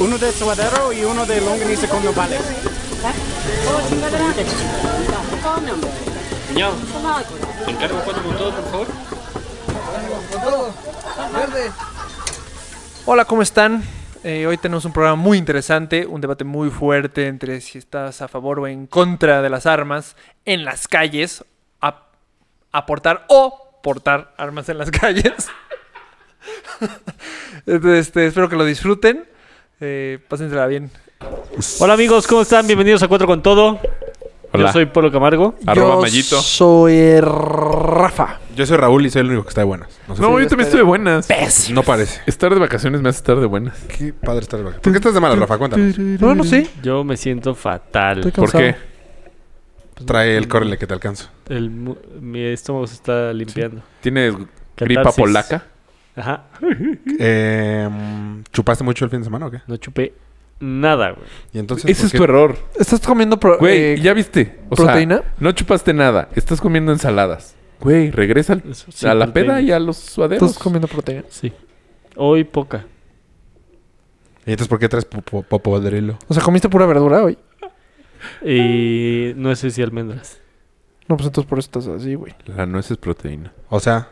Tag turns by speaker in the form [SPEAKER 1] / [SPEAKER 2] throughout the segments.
[SPEAKER 1] uno de suadero y uno de longaniza con nopales.
[SPEAKER 2] Cuñado, encargo cuatro con todo, por favor.
[SPEAKER 3] Hola, ¿cómo están? Eh, hoy tenemos un programa muy interesante, un debate muy fuerte entre si estás a favor o en contra de las armas en las calles, a- aportar o portar armas en las calles. Este, espero que lo disfruten. Eh, pásensela bien.
[SPEAKER 2] Hola amigos, ¿cómo están? Bienvenidos a Cuatro con Todo.
[SPEAKER 4] Hola.
[SPEAKER 2] Yo soy Polo Camargo.
[SPEAKER 4] Arroba
[SPEAKER 5] yo
[SPEAKER 4] Mallito.
[SPEAKER 5] soy Rafa.
[SPEAKER 6] Yo soy Raúl y soy el único que está de buenas. No, sé
[SPEAKER 5] Sí,
[SPEAKER 4] No, yo también
[SPEAKER 5] espera.
[SPEAKER 4] estoy de buenas.
[SPEAKER 6] si- no parece.
[SPEAKER 4] Estar de vacaciones me hace estar de buenas.
[SPEAKER 6] Qué padre estar de vacaciones. ¿Por qué estás de malas, Rafa? Cuéntanos.
[SPEAKER 5] No, no sé.
[SPEAKER 2] Yo me siento fatal.
[SPEAKER 5] Estoy
[SPEAKER 4] ¿Por
[SPEAKER 5] cansado.
[SPEAKER 4] qué?
[SPEAKER 6] Trae el córrele que te alcanzo.
[SPEAKER 2] El mu- mi estómago se está limpiando.
[SPEAKER 4] ¿Tienes gripa
[SPEAKER 2] Catarsis.
[SPEAKER 4] polaca?
[SPEAKER 2] Ajá.
[SPEAKER 6] Eh, ¿Chupaste mucho el fin de semana o qué?
[SPEAKER 2] No chupé nada, güey.
[SPEAKER 6] Y entonces,
[SPEAKER 4] Ese
[SPEAKER 6] ¿por
[SPEAKER 4] es
[SPEAKER 6] qué?
[SPEAKER 4] tu error.
[SPEAKER 5] ¿Estás comiendo pro-
[SPEAKER 4] Güey,
[SPEAKER 5] eh,
[SPEAKER 4] ya viste. O
[SPEAKER 5] ¿proteína?
[SPEAKER 4] sea, no chupaste nada. Estás comiendo ensaladas. Güey, regresa al-
[SPEAKER 2] Eso,
[SPEAKER 4] a la
[SPEAKER 2] proteína.
[SPEAKER 4] peda y a los suaderos.
[SPEAKER 5] ¿Estás comiendo proteína?
[SPEAKER 2] Sí. Hoy poca.
[SPEAKER 6] ¿Y entonces por qué traes po- po- popodrilo?
[SPEAKER 5] O sea, ¿comiste pura verdura hoy?
[SPEAKER 2] Y nueces y almendras.
[SPEAKER 5] No, pues entonces por eso estás así, güey.
[SPEAKER 4] La nuez es proteína.
[SPEAKER 6] O sea,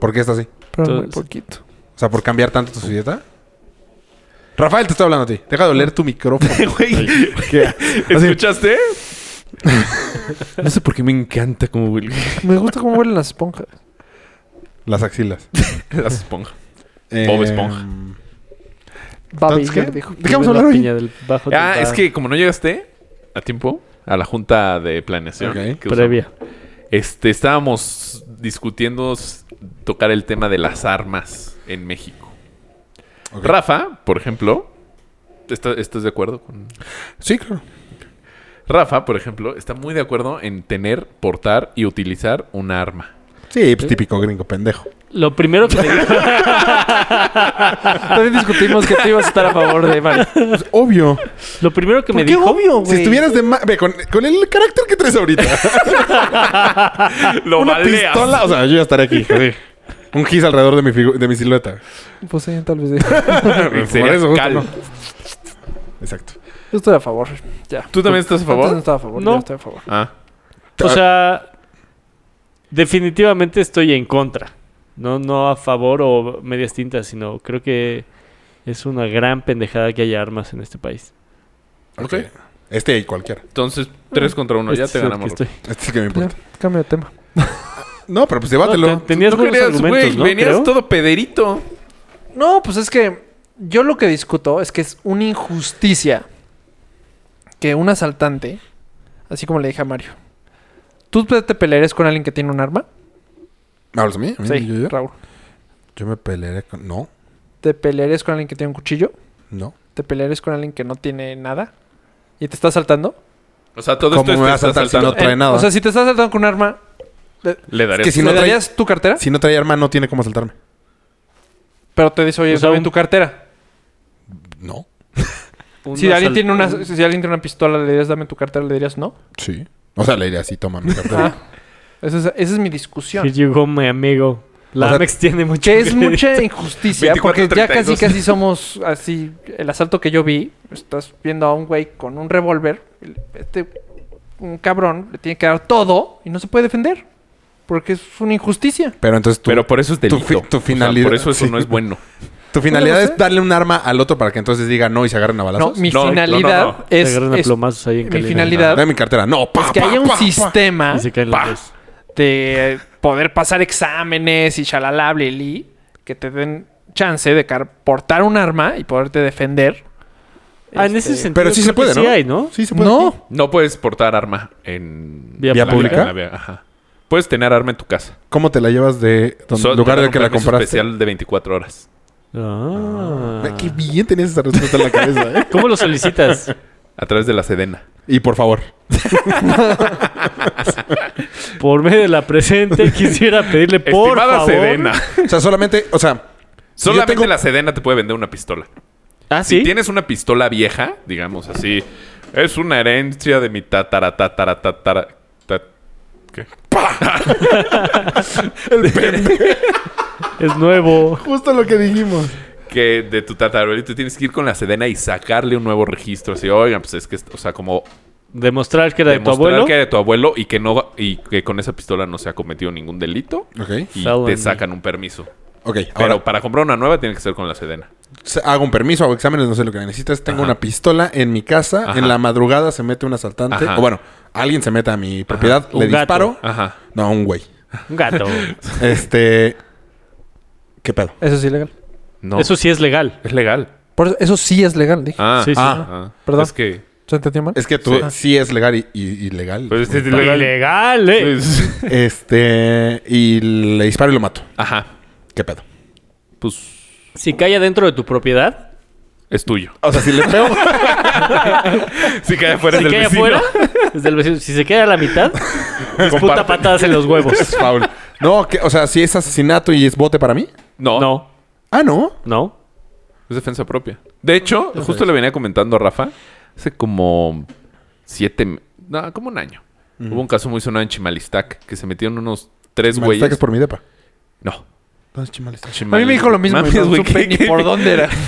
[SPEAKER 6] ¿por qué estás así?
[SPEAKER 5] Pero muy
[SPEAKER 2] Entonces-
[SPEAKER 5] poquito.
[SPEAKER 6] O sea, ¿por cambiar tanto tu dieta? Rafael, te estoy hablando a ti. Deja de oler tu micrófono.
[SPEAKER 4] ¿Escuchaste? no sé por qué me encanta cómo huele
[SPEAKER 5] Me gusta cómo huelen las esponjas.
[SPEAKER 6] Las axilas. Em,
[SPEAKER 4] la esponja. Bob Esponja.
[SPEAKER 5] Babi,
[SPEAKER 6] ¿qué?
[SPEAKER 5] ya dijo.
[SPEAKER 6] Dejamos
[SPEAKER 2] Vive la
[SPEAKER 6] hablar hoy.
[SPEAKER 2] piña del bajo
[SPEAKER 4] Ah,
[SPEAKER 2] Tecpan
[SPEAKER 4] es que como no llegaste a tiempo a la junta de planeación
[SPEAKER 6] Ok.
[SPEAKER 4] que usamos,
[SPEAKER 2] Previa.
[SPEAKER 4] Este, estábamos discutiendo s- tocar el tema de las armas en México.
[SPEAKER 6] Ok.
[SPEAKER 4] Rafa, por ejemplo, está- ¿estás de acuerdo con...?
[SPEAKER 6] Sí, claro.
[SPEAKER 4] Rafa, por ejemplo, está muy de acuerdo en tener, portar y utilizar un arma.
[SPEAKER 6] Sí, pues, típico gringo pendejo.
[SPEAKER 2] Lo primero que le digo-
[SPEAKER 5] También discutimos que tú ibas a estar a favor de Mari.
[SPEAKER 6] Pues, obvio.
[SPEAKER 2] lo primero que me
[SPEAKER 5] qué
[SPEAKER 2] dijo.
[SPEAKER 5] obvio, güey?
[SPEAKER 6] Si estuvieras de... ma- Ve, con, con el carácter que traes ahorita.
[SPEAKER 4] Lo
[SPEAKER 6] una
[SPEAKER 4] baleas.
[SPEAKER 6] pistola. O sea, yo ya estaré aquí. así. Un gis alrededor de mi, figu- de mi silueta.
[SPEAKER 5] Pues sí, tal vez sí.
[SPEAKER 4] Y serías
[SPEAKER 6] Por eso, justo,
[SPEAKER 4] ah, cal.
[SPEAKER 6] no. Exacto.
[SPEAKER 5] Yo estoy a favor. Ya.
[SPEAKER 4] ¿Tú también estás a
[SPEAKER 5] Antes no
[SPEAKER 4] favor?
[SPEAKER 5] estaba a favor.
[SPEAKER 2] No.
[SPEAKER 5] No. estoy a favor.
[SPEAKER 4] Ah,
[SPEAKER 2] O sea, definitivamente estoy en contra. No, no a favor o medias tintas, sino creo que es una gran pendejada que haya armas en este país.
[SPEAKER 4] ok.
[SPEAKER 6] Ok. Este y cualquiera.
[SPEAKER 4] Entonces, tres contra uno, ya
[SPEAKER 2] Este es
[SPEAKER 4] te
[SPEAKER 2] el que
[SPEAKER 4] ganamos.
[SPEAKER 2] estoy.
[SPEAKER 6] Este es que me
[SPEAKER 5] Ya,
[SPEAKER 6] importa.
[SPEAKER 5] cambio de tema.
[SPEAKER 6] No, pero pues
[SPEAKER 2] No,
[SPEAKER 6] debátelo.
[SPEAKER 2] te- tenías
[SPEAKER 4] Tú
[SPEAKER 2] buenos
[SPEAKER 4] querías,
[SPEAKER 2] argumentos,
[SPEAKER 4] güey,
[SPEAKER 2] ¿no?
[SPEAKER 4] venías
[SPEAKER 2] Creo.
[SPEAKER 4] todo pederito.
[SPEAKER 5] No, pues es que yo lo que discuto es que es una injusticia que un asaltante, así como le dije a Mario, ¿tú te te pelearías con alguien que tiene un arma?
[SPEAKER 6] ¿Me hablas a mí? ¿A mí?
[SPEAKER 5] Sí,
[SPEAKER 6] Mm, Yo, yo-
[SPEAKER 5] Raúl.
[SPEAKER 6] yo me pelearé con... No,
[SPEAKER 5] ¿Te pelearías con alguien que tiene un cuchillo?
[SPEAKER 6] no.
[SPEAKER 5] ¿Te pelearías con alguien que no tiene nada? ¿Y te está asaltando?
[SPEAKER 4] O sea, todo
[SPEAKER 6] ¿Cómo
[SPEAKER 4] esto
[SPEAKER 6] me
[SPEAKER 4] es
[SPEAKER 6] vas a saltar si no
[SPEAKER 4] asaltando.
[SPEAKER 6] trae
[SPEAKER 5] Eh,
[SPEAKER 6] nada?
[SPEAKER 5] O sea, si te está asaltando con un arma, eh,
[SPEAKER 4] Le daré.
[SPEAKER 6] Es que si
[SPEAKER 5] ¿le
[SPEAKER 6] no trae-
[SPEAKER 5] darías tu cartera?
[SPEAKER 6] Si no trae arma, no tiene cómo saltarme.
[SPEAKER 5] Pero te dice, oye,
[SPEAKER 2] O sea,
[SPEAKER 5] dame
[SPEAKER 2] un-
[SPEAKER 5] tu cartera.
[SPEAKER 6] No.
[SPEAKER 2] Un
[SPEAKER 5] Si alguien,
[SPEAKER 2] asal-
[SPEAKER 5] tiene una,
[SPEAKER 2] un-
[SPEAKER 5] si alguien tiene una pistola, le dirías, dame tu cartera, le dirías, no.
[SPEAKER 6] Sí. O sea, le diría así, toma mi
[SPEAKER 5] Ah,
[SPEAKER 6] cartera.
[SPEAKER 5] esa, es, esa es mi discusión.
[SPEAKER 2] Here you go, mi amigo. La
[SPEAKER 6] O sea,
[SPEAKER 2] Amex tiene mucho
[SPEAKER 5] Que es
[SPEAKER 2] crédito.
[SPEAKER 5] mucha injusticia,
[SPEAKER 4] 24,
[SPEAKER 5] porque ya casi
[SPEAKER 4] 32.
[SPEAKER 5] casi somos así. El asalto que yo vi, estás viendo a un güey con un revólver, el- este un cabrón le tiene que dar todo y no se puede defender, porque es una injusticia.
[SPEAKER 6] Pero entonces tu,
[SPEAKER 4] Pero por eso es delito.
[SPEAKER 6] tu fi- tu
[SPEAKER 4] O sea,
[SPEAKER 6] finalidad-
[SPEAKER 4] por eso eso
[SPEAKER 6] sí.
[SPEAKER 4] no es bueno.
[SPEAKER 6] tu
[SPEAKER 5] no
[SPEAKER 6] finalidad
[SPEAKER 5] lo
[SPEAKER 6] es
[SPEAKER 5] sé.
[SPEAKER 6] darle un arma al otro para que entonces diga no y se agarren a
[SPEAKER 5] No,
[SPEAKER 6] balazos.
[SPEAKER 5] mi
[SPEAKER 4] No, no, no,
[SPEAKER 5] finalidad
[SPEAKER 4] no.
[SPEAKER 2] Se
[SPEAKER 5] es,
[SPEAKER 2] agarran a
[SPEAKER 5] es-
[SPEAKER 2] plomazos ahí en
[SPEAKER 5] mi
[SPEAKER 2] Cali.
[SPEAKER 5] finalidad
[SPEAKER 6] Dame mi cartera. No, pa,
[SPEAKER 5] que
[SPEAKER 6] pa,
[SPEAKER 5] haya un
[SPEAKER 6] pa, pa.
[SPEAKER 5] sistema
[SPEAKER 2] Y se caen los
[SPEAKER 4] Pa.
[SPEAKER 2] dos.
[SPEAKER 5] de poder pasar exámenes y shalala, blili, que te den chance de car- portar un arma y poderte defender.
[SPEAKER 2] Ah, en ese
[SPEAKER 5] Este,
[SPEAKER 2] sentido.
[SPEAKER 6] Pero sí se
[SPEAKER 2] creo que
[SPEAKER 6] puede, ¿no?
[SPEAKER 2] Sí hay, ¿no?
[SPEAKER 6] Sí, se puede.
[SPEAKER 5] No,
[SPEAKER 4] No puedes portar arma en
[SPEAKER 2] Vía
[SPEAKER 4] en la-
[SPEAKER 6] pública.
[SPEAKER 4] en la vía- ajá. Puedes tener arma en tu casa.
[SPEAKER 6] ¿Cómo te la llevas de donde-
[SPEAKER 4] So-
[SPEAKER 6] lugar
[SPEAKER 4] te
[SPEAKER 6] del que
[SPEAKER 4] dan
[SPEAKER 6] la
[SPEAKER 4] un permiso
[SPEAKER 6] compraste?
[SPEAKER 4] especial de 24 horas.
[SPEAKER 2] Ah.
[SPEAKER 6] Ve, Qué bien tenías esa respuesta en la cabeza, ¿eh?
[SPEAKER 2] ¿Cómo lo solicitas?
[SPEAKER 4] A través de la Sedena.
[SPEAKER 6] Y por favor.
[SPEAKER 2] Por medio de la presente quisiera pedirle por
[SPEAKER 4] Estimada
[SPEAKER 2] favor.
[SPEAKER 4] Sedena.
[SPEAKER 6] O sea, solamente, o sea, Si yo
[SPEAKER 4] Solamente
[SPEAKER 6] tengo-
[SPEAKER 4] la Sedena te puede vender una pistola.
[SPEAKER 2] Ah,
[SPEAKER 4] Si
[SPEAKER 2] sí.
[SPEAKER 4] tienes una pistola vieja, digamos así, es una herencia de mi tatara tatara tatara. ta- ¿Qué?
[SPEAKER 2] Es nuevo.
[SPEAKER 6] justo lo que dijimos.
[SPEAKER 4] que de tu tatarabuelito tienes que ir con la sedena y sacarle un nuevo registro. Así, oigan, pues es que, o sea, como
[SPEAKER 2] Demostrar que era de tu
[SPEAKER 4] demostrar
[SPEAKER 2] abuelo.
[SPEAKER 4] que era de tu abuelo y que no y que con esa pistola no se ha cometido ningún delito
[SPEAKER 6] Ok.
[SPEAKER 4] y
[SPEAKER 2] Felony.
[SPEAKER 4] te sacan un permiso.
[SPEAKER 6] Ok,
[SPEAKER 4] Pero
[SPEAKER 6] ahora
[SPEAKER 4] para comprar una nueva tiene que ser con la sedena.
[SPEAKER 6] se- hago un permiso, hago exámenes, no sé lo que necesitas. Tengo
[SPEAKER 4] Ajá.
[SPEAKER 6] una pistola en mi casa.
[SPEAKER 4] Ajá.
[SPEAKER 6] En la madrugada se mete un asaltante.
[SPEAKER 4] Ajá.
[SPEAKER 6] O bueno, alguien se mete a mi propiedad,
[SPEAKER 2] Un
[SPEAKER 6] le
[SPEAKER 2] gato.
[SPEAKER 6] disparo.
[SPEAKER 4] Ajá.
[SPEAKER 6] No, un güey.
[SPEAKER 2] Un gato.
[SPEAKER 6] Este. ¿Qué pedo?
[SPEAKER 5] Eso sí es legal.
[SPEAKER 4] No.
[SPEAKER 2] Eso sí es legal.
[SPEAKER 4] es legal.
[SPEAKER 5] Por eso, eso sí es legal, dije.
[SPEAKER 4] Ah,
[SPEAKER 2] Sí, sí.
[SPEAKER 4] ah, ah.
[SPEAKER 5] Perdón.
[SPEAKER 4] Es que
[SPEAKER 5] ¿Se entendió mal?
[SPEAKER 6] Es que tú sí,
[SPEAKER 4] Sí.
[SPEAKER 6] es legal y, y- ilegal.
[SPEAKER 4] Pues es
[SPEAKER 6] Este,
[SPEAKER 4] ilegal.
[SPEAKER 2] Ilegal, eh.
[SPEAKER 4] pues,
[SPEAKER 6] y le disparo y lo mato.
[SPEAKER 4] ajá.
[SPEAKER 6] ¿Qué pedo?
[SPEAKER 4] Pues
[SPEAKER 2] Si cae adentro de tu propiedad,
[SPEAKER 4] es tuyo.
[SPEAKER 6] O sea, si le pego.
[SPEAKER 4] Si cae afuera
[SPEAKER 2] si
[SPEAKER 4] del
[SPEAKER 2] cae
[SPEAKER 4] vecino.
[SPEAKER 2] afuera, es del vecino. Si se queda a la mitad, disputa
[SPEAKER 4] Comparte.
[SPEAKER 2] patadas en los huevos.
[SPEAKER 6] es foul. No, que, o sea, si es asesinato y es bote para mí.
[SPEAKER 4] No,
[SPEAKER 2] No,
[SPEAKER 6] Ah, no.
[SPEAKER 2] no.
[SPEAKER 4] Es defensa propia. De hecho, justo le venía comentando a Rafa hace como siete, m- no, como un año. Hubo un caso muy sonado en Chimalistac que se metieron unos tres
[SPEAKER 6] Malestac
[SPEAKER 4] güeyes.
[SPEAKER 6] es por mi depa.
[SPEAKER 4] No.
[SPEAKER 6] No, es chimalistac.
[SPEAKER 5] A mí me dijo lo mismo. y
[SPEAKER 4] Mames,
[SPEAKER 5] no
[SPEAKER 4] güey,
[SPEAKER 5] supe
[SPEAKER 4] ¿qué-
[SPEAKER 5] ni
[SPEAKER 4] qué-
[SPEAKER 5] por dónde era.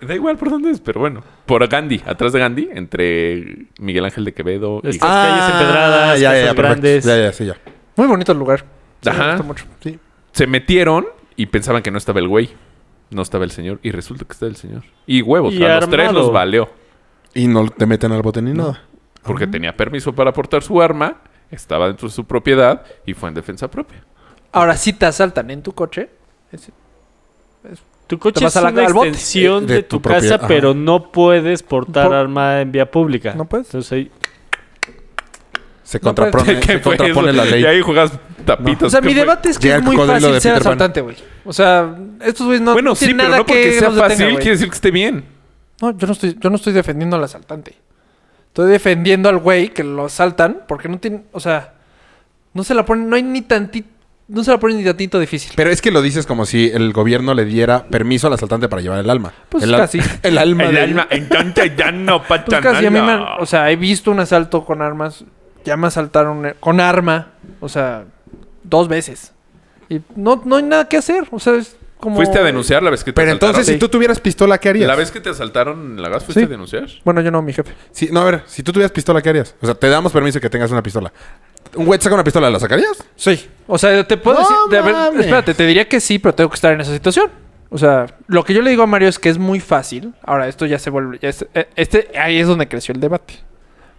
[SPEAKER 4] Da igual por dónde es, pero bueno. Por Gandhi, atrás de Gandhi, entre Miguel Ángel de Quevedo y...
[SPEAKER 2] Está- calles empedradas,
[SPEAKER 6] Ah, ya, ya,
[SPEAKER 2] casas
[SPEAKER 6] ya, perfecto.
[SPEAKER 2] grandes.
[SPEAKER 6] Ya, ya, sí, ya.
[SPEAKER 5] Muy bonito el lugar. Sí,
[SPEAKER 4] Ajá.
[SPEAKER 5] me gusta mucho.
[SPEAKER 6] Sí.
[SPEAKER 4] Se metieron y pensaban que no estaba el güey. No estaba el señor. Y resulta que estaba el señor. Y huevos,
[SPEAKER 2] Y
[SPEAKER 4] a los tres
[SPEAKER 2] armado.
[SPEAKER 4] los valeó.
[SPEAKER 6] Y no te meten al bote ni nada.
[SPEAKER 4] Porque tenía permiso para portar su arma, estaba dentro de su propiedad y fue en defensa propia.
[SPEAKER 5] Ahora, si te asaltan en tu coche,
[SPEAKER 2] Tu coche
[SPEAKER 5] Te vas
[SPEAKER 2] es
[SPEAKER 5] a la-
[SPEAKER 2] una
[SPEAKER 4] Eh,
[SPEAKER 5] al bote.
[SPEAKER 2] extensión
[SPEAKER 6] De
[SPEAKER 2] de,
[SPEAKER 6] tu
[SPEAKER 2] tu,
[SPEAKER 6] propia-
[SPEAKER 2] casa,
[SPEAKER 6] ajá.
[SPEAKER 2] pero no puedes portar
[SPEAKER 5] Por-
[SPEAKER 2] arma en vía pública.
[SPEAKER 5] No puedes.
[SPEAKER 2] Entonces ahí-
[SPEAKER 6] Se
[SPEAKER 5] No, pero-
[SPEAKER 6] contrapone,
[SPEAKER 4] ¿Qué
[SPEAKER 6] se
[SPEAKER 4] fue
[SPEAKER 6] contrapone
[SPEAKER 4] eso?
[SPEAKER 6] la ley.
[SPEAKER 4] Y ahí jugas tapitas.
[SPEAKER 6] Pues
[SPEAKER 5] O sea,
[SPEAKER 4] ¿qué
[SPEAKER 5] mi
[SPEAKER 4] fue?
[SPEAKER 5] debate es que
[SPEAKER 6] Llega
[SPEAKER 5] es
[SPEAKER 6] el
[SPEAKER 5] muy
[SPEAKER 6] cocodrilo
[SPEAKER 5] fácil
[SPEAKER 6] de
[SPEAKER 5] ser
[SPEAKER 6] Peter Pan.
[SPEAKER 5] asaltante, güey. O sea, estos güeyes no
[SPEAKER 4] Bueno, sí,
[SPEAKER 5] tienen
[SPEAKER 4] pero
[SPEAKER 5] nada
[SPEAKER 4] no porque
[SPEAKER 5] que
[SPEAKER 4] sea
[SPEAKER 5] los detenga,
[SPEAKER 4] fácil
[SPEAKER 5] güey.
[SPEAKER 4] quiere decir que esté bien.
[SPEAKER 5] No, yo no estoy, yo no estoy defendiendo al asaltante. Estoy defendiendo al güey que lo asaltan porque no tiene, o sea, no se la ponen, no hay ni tantito, no se la ponen ni tantito difícil.
[SPEAKER 6] Pero es que lo dices como si el gobierno le diera permiso al asaltante para llevar el alma.
[SPEAKER 5] Pues
[SPEAKER 6] el al-
[SPEAKER 5] casi.
[SPEAKER 6] El alma.
[SPEAKER 4] El
[SPEAKER 6] del-
[SPEAKER 4] alma, entonces ya no pasa
[SPEAKER 5] Pues casi a mí me,
[SPEAKER 4] nada.
[SPEAKER 5] o sea, he visto un asalto con armas, ya me asaltaron eh, con arma, o sea, dos veces. Y no, no hay nada que hacer, o sea, es como
[SPEAKER 4] Fuiste a denunciar la vez que te
[SPEAKER 6] Pero
[SPEAKER 4] asaltaron.
[SPEAKER 6] entonces, si
[SPEAKER 5] Sí.
[SPEAKER 6] tú tuvieras pistola, ¿qué harías?
[SPEAKER 4] La vez que te asaltaron en la gas, ¿fuiste
[SPEAKER 5] Sí.
[SPEAKER 4] a denunciar?
[SPEAKER 5] Bueno, yo no, mi jefe.
[SPEAKER 6] Sí, no, a ver, si tú tuvieras pistola, ¿qué harías? O sea, te damos permiso que tengas una pistola. Un güey te saca una pistola, ¿la sacarías?
[SPEAKER 5] Sí. O sea, te puedo
[SPEAKER 6] ¡No
[SPEAKER 5] decir. de- a ver,
[SPEAKER 6] mames!
[SPEAKER 5] espérate, te diría que sí, pero tengo que estar en esa situación. O sea, lo que yo le digo a Mario es que es muy fácil. Ahora, esto ya se vuelve. ya es- eh, este, ahí es donde creció el debate.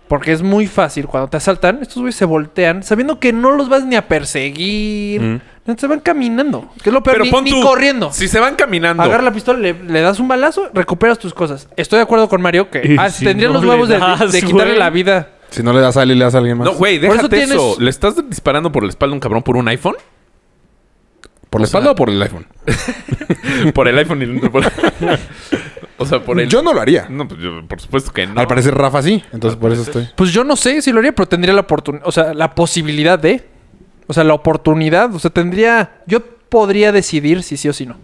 [SPEAKER 5] Porque es muy fácil cuando te asaltan, estos güeyes se voltean, sabiendo que no los vas ni a perseguir. Se van caminando. Que es lo peor,
[SPEAKER 4] Mm. Pero
[SPEAKER 5] ni,
[SPEAKER 4] pon
[SPEAKER 5] ni
[SPEAKER 4] tú,
[SPEAKER 5] corriendo.
[SPEAKER 4] Si se van caminando.
[SPEAKER 5] Agarra la pistola, le, le das un balazo, recuperas tus cosas. Estoy de acuerdo con Mario que
[SPEAKER 2] Y
[SPEAKER 5] ah,
[SPEAKER 2] si
[SPEAKER 5] tendrían
[SPEAKER 2] no
[SPEAKER 5] los huevos
[SPEAKER 2] le
[SPEAKER 5] de,
[SPEAKER 2] das,
[SPEAKER 5] de quitarle
[SPEAKER 2] güey.
[SPEAKER 5] la vida.
[SPEAKER 6] Si no le das a él y le das a alguien más.
[SPEAKER 4] No, güey,
[SPEAKER 5] Por eso
[SPEAKER 4] déjate eso,
[SPEAKER 5] tienes-
[SPEAKER 4] ¿Le estás disparando por la espalda a un cabrón por un iPhone?
[SPEAKER 6] ¿Por la
[SPEAKER 4] o sea-
[SPEAKER 6] espalda o por el iPhone?
[SPEAKER 4] por el iPhone y el por- O sea, por el...
[SPEAKER 6] Yo no lo haría.
[SPEAKER 4] No, pues yo, por supuesto que no.
[SPEAKER 6] Al parecer Rafa sí, entonces por eso estoy.
[SPEAKER 5] Pues yo no sé si lo haría, pero tendría la oportunidad, o sea, la posibilidad de, o sea, la oportunidad, o sea, tendría, yo podría decidir si sí o si no.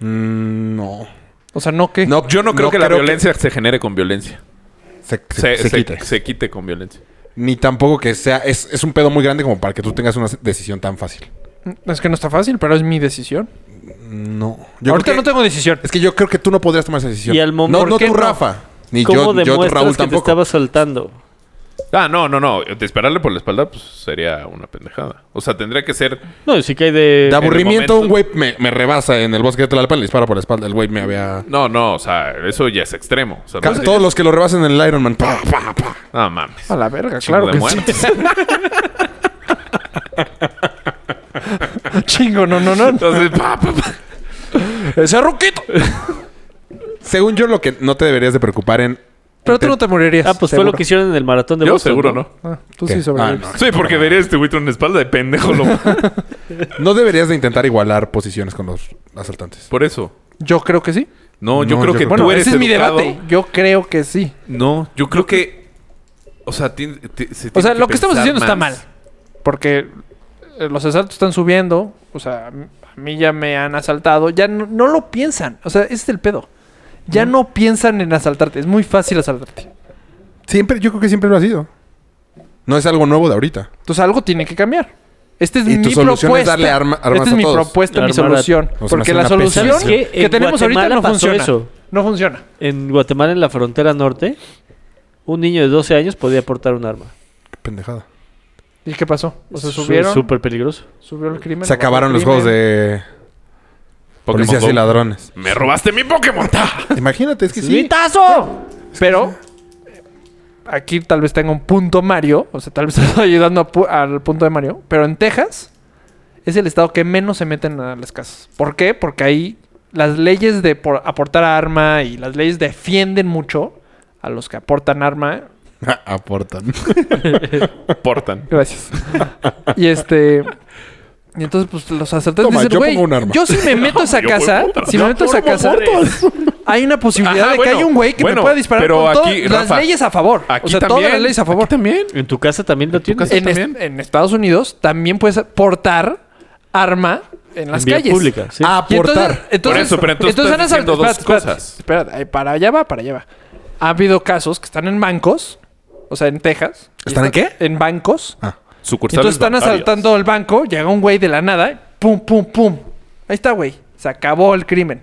[SPEAKER 6] Mm, no.
[SPEAKER 5] O sea, no que
[SPEAKER 6] No,
[SPEAKER 4] Yo no creo que la
[SPEAKER 6] que
[SPEAKER 4] violencia se genere con violencia.
[SPEAKER 6] se,
[SPEAKER 4] Se,
[SPEAKER 6] se- se
[SPEAKER 4] se-
[SPEAKER 6] quite.
[SPEAKER 4] se quite con violencia.
[SPEAKER 6] Ni tampoco que sea. Es, es un pedo muy grande como para que tú tengas una decisión tan fácil.
[SPEAKER 5] es que no está fácil, pero es mi decisión.
[SPEAKER 6] No. Yo
[SPEAKER 5] Ahorita
[SPEAKER 6] creo que-
[SPEAKER 5] no tengo decisión.
[SPEAKER 6] Es que yo creo que tú no podrías tomar esa decisión.
[SPEAKER 2] Y al mom-
[SPEAKER 6] No,
[SPEAKER 2] ¿por
[SPEAKER 6] no
[SPEAKER 2] qué
[SPEAKER 6] tú,
[SPEAKER 2] no?
[SPEAKER 6] Rafa. Ni
[SPEAKER 2] ¿Cómo
[SPEAKER 6] yo, yo,
[SPEAKER 2] demuestras
[SPEAKER 6] Raúl,
[SPEAKER 2] que te
[SPEAKER 6] tampoco.
[SPEAKER 2] estaba saltando?
[SPEAKER 4] Ah, no, no, no. Dispararle por la espalda pues, sería una pendejada. O sea, tendría que ser...
[SPEAKER 2] No, si cae de...
[SPEAKER 6] De aburrimiento,
[SPEAKER 4] en el
[SPEAKER 6] un güey me, me rebasa en el bosque de Tlalpan, le dispara por la espalda. El güey me había.
[SPEAKER 4] No, no. O sea, eso ya es extremo. O sea,
[SPEAKER 6] Ca-
[SPEAKER 4] no-
[SPEAKER 6] Todos los que lo rebasan en el Iron Man. pa, pa, pa.
[SPEAKER 4] No mames.
[SPEAKER 5] A la verga,
[SPEAKER 4] Chingo
[SPEAKER 5] Ah, claro
[SPEAKER 4] de
[SPEAKER 5] que
[SPEAKER 4] muertes.
[SPEAKER 5] sí. Chingo, no, no, no.
[SPEAKER 4] Entonces, pa, pa, pa.
[SPEAKER 5] Ese ruquito.
[SPEAKER 6] Según yo, lo que no te deberías de preocupar en.
[SPEAKER 5] Pero tú no te morirías.
[SPEAKER 2] Ah, pues fue lo que hicieron en el maratón de
[SPEAKER 4] Yo
[SPEAKER 2] Boston,
[SPEAKER 4] seguro no.
[SPEAKER 5] Ah, tú
[SPEAKER 2] Pues
[SPEAKER 6] ¿Qué?
[SPEAKER 5] sí sobrevives.
[SPEAKER 6] Ah,
[SPEAKER 4] Sí, porque verías este güey en la espalda de pendejo. lo-
[SPEAKER 6] No deberías de intentar igualar posiciones con los asaltantes.
[SPEAKER 4] Por eso.
[SPEAKER 5] Yo creo que sí.
[SPEAKER 4] No, yo
[SPEAKER 6] No,
[SPEAKER 4] creo
[SPEAKER 6] yo
[SPEAKER 4] que
[SPEAKER 6] creo-
[SPEAKER 4] tú
[SPEAKER 5] Bueno,
[SPEAKER 4] eres
[SPEAKER 5] ese es mi
[SPEAKER 4] educado.
[SPEAKER 5] debate. Yo creo que sí.
[SPEAKER 4] No, yo creo que... O sea, tien- te- se
[SPEAKER 5] O sea,
[SPEAKER 4] tiene
[SPEAKER 5] lo que estamos
[SPEAKER 4] pensar
[SPEAKER 5] diciendo está mal.
[SPEAKER 4] más.
[SPEAKER 5] Porque eh, los asaltos están subiendo. O sea, a mí- a mí ya me han asaltado. Ya no, no lo piensan. O sea, ese es el pedo. Ya no. piensan en asaltarte. Es muy fácil asaltarte.
[SPEAKER 6] Siempre, yo creo que siempre lo ha sido. No es algo nuevo de ahorita.
[SPEAKER 5] Entonces algo tiene que cambiar. Este es
[SPEAKER 6] Y
[SPEAKER 5] mi
[SPEAKER 6] tu solución
[SPEAKER 5] propuesta.
[SPEAKER 6] es darle arma- armas
[SPEAKER 5] Esta
[SPEAKER 6] a
[SPEAKER 5] es mi
[SPEAKER 6] todos.
[SPEAKER 5] propuesta, mi
[SPEAKER 2] Armar a-
[SPEAKER 5] solución.
[SPEAKER 6] O sea,
[SPEAKER 5] porque
[SPEAKER 6] me
[SPEAKER 5] la
[SPEAKER 6] hace una
[SPEAKER 5] solución
[SPEAKER 6] pésima
[SPEAKER 2] ¿Sabes qué?
[SPEAKER 5] que
[SPEAKER 2] En
[SPEAKER 5] tenemos ahorita
[SPEAKER 2] Guatemala
[SPEAKER 5] no
[SPEAKER 2] pasó
[SPEAKER 5] funciona.
[SPEAKER 2] eso.
[SPEAKER 5] No funciona.
[SPEAKER 2] En Guatemala, en la frontera norte, un niño de 12 años podía portar un arma.
[SPEAKER 6] Qué pendejada.
[SPEAKER 5] ¿Y qué pasó? O sea,
[SPEAKER 2] Su-
[SPEAKER 5] subieron,
[SPEAKER 2] Súper peligroso.
[SPEAKER 5] subió el crimen.
[SPEAKER 6] Se acabaron los juegos de
[SPEAKER 4] Pokémon
[SPEAKER 6] policías
[SPEAKER 4] Go.
[SPEAKER 6] y ladrones.
[SPEAKER 4] ¡Me robaste mi Pokémon! ¡Ah!
[SPEAKER 6] Imagínate, es que sí.
[SPEAKER 5] ¡Mitazo! Pero aquí tal vez tenga un punto Mario, o sea, tal vez estoy ayudando a pu- al punto de Mario, pero en Texas es el estado que menos se meten a las casas. ¿Por qué? Porque ahí las leyes de por- aportar arma y las leyes defienden mucho a los que aportan arma.
[SPEAKER 6] Ah, Aportan.
[SPEAKER 4] Portan.
[SPEAKER 5] Gracias. y este y entonces pues los asaltantes
[SPEAKER 6] Toma,
[SPEAKER 5] dicen,
[SPEAKER 6] yo
[SPEAKER 5] "Güey,
[SPEAKER 6] pongo un arma".
[SPEAKER 5] yo si me meto a esa
[SPEAKER 4] Yo
[SPEAKER 5] casa,
[SPEAKER 4] pongo un arma.
[SPEAKER 5] si me meto a esa casa, hay una posibilidad de
[SPEAKER 4] Ajá,
[SPEAKER 5] que
[SPEAKER 4] bueno,
[SPEAKER 5] haya un güey que me
[SPEAKER 4] bueno,
[SPEAKER 5] pueda disparar
[SPEAKER 4] pero
[SPEAKER 5] con
[SPEAKER 4] aquí,
[SPEAKER 5] todas las
[SPEAKER 4] Rafa,
[SPEAKER 5] leyes a favor.
[SPEAKER 4] Aquí
[SPEAKER 5] o sea,
[SPEAKER 4] también.
[SPEAKER 5] todas las leyes a favor.
[SPEAKER 4] Aquí también.
[SPEAKER 2] ¿En tu casa también lo tienes?
[SPEAKER 5] en, est- en Estados Unidos también puedes portar arma en las
[SPEAKER 2] vía
[SPEAKER 5] calles. Ah,
[SPEAKER 2] pública, sí.
[SPEAKER 5] Y
[SPEAKER 6] Aportar.
[SPEAKER 5] Entonces, entonces,
[SPEAKER 4] eso, pero entonces
[SPEAKER 5] entonces
[SPEAKER 4] estás
[SPEAKER 5] han asaltado-
[SPEAKER 4] diciendo dos
[SPEAKER 5] espérate, espérate,
[SPEAKER 4] cosas.
[SPEAKER 5] espérate, eh, para allá va, para allá va. Ha habido casos que están en bancos, o sea, en Texas. y
[SPEAKER 6] ¿Están en qué?
[SPEAKER 5] En bancos.
[SPEAKER 6] Ah.
[SPEAKER 4] Sucursales
[SPEAKER 5] Entonces están
[SPEAKER 4] bancarias.
[SPEAKER 5] asaltando el banco, llega un güey de la nada, pum, pum, pum. Ahí está, güey. Se acabó el crimen.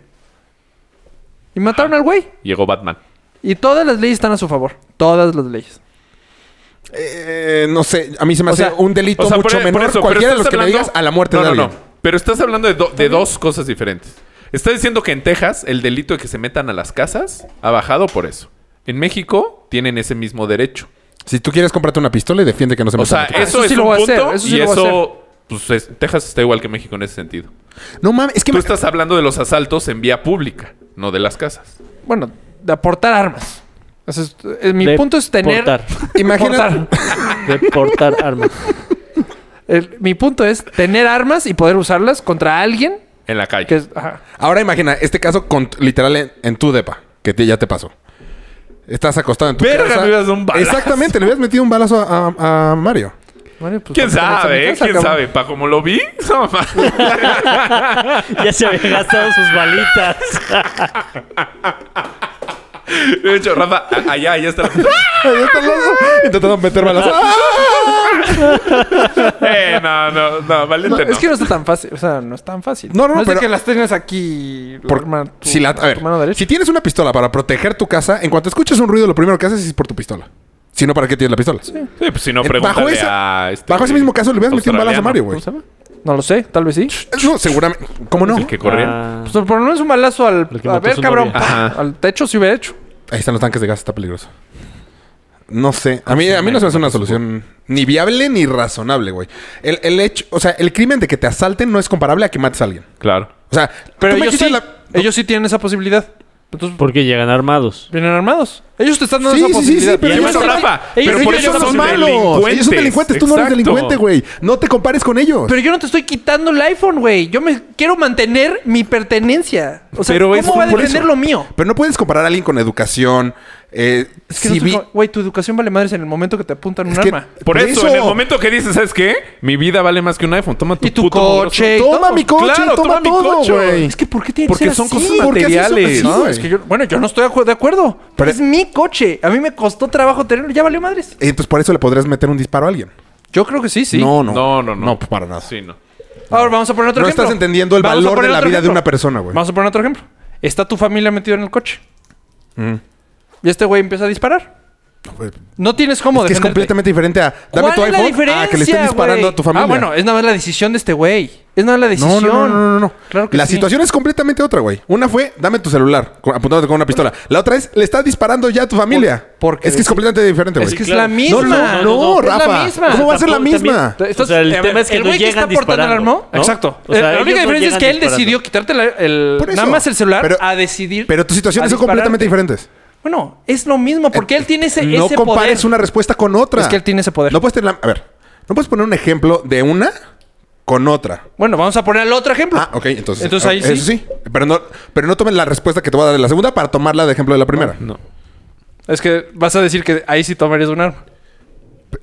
[SPEAKER 5] Y mataron al güey.
[SPEAKER 4] Llegó Batman.
[SPEAKER 5] Y todas las leyes están a su favor. Todas las leyes.
[SPEAKER 6] Eh, no sé, a mí se me
[SPEAKER 5] O
[SPEAKER 6] hace
[SPEAKER 5] sea,
[SPEAKER 6] un delito
[SPEAKER 4] O sea,
[SPEAKER 6] mucho
[SPEAKER 4] por- e-, por
[SPEAKER 6] menor
[SPEAKER 4] eso, pero
[SPEAKER 6] cualquiera de
[SPEAKER 4] estás
[SPEAKER 6] los que me
[SPEAKER 4] hablando-
[SPEAKER 6] digas a la muerte
[SPEAKER 4] no,
[SPEAKER 6] de
[SPEAKER 4] no,
[SPEAKER 6] alguien.
[SPEAKER 4] no. Pero estás hablando de, do- de dos cosas diferentes. Estás diciendo que en Texas el delito de que se metan a las casas ha bajado por eso. En México tienen ese mismo derecho.
[SPEAKER 6] Si tú quieres comprarte una pistola y defiende que no se
[SPEAKER 4] O
[SPEAKER 6] metan
[SPEAKER 4] sea,
[SPEAKER 6] a tu casa.
[SPEAKER 4] eso,
[SPEAKER 5] eso
[SPEAKER 4] es
[SPEAKER 5] sí lo
[SPEAKER 4] un
[SPEAKER 5] voy a
[SPEAKER 4] punto
[SPEAKER 5] hacer, eso sí
[SPEAKER 4] y
[SPEAKER 5] lo voy a
[SPEAKER 4] eso pues, es- Texas está igual que México en ese sentido.
[SPEAKER 6] No mames, es que
[SPEAKER 4] Tú
[SPEAKER 6] me-
[SPEAKER 4] estás hablando de los asaltos en vía pública, no de las casas.
[SPEAKER 5] Bueno, de aportar armas. O sea, es- eh, mi
[SPEAKER 2] De
[SPEAKER 5] punto es tener.
[SPEAKER 2] Portar,
[SPEAKER 6] imagínate,
[SPEAKER 5] portar.
[SPEAKER 2] de portar armas.
[SPEAKER 5] El- mi punto es tener armas y poder usarlas contra alguien
[SPEAKER 4] En la calle.
[SPEAKER 5] que es. ajá.
[SPEAKER 6] Ahora imagina este caso con, literal en, en tu depa, que te- ya te pasó. Estás acostado en tu
[SPEAKER 4] Verga,
[SPEAKER 6] casa.
[SPEAKER 4] me hubieras dado un balazo.
[SPEAKER 6] Exactamente, le hubieras metido un balazo a, a- a Mario.
[SPEAKER 5] Bueno, pues,
[SPEAKER 4] ¿Quién
[SPEAKER 5] ¿por qué no está en mi
[SPEAKER 4] sabe? eh?
[SPEAKER 5] casa,
[SPEAKER 4] ¿Quién
[SPEAKER 5] cabrón?
[SPEAKER 4] sabe? ¿Pa como lo vi? No, ma-
[SPEAKER 2] ya se habían gastado sus balitas.
[SPEAKER 4] de hecho, Rafa, a- allá, allá está.
[SPEAKER 6] Ahí está el oso, Intentando meter balazo.
[SPEAKER 4] Eh, no, no, no,
[SPEAKER 5] No,
[SPEAKER 4] valiente no.
[SPEAKER 5] es que no está tan fácil. O sea, no es tan fácil.
[SPEAKER 6] No, no,
[SPEAKER 5] no.
[SPEAKER 6] no,
[SPEAKER 5] es de
[SPEAKER 6] pero-
[SPEAKER 5] que las tengas aquí. la
[SPEAKER 6] Por-
[SPEAKER 5] arma, tu-
[SPEAKER 6] si la- a ver,
[SPEAKER 5] tu mano derecha.
[SPEAKER 6] si tienes una pistola para proteger tu casa, en cuanto escuchas un ruido, lo primero que haces es por tu pistola. Si no, ¿para qué tienes la pistola?
[SPEAKER 4] Sí, pues si no,
[SPEAKER 6] Eh,
[SPEAKER 4] pregúntale
[SPEAKER 6] bajo ese-
[SPEAKER 4] a este...
[SPEAKER 6] Bajo ese mismo caso, le hubieras metido un balazo a Mario, güey.
[SPEAKER 5] No lo sé, tal vez sí.
[SPEAKER 6] No, seguramente. ¿Cómo no?
[SPEAKER 4] El que corría.
[SPEAKER 2] Ah,
[SPEAKER 5] Pues, por lo menos un balazo al.
[SPEAKER 2] El que
[SPEAKER 5] A
[SPEAKER 2] mató a
[SPEAKER 5] ver,
[SPEAKER 2] su
[SPEAKER 5] cabrón.
[SPEAKER 2] novia.
[SPEAKER 5] pa,
[SPEAKER 4] Ajá.
[SPEAKER 5] Al techo sí hubiera hecho.
[SPEAKER 6] Ahí están los tanques de gas, está peligroso. No sé. A mí, a mí no se me hace una solución ni viable ni razonable, güey. El, el hecho, o sea, el crimen de que te asalten no es comparable a que mates a alguien.
[SPEAKER 4] Claro.
[SPEAKER 6] O sea,
[SPEAKER 5] Pero
[SPEAKER 6] tú me
[SPEAKER 5] ellos
[SPEAKER 6] quitas
[SPEAKER 5] sí,
[SPEAKER 6] la-
[SPEAKER 5] ellos sí tienen esa posibilidad. Entonces,
[SPEAKER 2] porque llegan armados.
[SPEAKER 5] vienen armados. Ellos te están dando
[SPEAKER 6] Sí,
[SPEAKER 5] esa
[SPEAKER 6] sí, sí, sí,
[SPEAKER 5] posibilidad.
[SPEAKER 6] pero
[SPEAKER 4] Y
[SPEAKER 6] ellos
[SPEAKER 4] además,
[SPEAKER 6] son-
[SPEAKER 4] Rafa,
[SPEAKER 5] ellos-
[SPEAKER 4] pero por
[SPEAKER 5] ellos
[SPEAKER 4] eso
[SPEAKER 5] son los
[SPEAKER 4] son
[SPEAKER 5] malos.
[SPEAKER 4] delincuentes.
[SPEAKER 6] Ellos son delincuentes, tú no eres
[SPEAKER 4] Exacto.
[SPEAKER 6] delincuente, güey. No te compares con ellos.
[SPEAKER 5] Pero yo no te estoy quitando el iPhone, güey. Yo me quiero mantener mi pertenencia. O sea,
[SPEAKER 4] Pero es
[SPEAKER 5] ¿cómo va a
[SPEAKER 6] por
[SPEAKER 5] defender
[SPEAKER 6] eso.
[SPEAKER 5] lo mío?
[SPEAKER 6] Pero no puedes comparar a alguien con educación. Eh,
[SPEAKER 5] Es que no estoy
[SPEAKER 6] civi-
[SPEAKER 5] co- Güey, tu educación vale madres en el momento que te apuntan un
[SPEAKER 6] Es que-
[SPEAKER 5] arma.
[SPEAKER 4] Por
[SPEAKER 6] Por
[SPEAKER 4] eso,
[SPEAKER 6] eso.
[SPEAKER 4] en el momento que dices, ¿sabes qué? Mi vida vale más que un iPhone. Toma tu,
[SPEAKER 5] Y tu
[SPEAKER 4] puto
[SPEAKER 5] coche.
[SPEAKER 6] Toma
[SPEAKER 5] todo.
[SPEAKER 6] mi coche,
[SPEAKER 4] Claro, toma
[SPEAKER 6] toma,
[SPEAKER 4] mi
[SPEAKER 6] todo,
[SPEAKER 4] coche.
[SPEAKER 6] güey.
[SPEAKER 5] Es que ¿por qué tiene
[SPEAKER 4] Porque
[SPEAKER 5] que ser
[SPEAKER 4] son
[SPEAKER 5] así?
[SPEAKER 4] cosas
[SPEAKER 6] ¿por qué así son
[SPEAKER 4] materiales.
[SPEAKER 6] así,
[SPEAKER 5] No,
[SPEAKER 6] Pues güey?
[SPEAKER 5] es que yo, bueno, yo no estoy acu- de acuerdo.
[SPEAKER 6] Pero-
[SPEAKER 5] es mi coche. A mí me costó trabajo tenerlo. Ya valió madres.
[SPEAKER 6] Eh, pues por eso le podrías meter un disparo a alguien.
[SPEAKER 5] Yo creo que sí, sí.
[SPEAKER 6] No, no.
[SPEAKER 4] No, no, no.
[SPEAKER 6] No, pues, para nada.
[SPEAKER 4] Sí, no.
[SPEAKER 5] Ahora vamos a poner otro
[SPEAKER 6] No
[SPEAKER 5] ejemplo.
[SPEAKER 6] estás entendiendo el
[SPEAKER 5] Vamos a
[SPEAKER 6] valor
[SPEAKER 5] poner
[SPEAKER 6] de la
[SPEAKER 5] otro
[SPEAKER 6] vida de
[SPEAKER 5] ejemplo.
[SPEAKER 6] una persona, güey.
[SPEAKER 5] Vamos a poner otro ejemplo. Está tu familia metida en el coche. Y este güey empieza a disparar. No tienes cómo
[SPEAKER 6] Eh, Es que es
[SPEAKER 5] defenderte.
[SPEAKER 6] completamente diferente a dame
[SPEAKER 5] ¿Cuál
[SPEAKER 6] tu
[SPEAKER 5] es la
[SPEAKER 6] iPhone a que le
[SPEAKER 5] diferencia,
[SPEAKER 6] estén disparando
[SPEAKER 5] güey?
[SPEAKER 6] a tu familia.
[SPEAKER 5] Ah, bueno, es nada más la decisión de este güey. Es nada más la
[SPEAKER 6] No,
[SPEAKER 5] decisión.
[SPEAKER 6] no, no, no, no, no.
[SPEAKER 5] Claro que
[SPEAKER 6] la
[SPEAKER 5] sí.
[SPEAKER 6] situación es completamente otra, güey. Una fue, dame tu celular, con- apuntándote con una pistola. La otra es, le estás disparando ya a tu familia.
[SPEAKER 5] Por- porque-
[SPEAKER 6] es que es completamente diferente, güey.
[SPEAKER 5] Es que es
[SPEAKER 2] claro.
[SPEAKER 5] la
[SPEAKER 6] No,
[SPEAKER 5] misma.
[SPEAKER 6] no, no,
[SPEAKER 5] Es la
[SPEAKER 6] Rafa.
[SPEAKER 5] misma.
[SPEAKER 6] ¿Cómo va a ser la
[SPEAKER 2] Tampoco-
[SPEAKER 6] misma?
[SPEAKER 2] también-
[SPEAKER 5] Entonces,
[SPEAKER 2] o sea, el
[SPEAKER 5] a
[SPEAKER 2] tema
[SPEAKER 5] ver,
[SPEAKER 2] es que
[SPEAKER 5] el
[SPEAKER 2] no
[SPEAKER 5] güey
[SPEAKER 2] llegan
[SPEAKER 5] está portando el
[SPEAKER 2] disparando.
[SPEAKER 5] arma,
[SPEAKER 2] ¿no?
[SPEAKER 5] Exacto. Eh,
[SPEAKER 2] O sea,
[SPEAKER 5] la
[SPEAKER 2] ellos
[SPEAKER 5] única
[SPEAKER 2] no
[SPEAKER 5] diferencia es
[SPEAKER 2] llegan
[SPEAKER 5] que él
[SPEAKER 2] disparando.
[SPEAKER 5] decidió quitarte la- el,
[SPEAKER 6] Por
[SPEAKER 5] nada
[SPEAKER 6] eso.
[SPEAKER 5] más el celular
[SPEAKER 6] Pero-
[SPEAKER 5] a decidir.
[SPEAKER 6] Pero tus
[SPEAKER 5] a
[SPEAKER 6] situaciones son
[SPEAKER 5] dispararte.
[SPEAKER 6] completamente diferentes.
[SPEAKER 5] Bueno, es lo mismo porque él tiene ese,
[SPEAKER 6] No
[SPEAKER 5] ese
[SPEAKER 6] compares
[SPEAKER 5] poder.
[SPEAKER 6] una respuesta con otra.
[SPEAKER 5] Es que él tiene ese poder.
[SPEAKER 6] No puedes tener la- A ver, no puedes poner un ejemplo de una con otra.
[SPEAKER 5] Bueno, vamos a poner el otro ejemplo.
[SPEAKER 6] Ah, ok, entonces.
[SPEAKER 5] Entonces ahí
[SPEAKER 6] ah, eso
[SPEAKER 5] sí.
[SPEAKER 6] sí. Pero no, pero no tomes la respuesta que te voy a dar de la segunda para tomarla de ejemplo de la primera.
[SPEAKER 4] No.
[SPEAKER 5] Es que vas a decir que ahí sí tomarías un arma.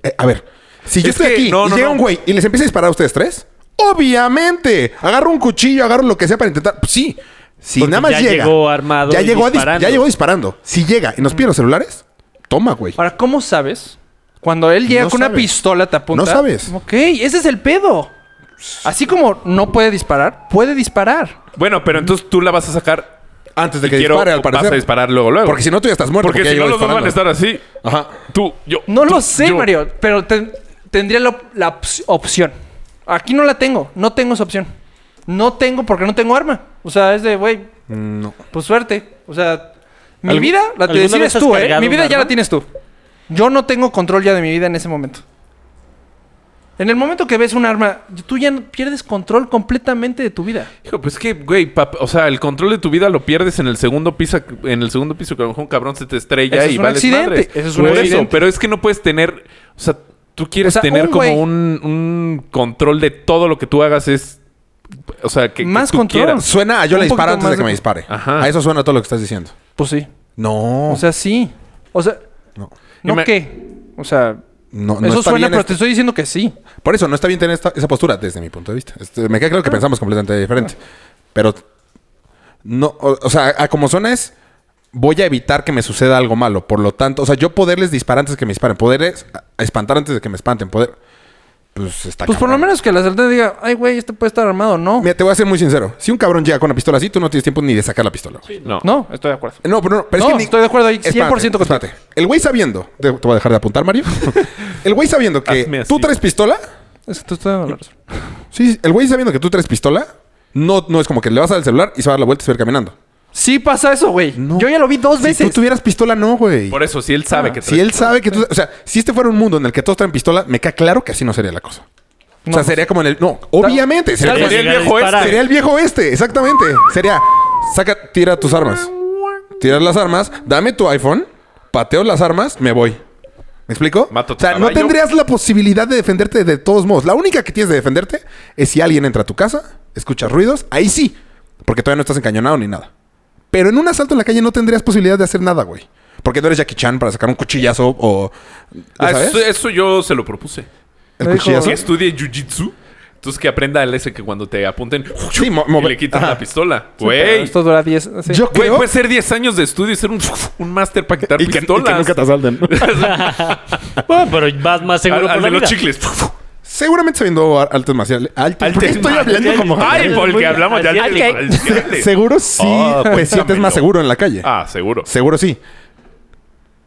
[SPEAKER 6] Eh, a ver, si yo
[SPEAKER 4] Es
[SPEAKER 6] estoy
[SPEAKER 4] que-
[SPEAKER 6] aquí
[SPEAKER 4] no,
[SPEAKER 6] y
[SPEAKER 4] no,
[SPEAKER 6] llega
[SPEAKER 4] no.
[SPEAKER 6] un güey y les empieza a disparar a ustedes tres, obviamente, agarro un cuchillo, agarro lo que sea para intentar. Pues sí. Si
[SPEAKER 2] Porque
[SPEAKER 6] nada más
[SPEAKER 2] ya
[SPEAKER 6] llega.
[SPEAKER 2] llegó armado
[SPEAKER 6] Ya
[SPEAKER 2] y
[SPEAKER 6] llegó, a dis-
[SPEAKER 2] disparando.
[SPEAKER 6] ya llegó disparando. Si llega y nos pide los celulares, toma, güey.
[SPEAKER 5] Ahora, ¿cómo sabes? Cuando él llega
[SPEAKER 6] No
[SPEAKER 5] con una
[SPEAKER 6] sabes.
[SPEAKER 5] pistola te apunta.
[SPEAKER 6] No sabes.
[SPEAKER 5] Ok, ese es el pedo. Así como no puede disparar, puede disparar.
[SPEAKER 4] Bueno, pero entonces tú la vas a sacar
[SPEAKER 6] Antes de
[SPEAKER 4] y
[SPEAKER 6] que
[SPEAKER 4] quiero-
[SPEAKER 6] dispare, al
[SPEAKER 4] Vas a
[SPEAKER 6] parecer.
[SPEAKER 4] disparar luego, luego.
[SPEAKER 6] Porque si no, tú ya estás muerto.
[SPEAKER 4] Porque
[SPEAKER 6] ya
[SPEAKER 4] si no,
[SPEAKER 6] llevas
[SPEAKER 4] los dos van a estar
[SPEAKER 6] disparando.
[SPEAKER 4] así.
[SPEAKER 6] Ajá.
[SPEAKER 4] Tú, yo.
[SPEAKER 5] No
[SPEAKER 4] tú,
[SPEAKER 5] lo sé,
[SPEAKER 4] yo.
[SPEAKER 5] Mario, pero ten- tendría la, op- la ops- opción. Aquí no la tengo, no tengo esa opción. No tengo porque no tengo arma. O sea, es de, güey,
[SPEAKER 6] No.
[SPEAKER 5] pues suerte. O sea, mi
[SPEAKER 2] ¿Algú-
[SPEAKER 5] vida la te
[SPEAKER 2] alguna
[SPEAKER 5] decides
[SPEAKER 2] vez has
[SPEAKER 5] tú, ¿eh?
[SPEAKER 2] cargado
[SPEAKER 5] Mi vida
[SPEAKER 2] un
[SPEAKER 5] ya la
[SPEAKER 2] arma?
[SPEAKER 5] tienes tú. Yo no tengo control ya de mi vida en ese momento. En el momento que ves un arma, tú ya no- pierdes control completamente de tu vida.
[SPEAKER 4] Hijo, pues es que, güey, pap- o sea, el control de tu vida lo pierdes en el segundo piso, en el segundo piso que a lo mejor un cabrón se te estrella
[SPEAKER 5] Eso
[SPEAKER 4] y
[SPEAKER 5] es un
[SPEAKER 4] vales
[SPEAKER 5] accidente.
[SPEAKER 4] madres.
[SPEAKER 5] Eso es un
[SPEAKER 4] Por
[SPEAKER 5] accidente.
[SPEAKER 4] pero es que no puedes tener, o sea, tú quieres
[SPEAKER 5] O sea,
[SPEAKER 4] tener
[SPEAKER 5] un
[SPEAKER 4] como
[SPEAKER 5] güey-
[SPEAKER 4] un, un control de todo lo que tú hagas es, o sea, que, que
[SPEAKER 5] Más
[SPEAKER 4] tú
[SPEAKER 5] control.
[SPEAKER 4] quieras.
[SPEAKER 6] Suena a yo le
[SPEAKER 5] Un
[SPEAKER 6] disparo
[SPEAKER 5] poquito
[SPEAKER 6] antes de
[SPEAKER 5] más
[SPEAKER 6] que
[SPEAKER 5] de-
[SPEAKER 6] me dispare.
[SPEAKER 4] Ajá.
[SPEAKER 6] A eso suena todo lo que estás diciendo.
[SPEAKER 5] Pues sí.
[SPEAKER 6] No.
[SPEAKER 5] O sea, sí. O sea,
[SPEAKER 6] No.
[SPEAKER 5] ¿no
[SPEAKER 4] Ima-
[SPEAKER 5] qué? O sea,
[SPEAKER 6] no, no
[SPEAKER 5] eso
[SPEAKER 6] está
[SPEAKER 5] suena,
[SPEAKER 6] bien
[SPEAKER 5] pero
[SPEAKER 6] esto.
[SPEAKER 5] te estoy diciendo que sí.
[SPEAKER 6] Por eso no está bien tener esta- esa postura desde mi punto de vista. Este, me queda claro que
[SPEAKER 5] Ah.
[SPEAKER 6] pensamos completamente diferente. Pero no, o, o sea, a como suena es voy a evitar que me suceda algo malo. Por lo tanto, o sea, yo poderles disparar antes de que me disparen, poderles a- a espantar antes de que me espanten, poder pues está
[SPEAKER 5] Pues por lo
[SPEAKER 6] cabrón.
[SPEAKER 5] menos que el asaltante diga, ay, güey, este puede estar armado. No.
[SPEAKER 6] Mira, te voy a ser muy sincero. Si un cabrón llega con una pistola así, tú no tienes tiempo ni de sacar la pistola. güey.
[SPEAKER 4] No.
[SPEAKER 5] No, estoy de acuerdo.
[SPEAKER 6] No, pero no, pero es
[SPEAKER 5] No,
[SPEAKER 6] que ni-
[SPEAKER 5] estoy de acuerdo ahí,
[SPEAKER 6] Espérate,
[SPEAKER 5] 100% contigo.
[SPEAKER 6] espérate. El güey sabiendo, te, te voy a dejar de apuntar, Mario. el güey sabiendo
[SPEAKER 4] Hazme
[SPEAKER 6] que
[SPEAKER 4] así.
[SPEAKER 6] tú traes pistola,
[SPEAKER 5] Es que tú estás dando la razón.
[SPEAKER 6] Sí, sí, el güey sabiendo que tú traes pistola, no, no es como que le vas a dar el celular y se va a dar la vuelta y se va a ir caminando.
[SPEAKER 5] Sí pasa eso, güey.
[SPEAKER 6] No.
[SPEAKER 5] Yo ya lo vi dos
[SPEAKER 6] Si tú
[SPEAKER 5] veces.
[SPEAKER 6] tuvieras pistola, no, güey.
[SPEAKER 4] Por eso, si él sabe
[SPEAKER 5] Ah.
[SPEAKER 4] que
[SPEAKER 6] Si él sabe que tú... O sea, si este fuera un mundo en el que todos traen pistola, me queda claro que así no sería la cosa. o
[SPEAKER 5] No, pues,
[SPEAKER 6] sea,
[SPEAKER 5] no
[SPEAKER 6] sería como en el... No, obviamente. Sería,
[SPEAKER 2] Tal
[SPEAKER 6] como-
[SPEAKER 2] vez
[SPEAKER 4] Sería el
[SPEAKER 2] llegar a
[SPEAKER 4] viejo este.
[SPEAKER 2] disparar.
[SPEAKER 6] sería el viejo este, exactamente. Sería, saca, tira tus armas. Tiras las armas, dame tu iPhone, pateo las armas, me voy. ¿Me explico?
[SPEAKER 4] Mato
[SPEAKER 6] o
[SPEAKER 4] tu
[SPEAKER 6] sea, no
[SPEAKER 4] caballo.
[SPEAKER 6] tendrías la posibilidad de defenderte de todos modos. La única que tienes de defenderte es si alguien entra a tu casa, escuchas ruidos, ahí sí, porque todavía no estás encañonado ni nada. Pero en un asalto en la calle no tendrías posibilidad de hacer nada, güey. Porque no eres Jackie Chan para sacar un cuchillazo o...
[SPEAKER 4] Ah,
[SPEAKER 6] ¿Sabes?
[SPEAKER 4] eso, eso yo se lo propuse.
[SPEAKER 6] el
[SPEAKER 5] me dijo-
[SPEAKER 6] cuchillazo.
[SPEAKER 4] Que estudie jiu-jitsu. Entonces que aprenda el ese que cuando te apunten
[SPEAKER 6] Sí, mo-
[SPEAKER 4] y
[SPEAKER 6] mover-
[SPEAKER 4] le quitan
[SPEAKER 6] Ajá.
[SPEAKER 4] la pistola.
[SPEAKER 5] sé, pero
[SPEAKER 4] Güey.
[SPEAKER 5] Esto dura 10. sí.
[SPEAKER 6] Yo
[SPEAKER 4] Güey,
[SPEAKER 6] creo...
[SPEAKER 4] puede ser 10 años de estudio y ser un, un máster para quitar
[SPEAKER 2] Y que, y que
[SPEAKER 4] pistolas.
[SPEAKER 2] nunca te asalten. bueno, pero vas más seguro por
[SPEAKER 4] Al- al
[SPEAKER 2] la
[SPEAKER 4] de los
[SPEAKER 2] vida.
[SPEAKER 4] chicles.
[SPEAKER 6] Seguramente sabiendo ar- artes marciales... Altes,
[SPEAKER 4] Al
[SPEAKER 6] ¿Por qué estoy hablando como...
[SPEAKER 4] Ay, porque hablamos ya
[SPEAKER 2] Al-
[SPEAKER 4] de los chicles.
[SPEAKER 6] Seguro sí
[SPEAKER 4] Ah,
[SPEAKER 6] te sientes
[SPEAKER 4] cuéntamelo.
[SPEAKER 6] más seguro en la calle.
[SPEAKER 4] Ah, seguro.
[SPEAKER 6] Seguro sí.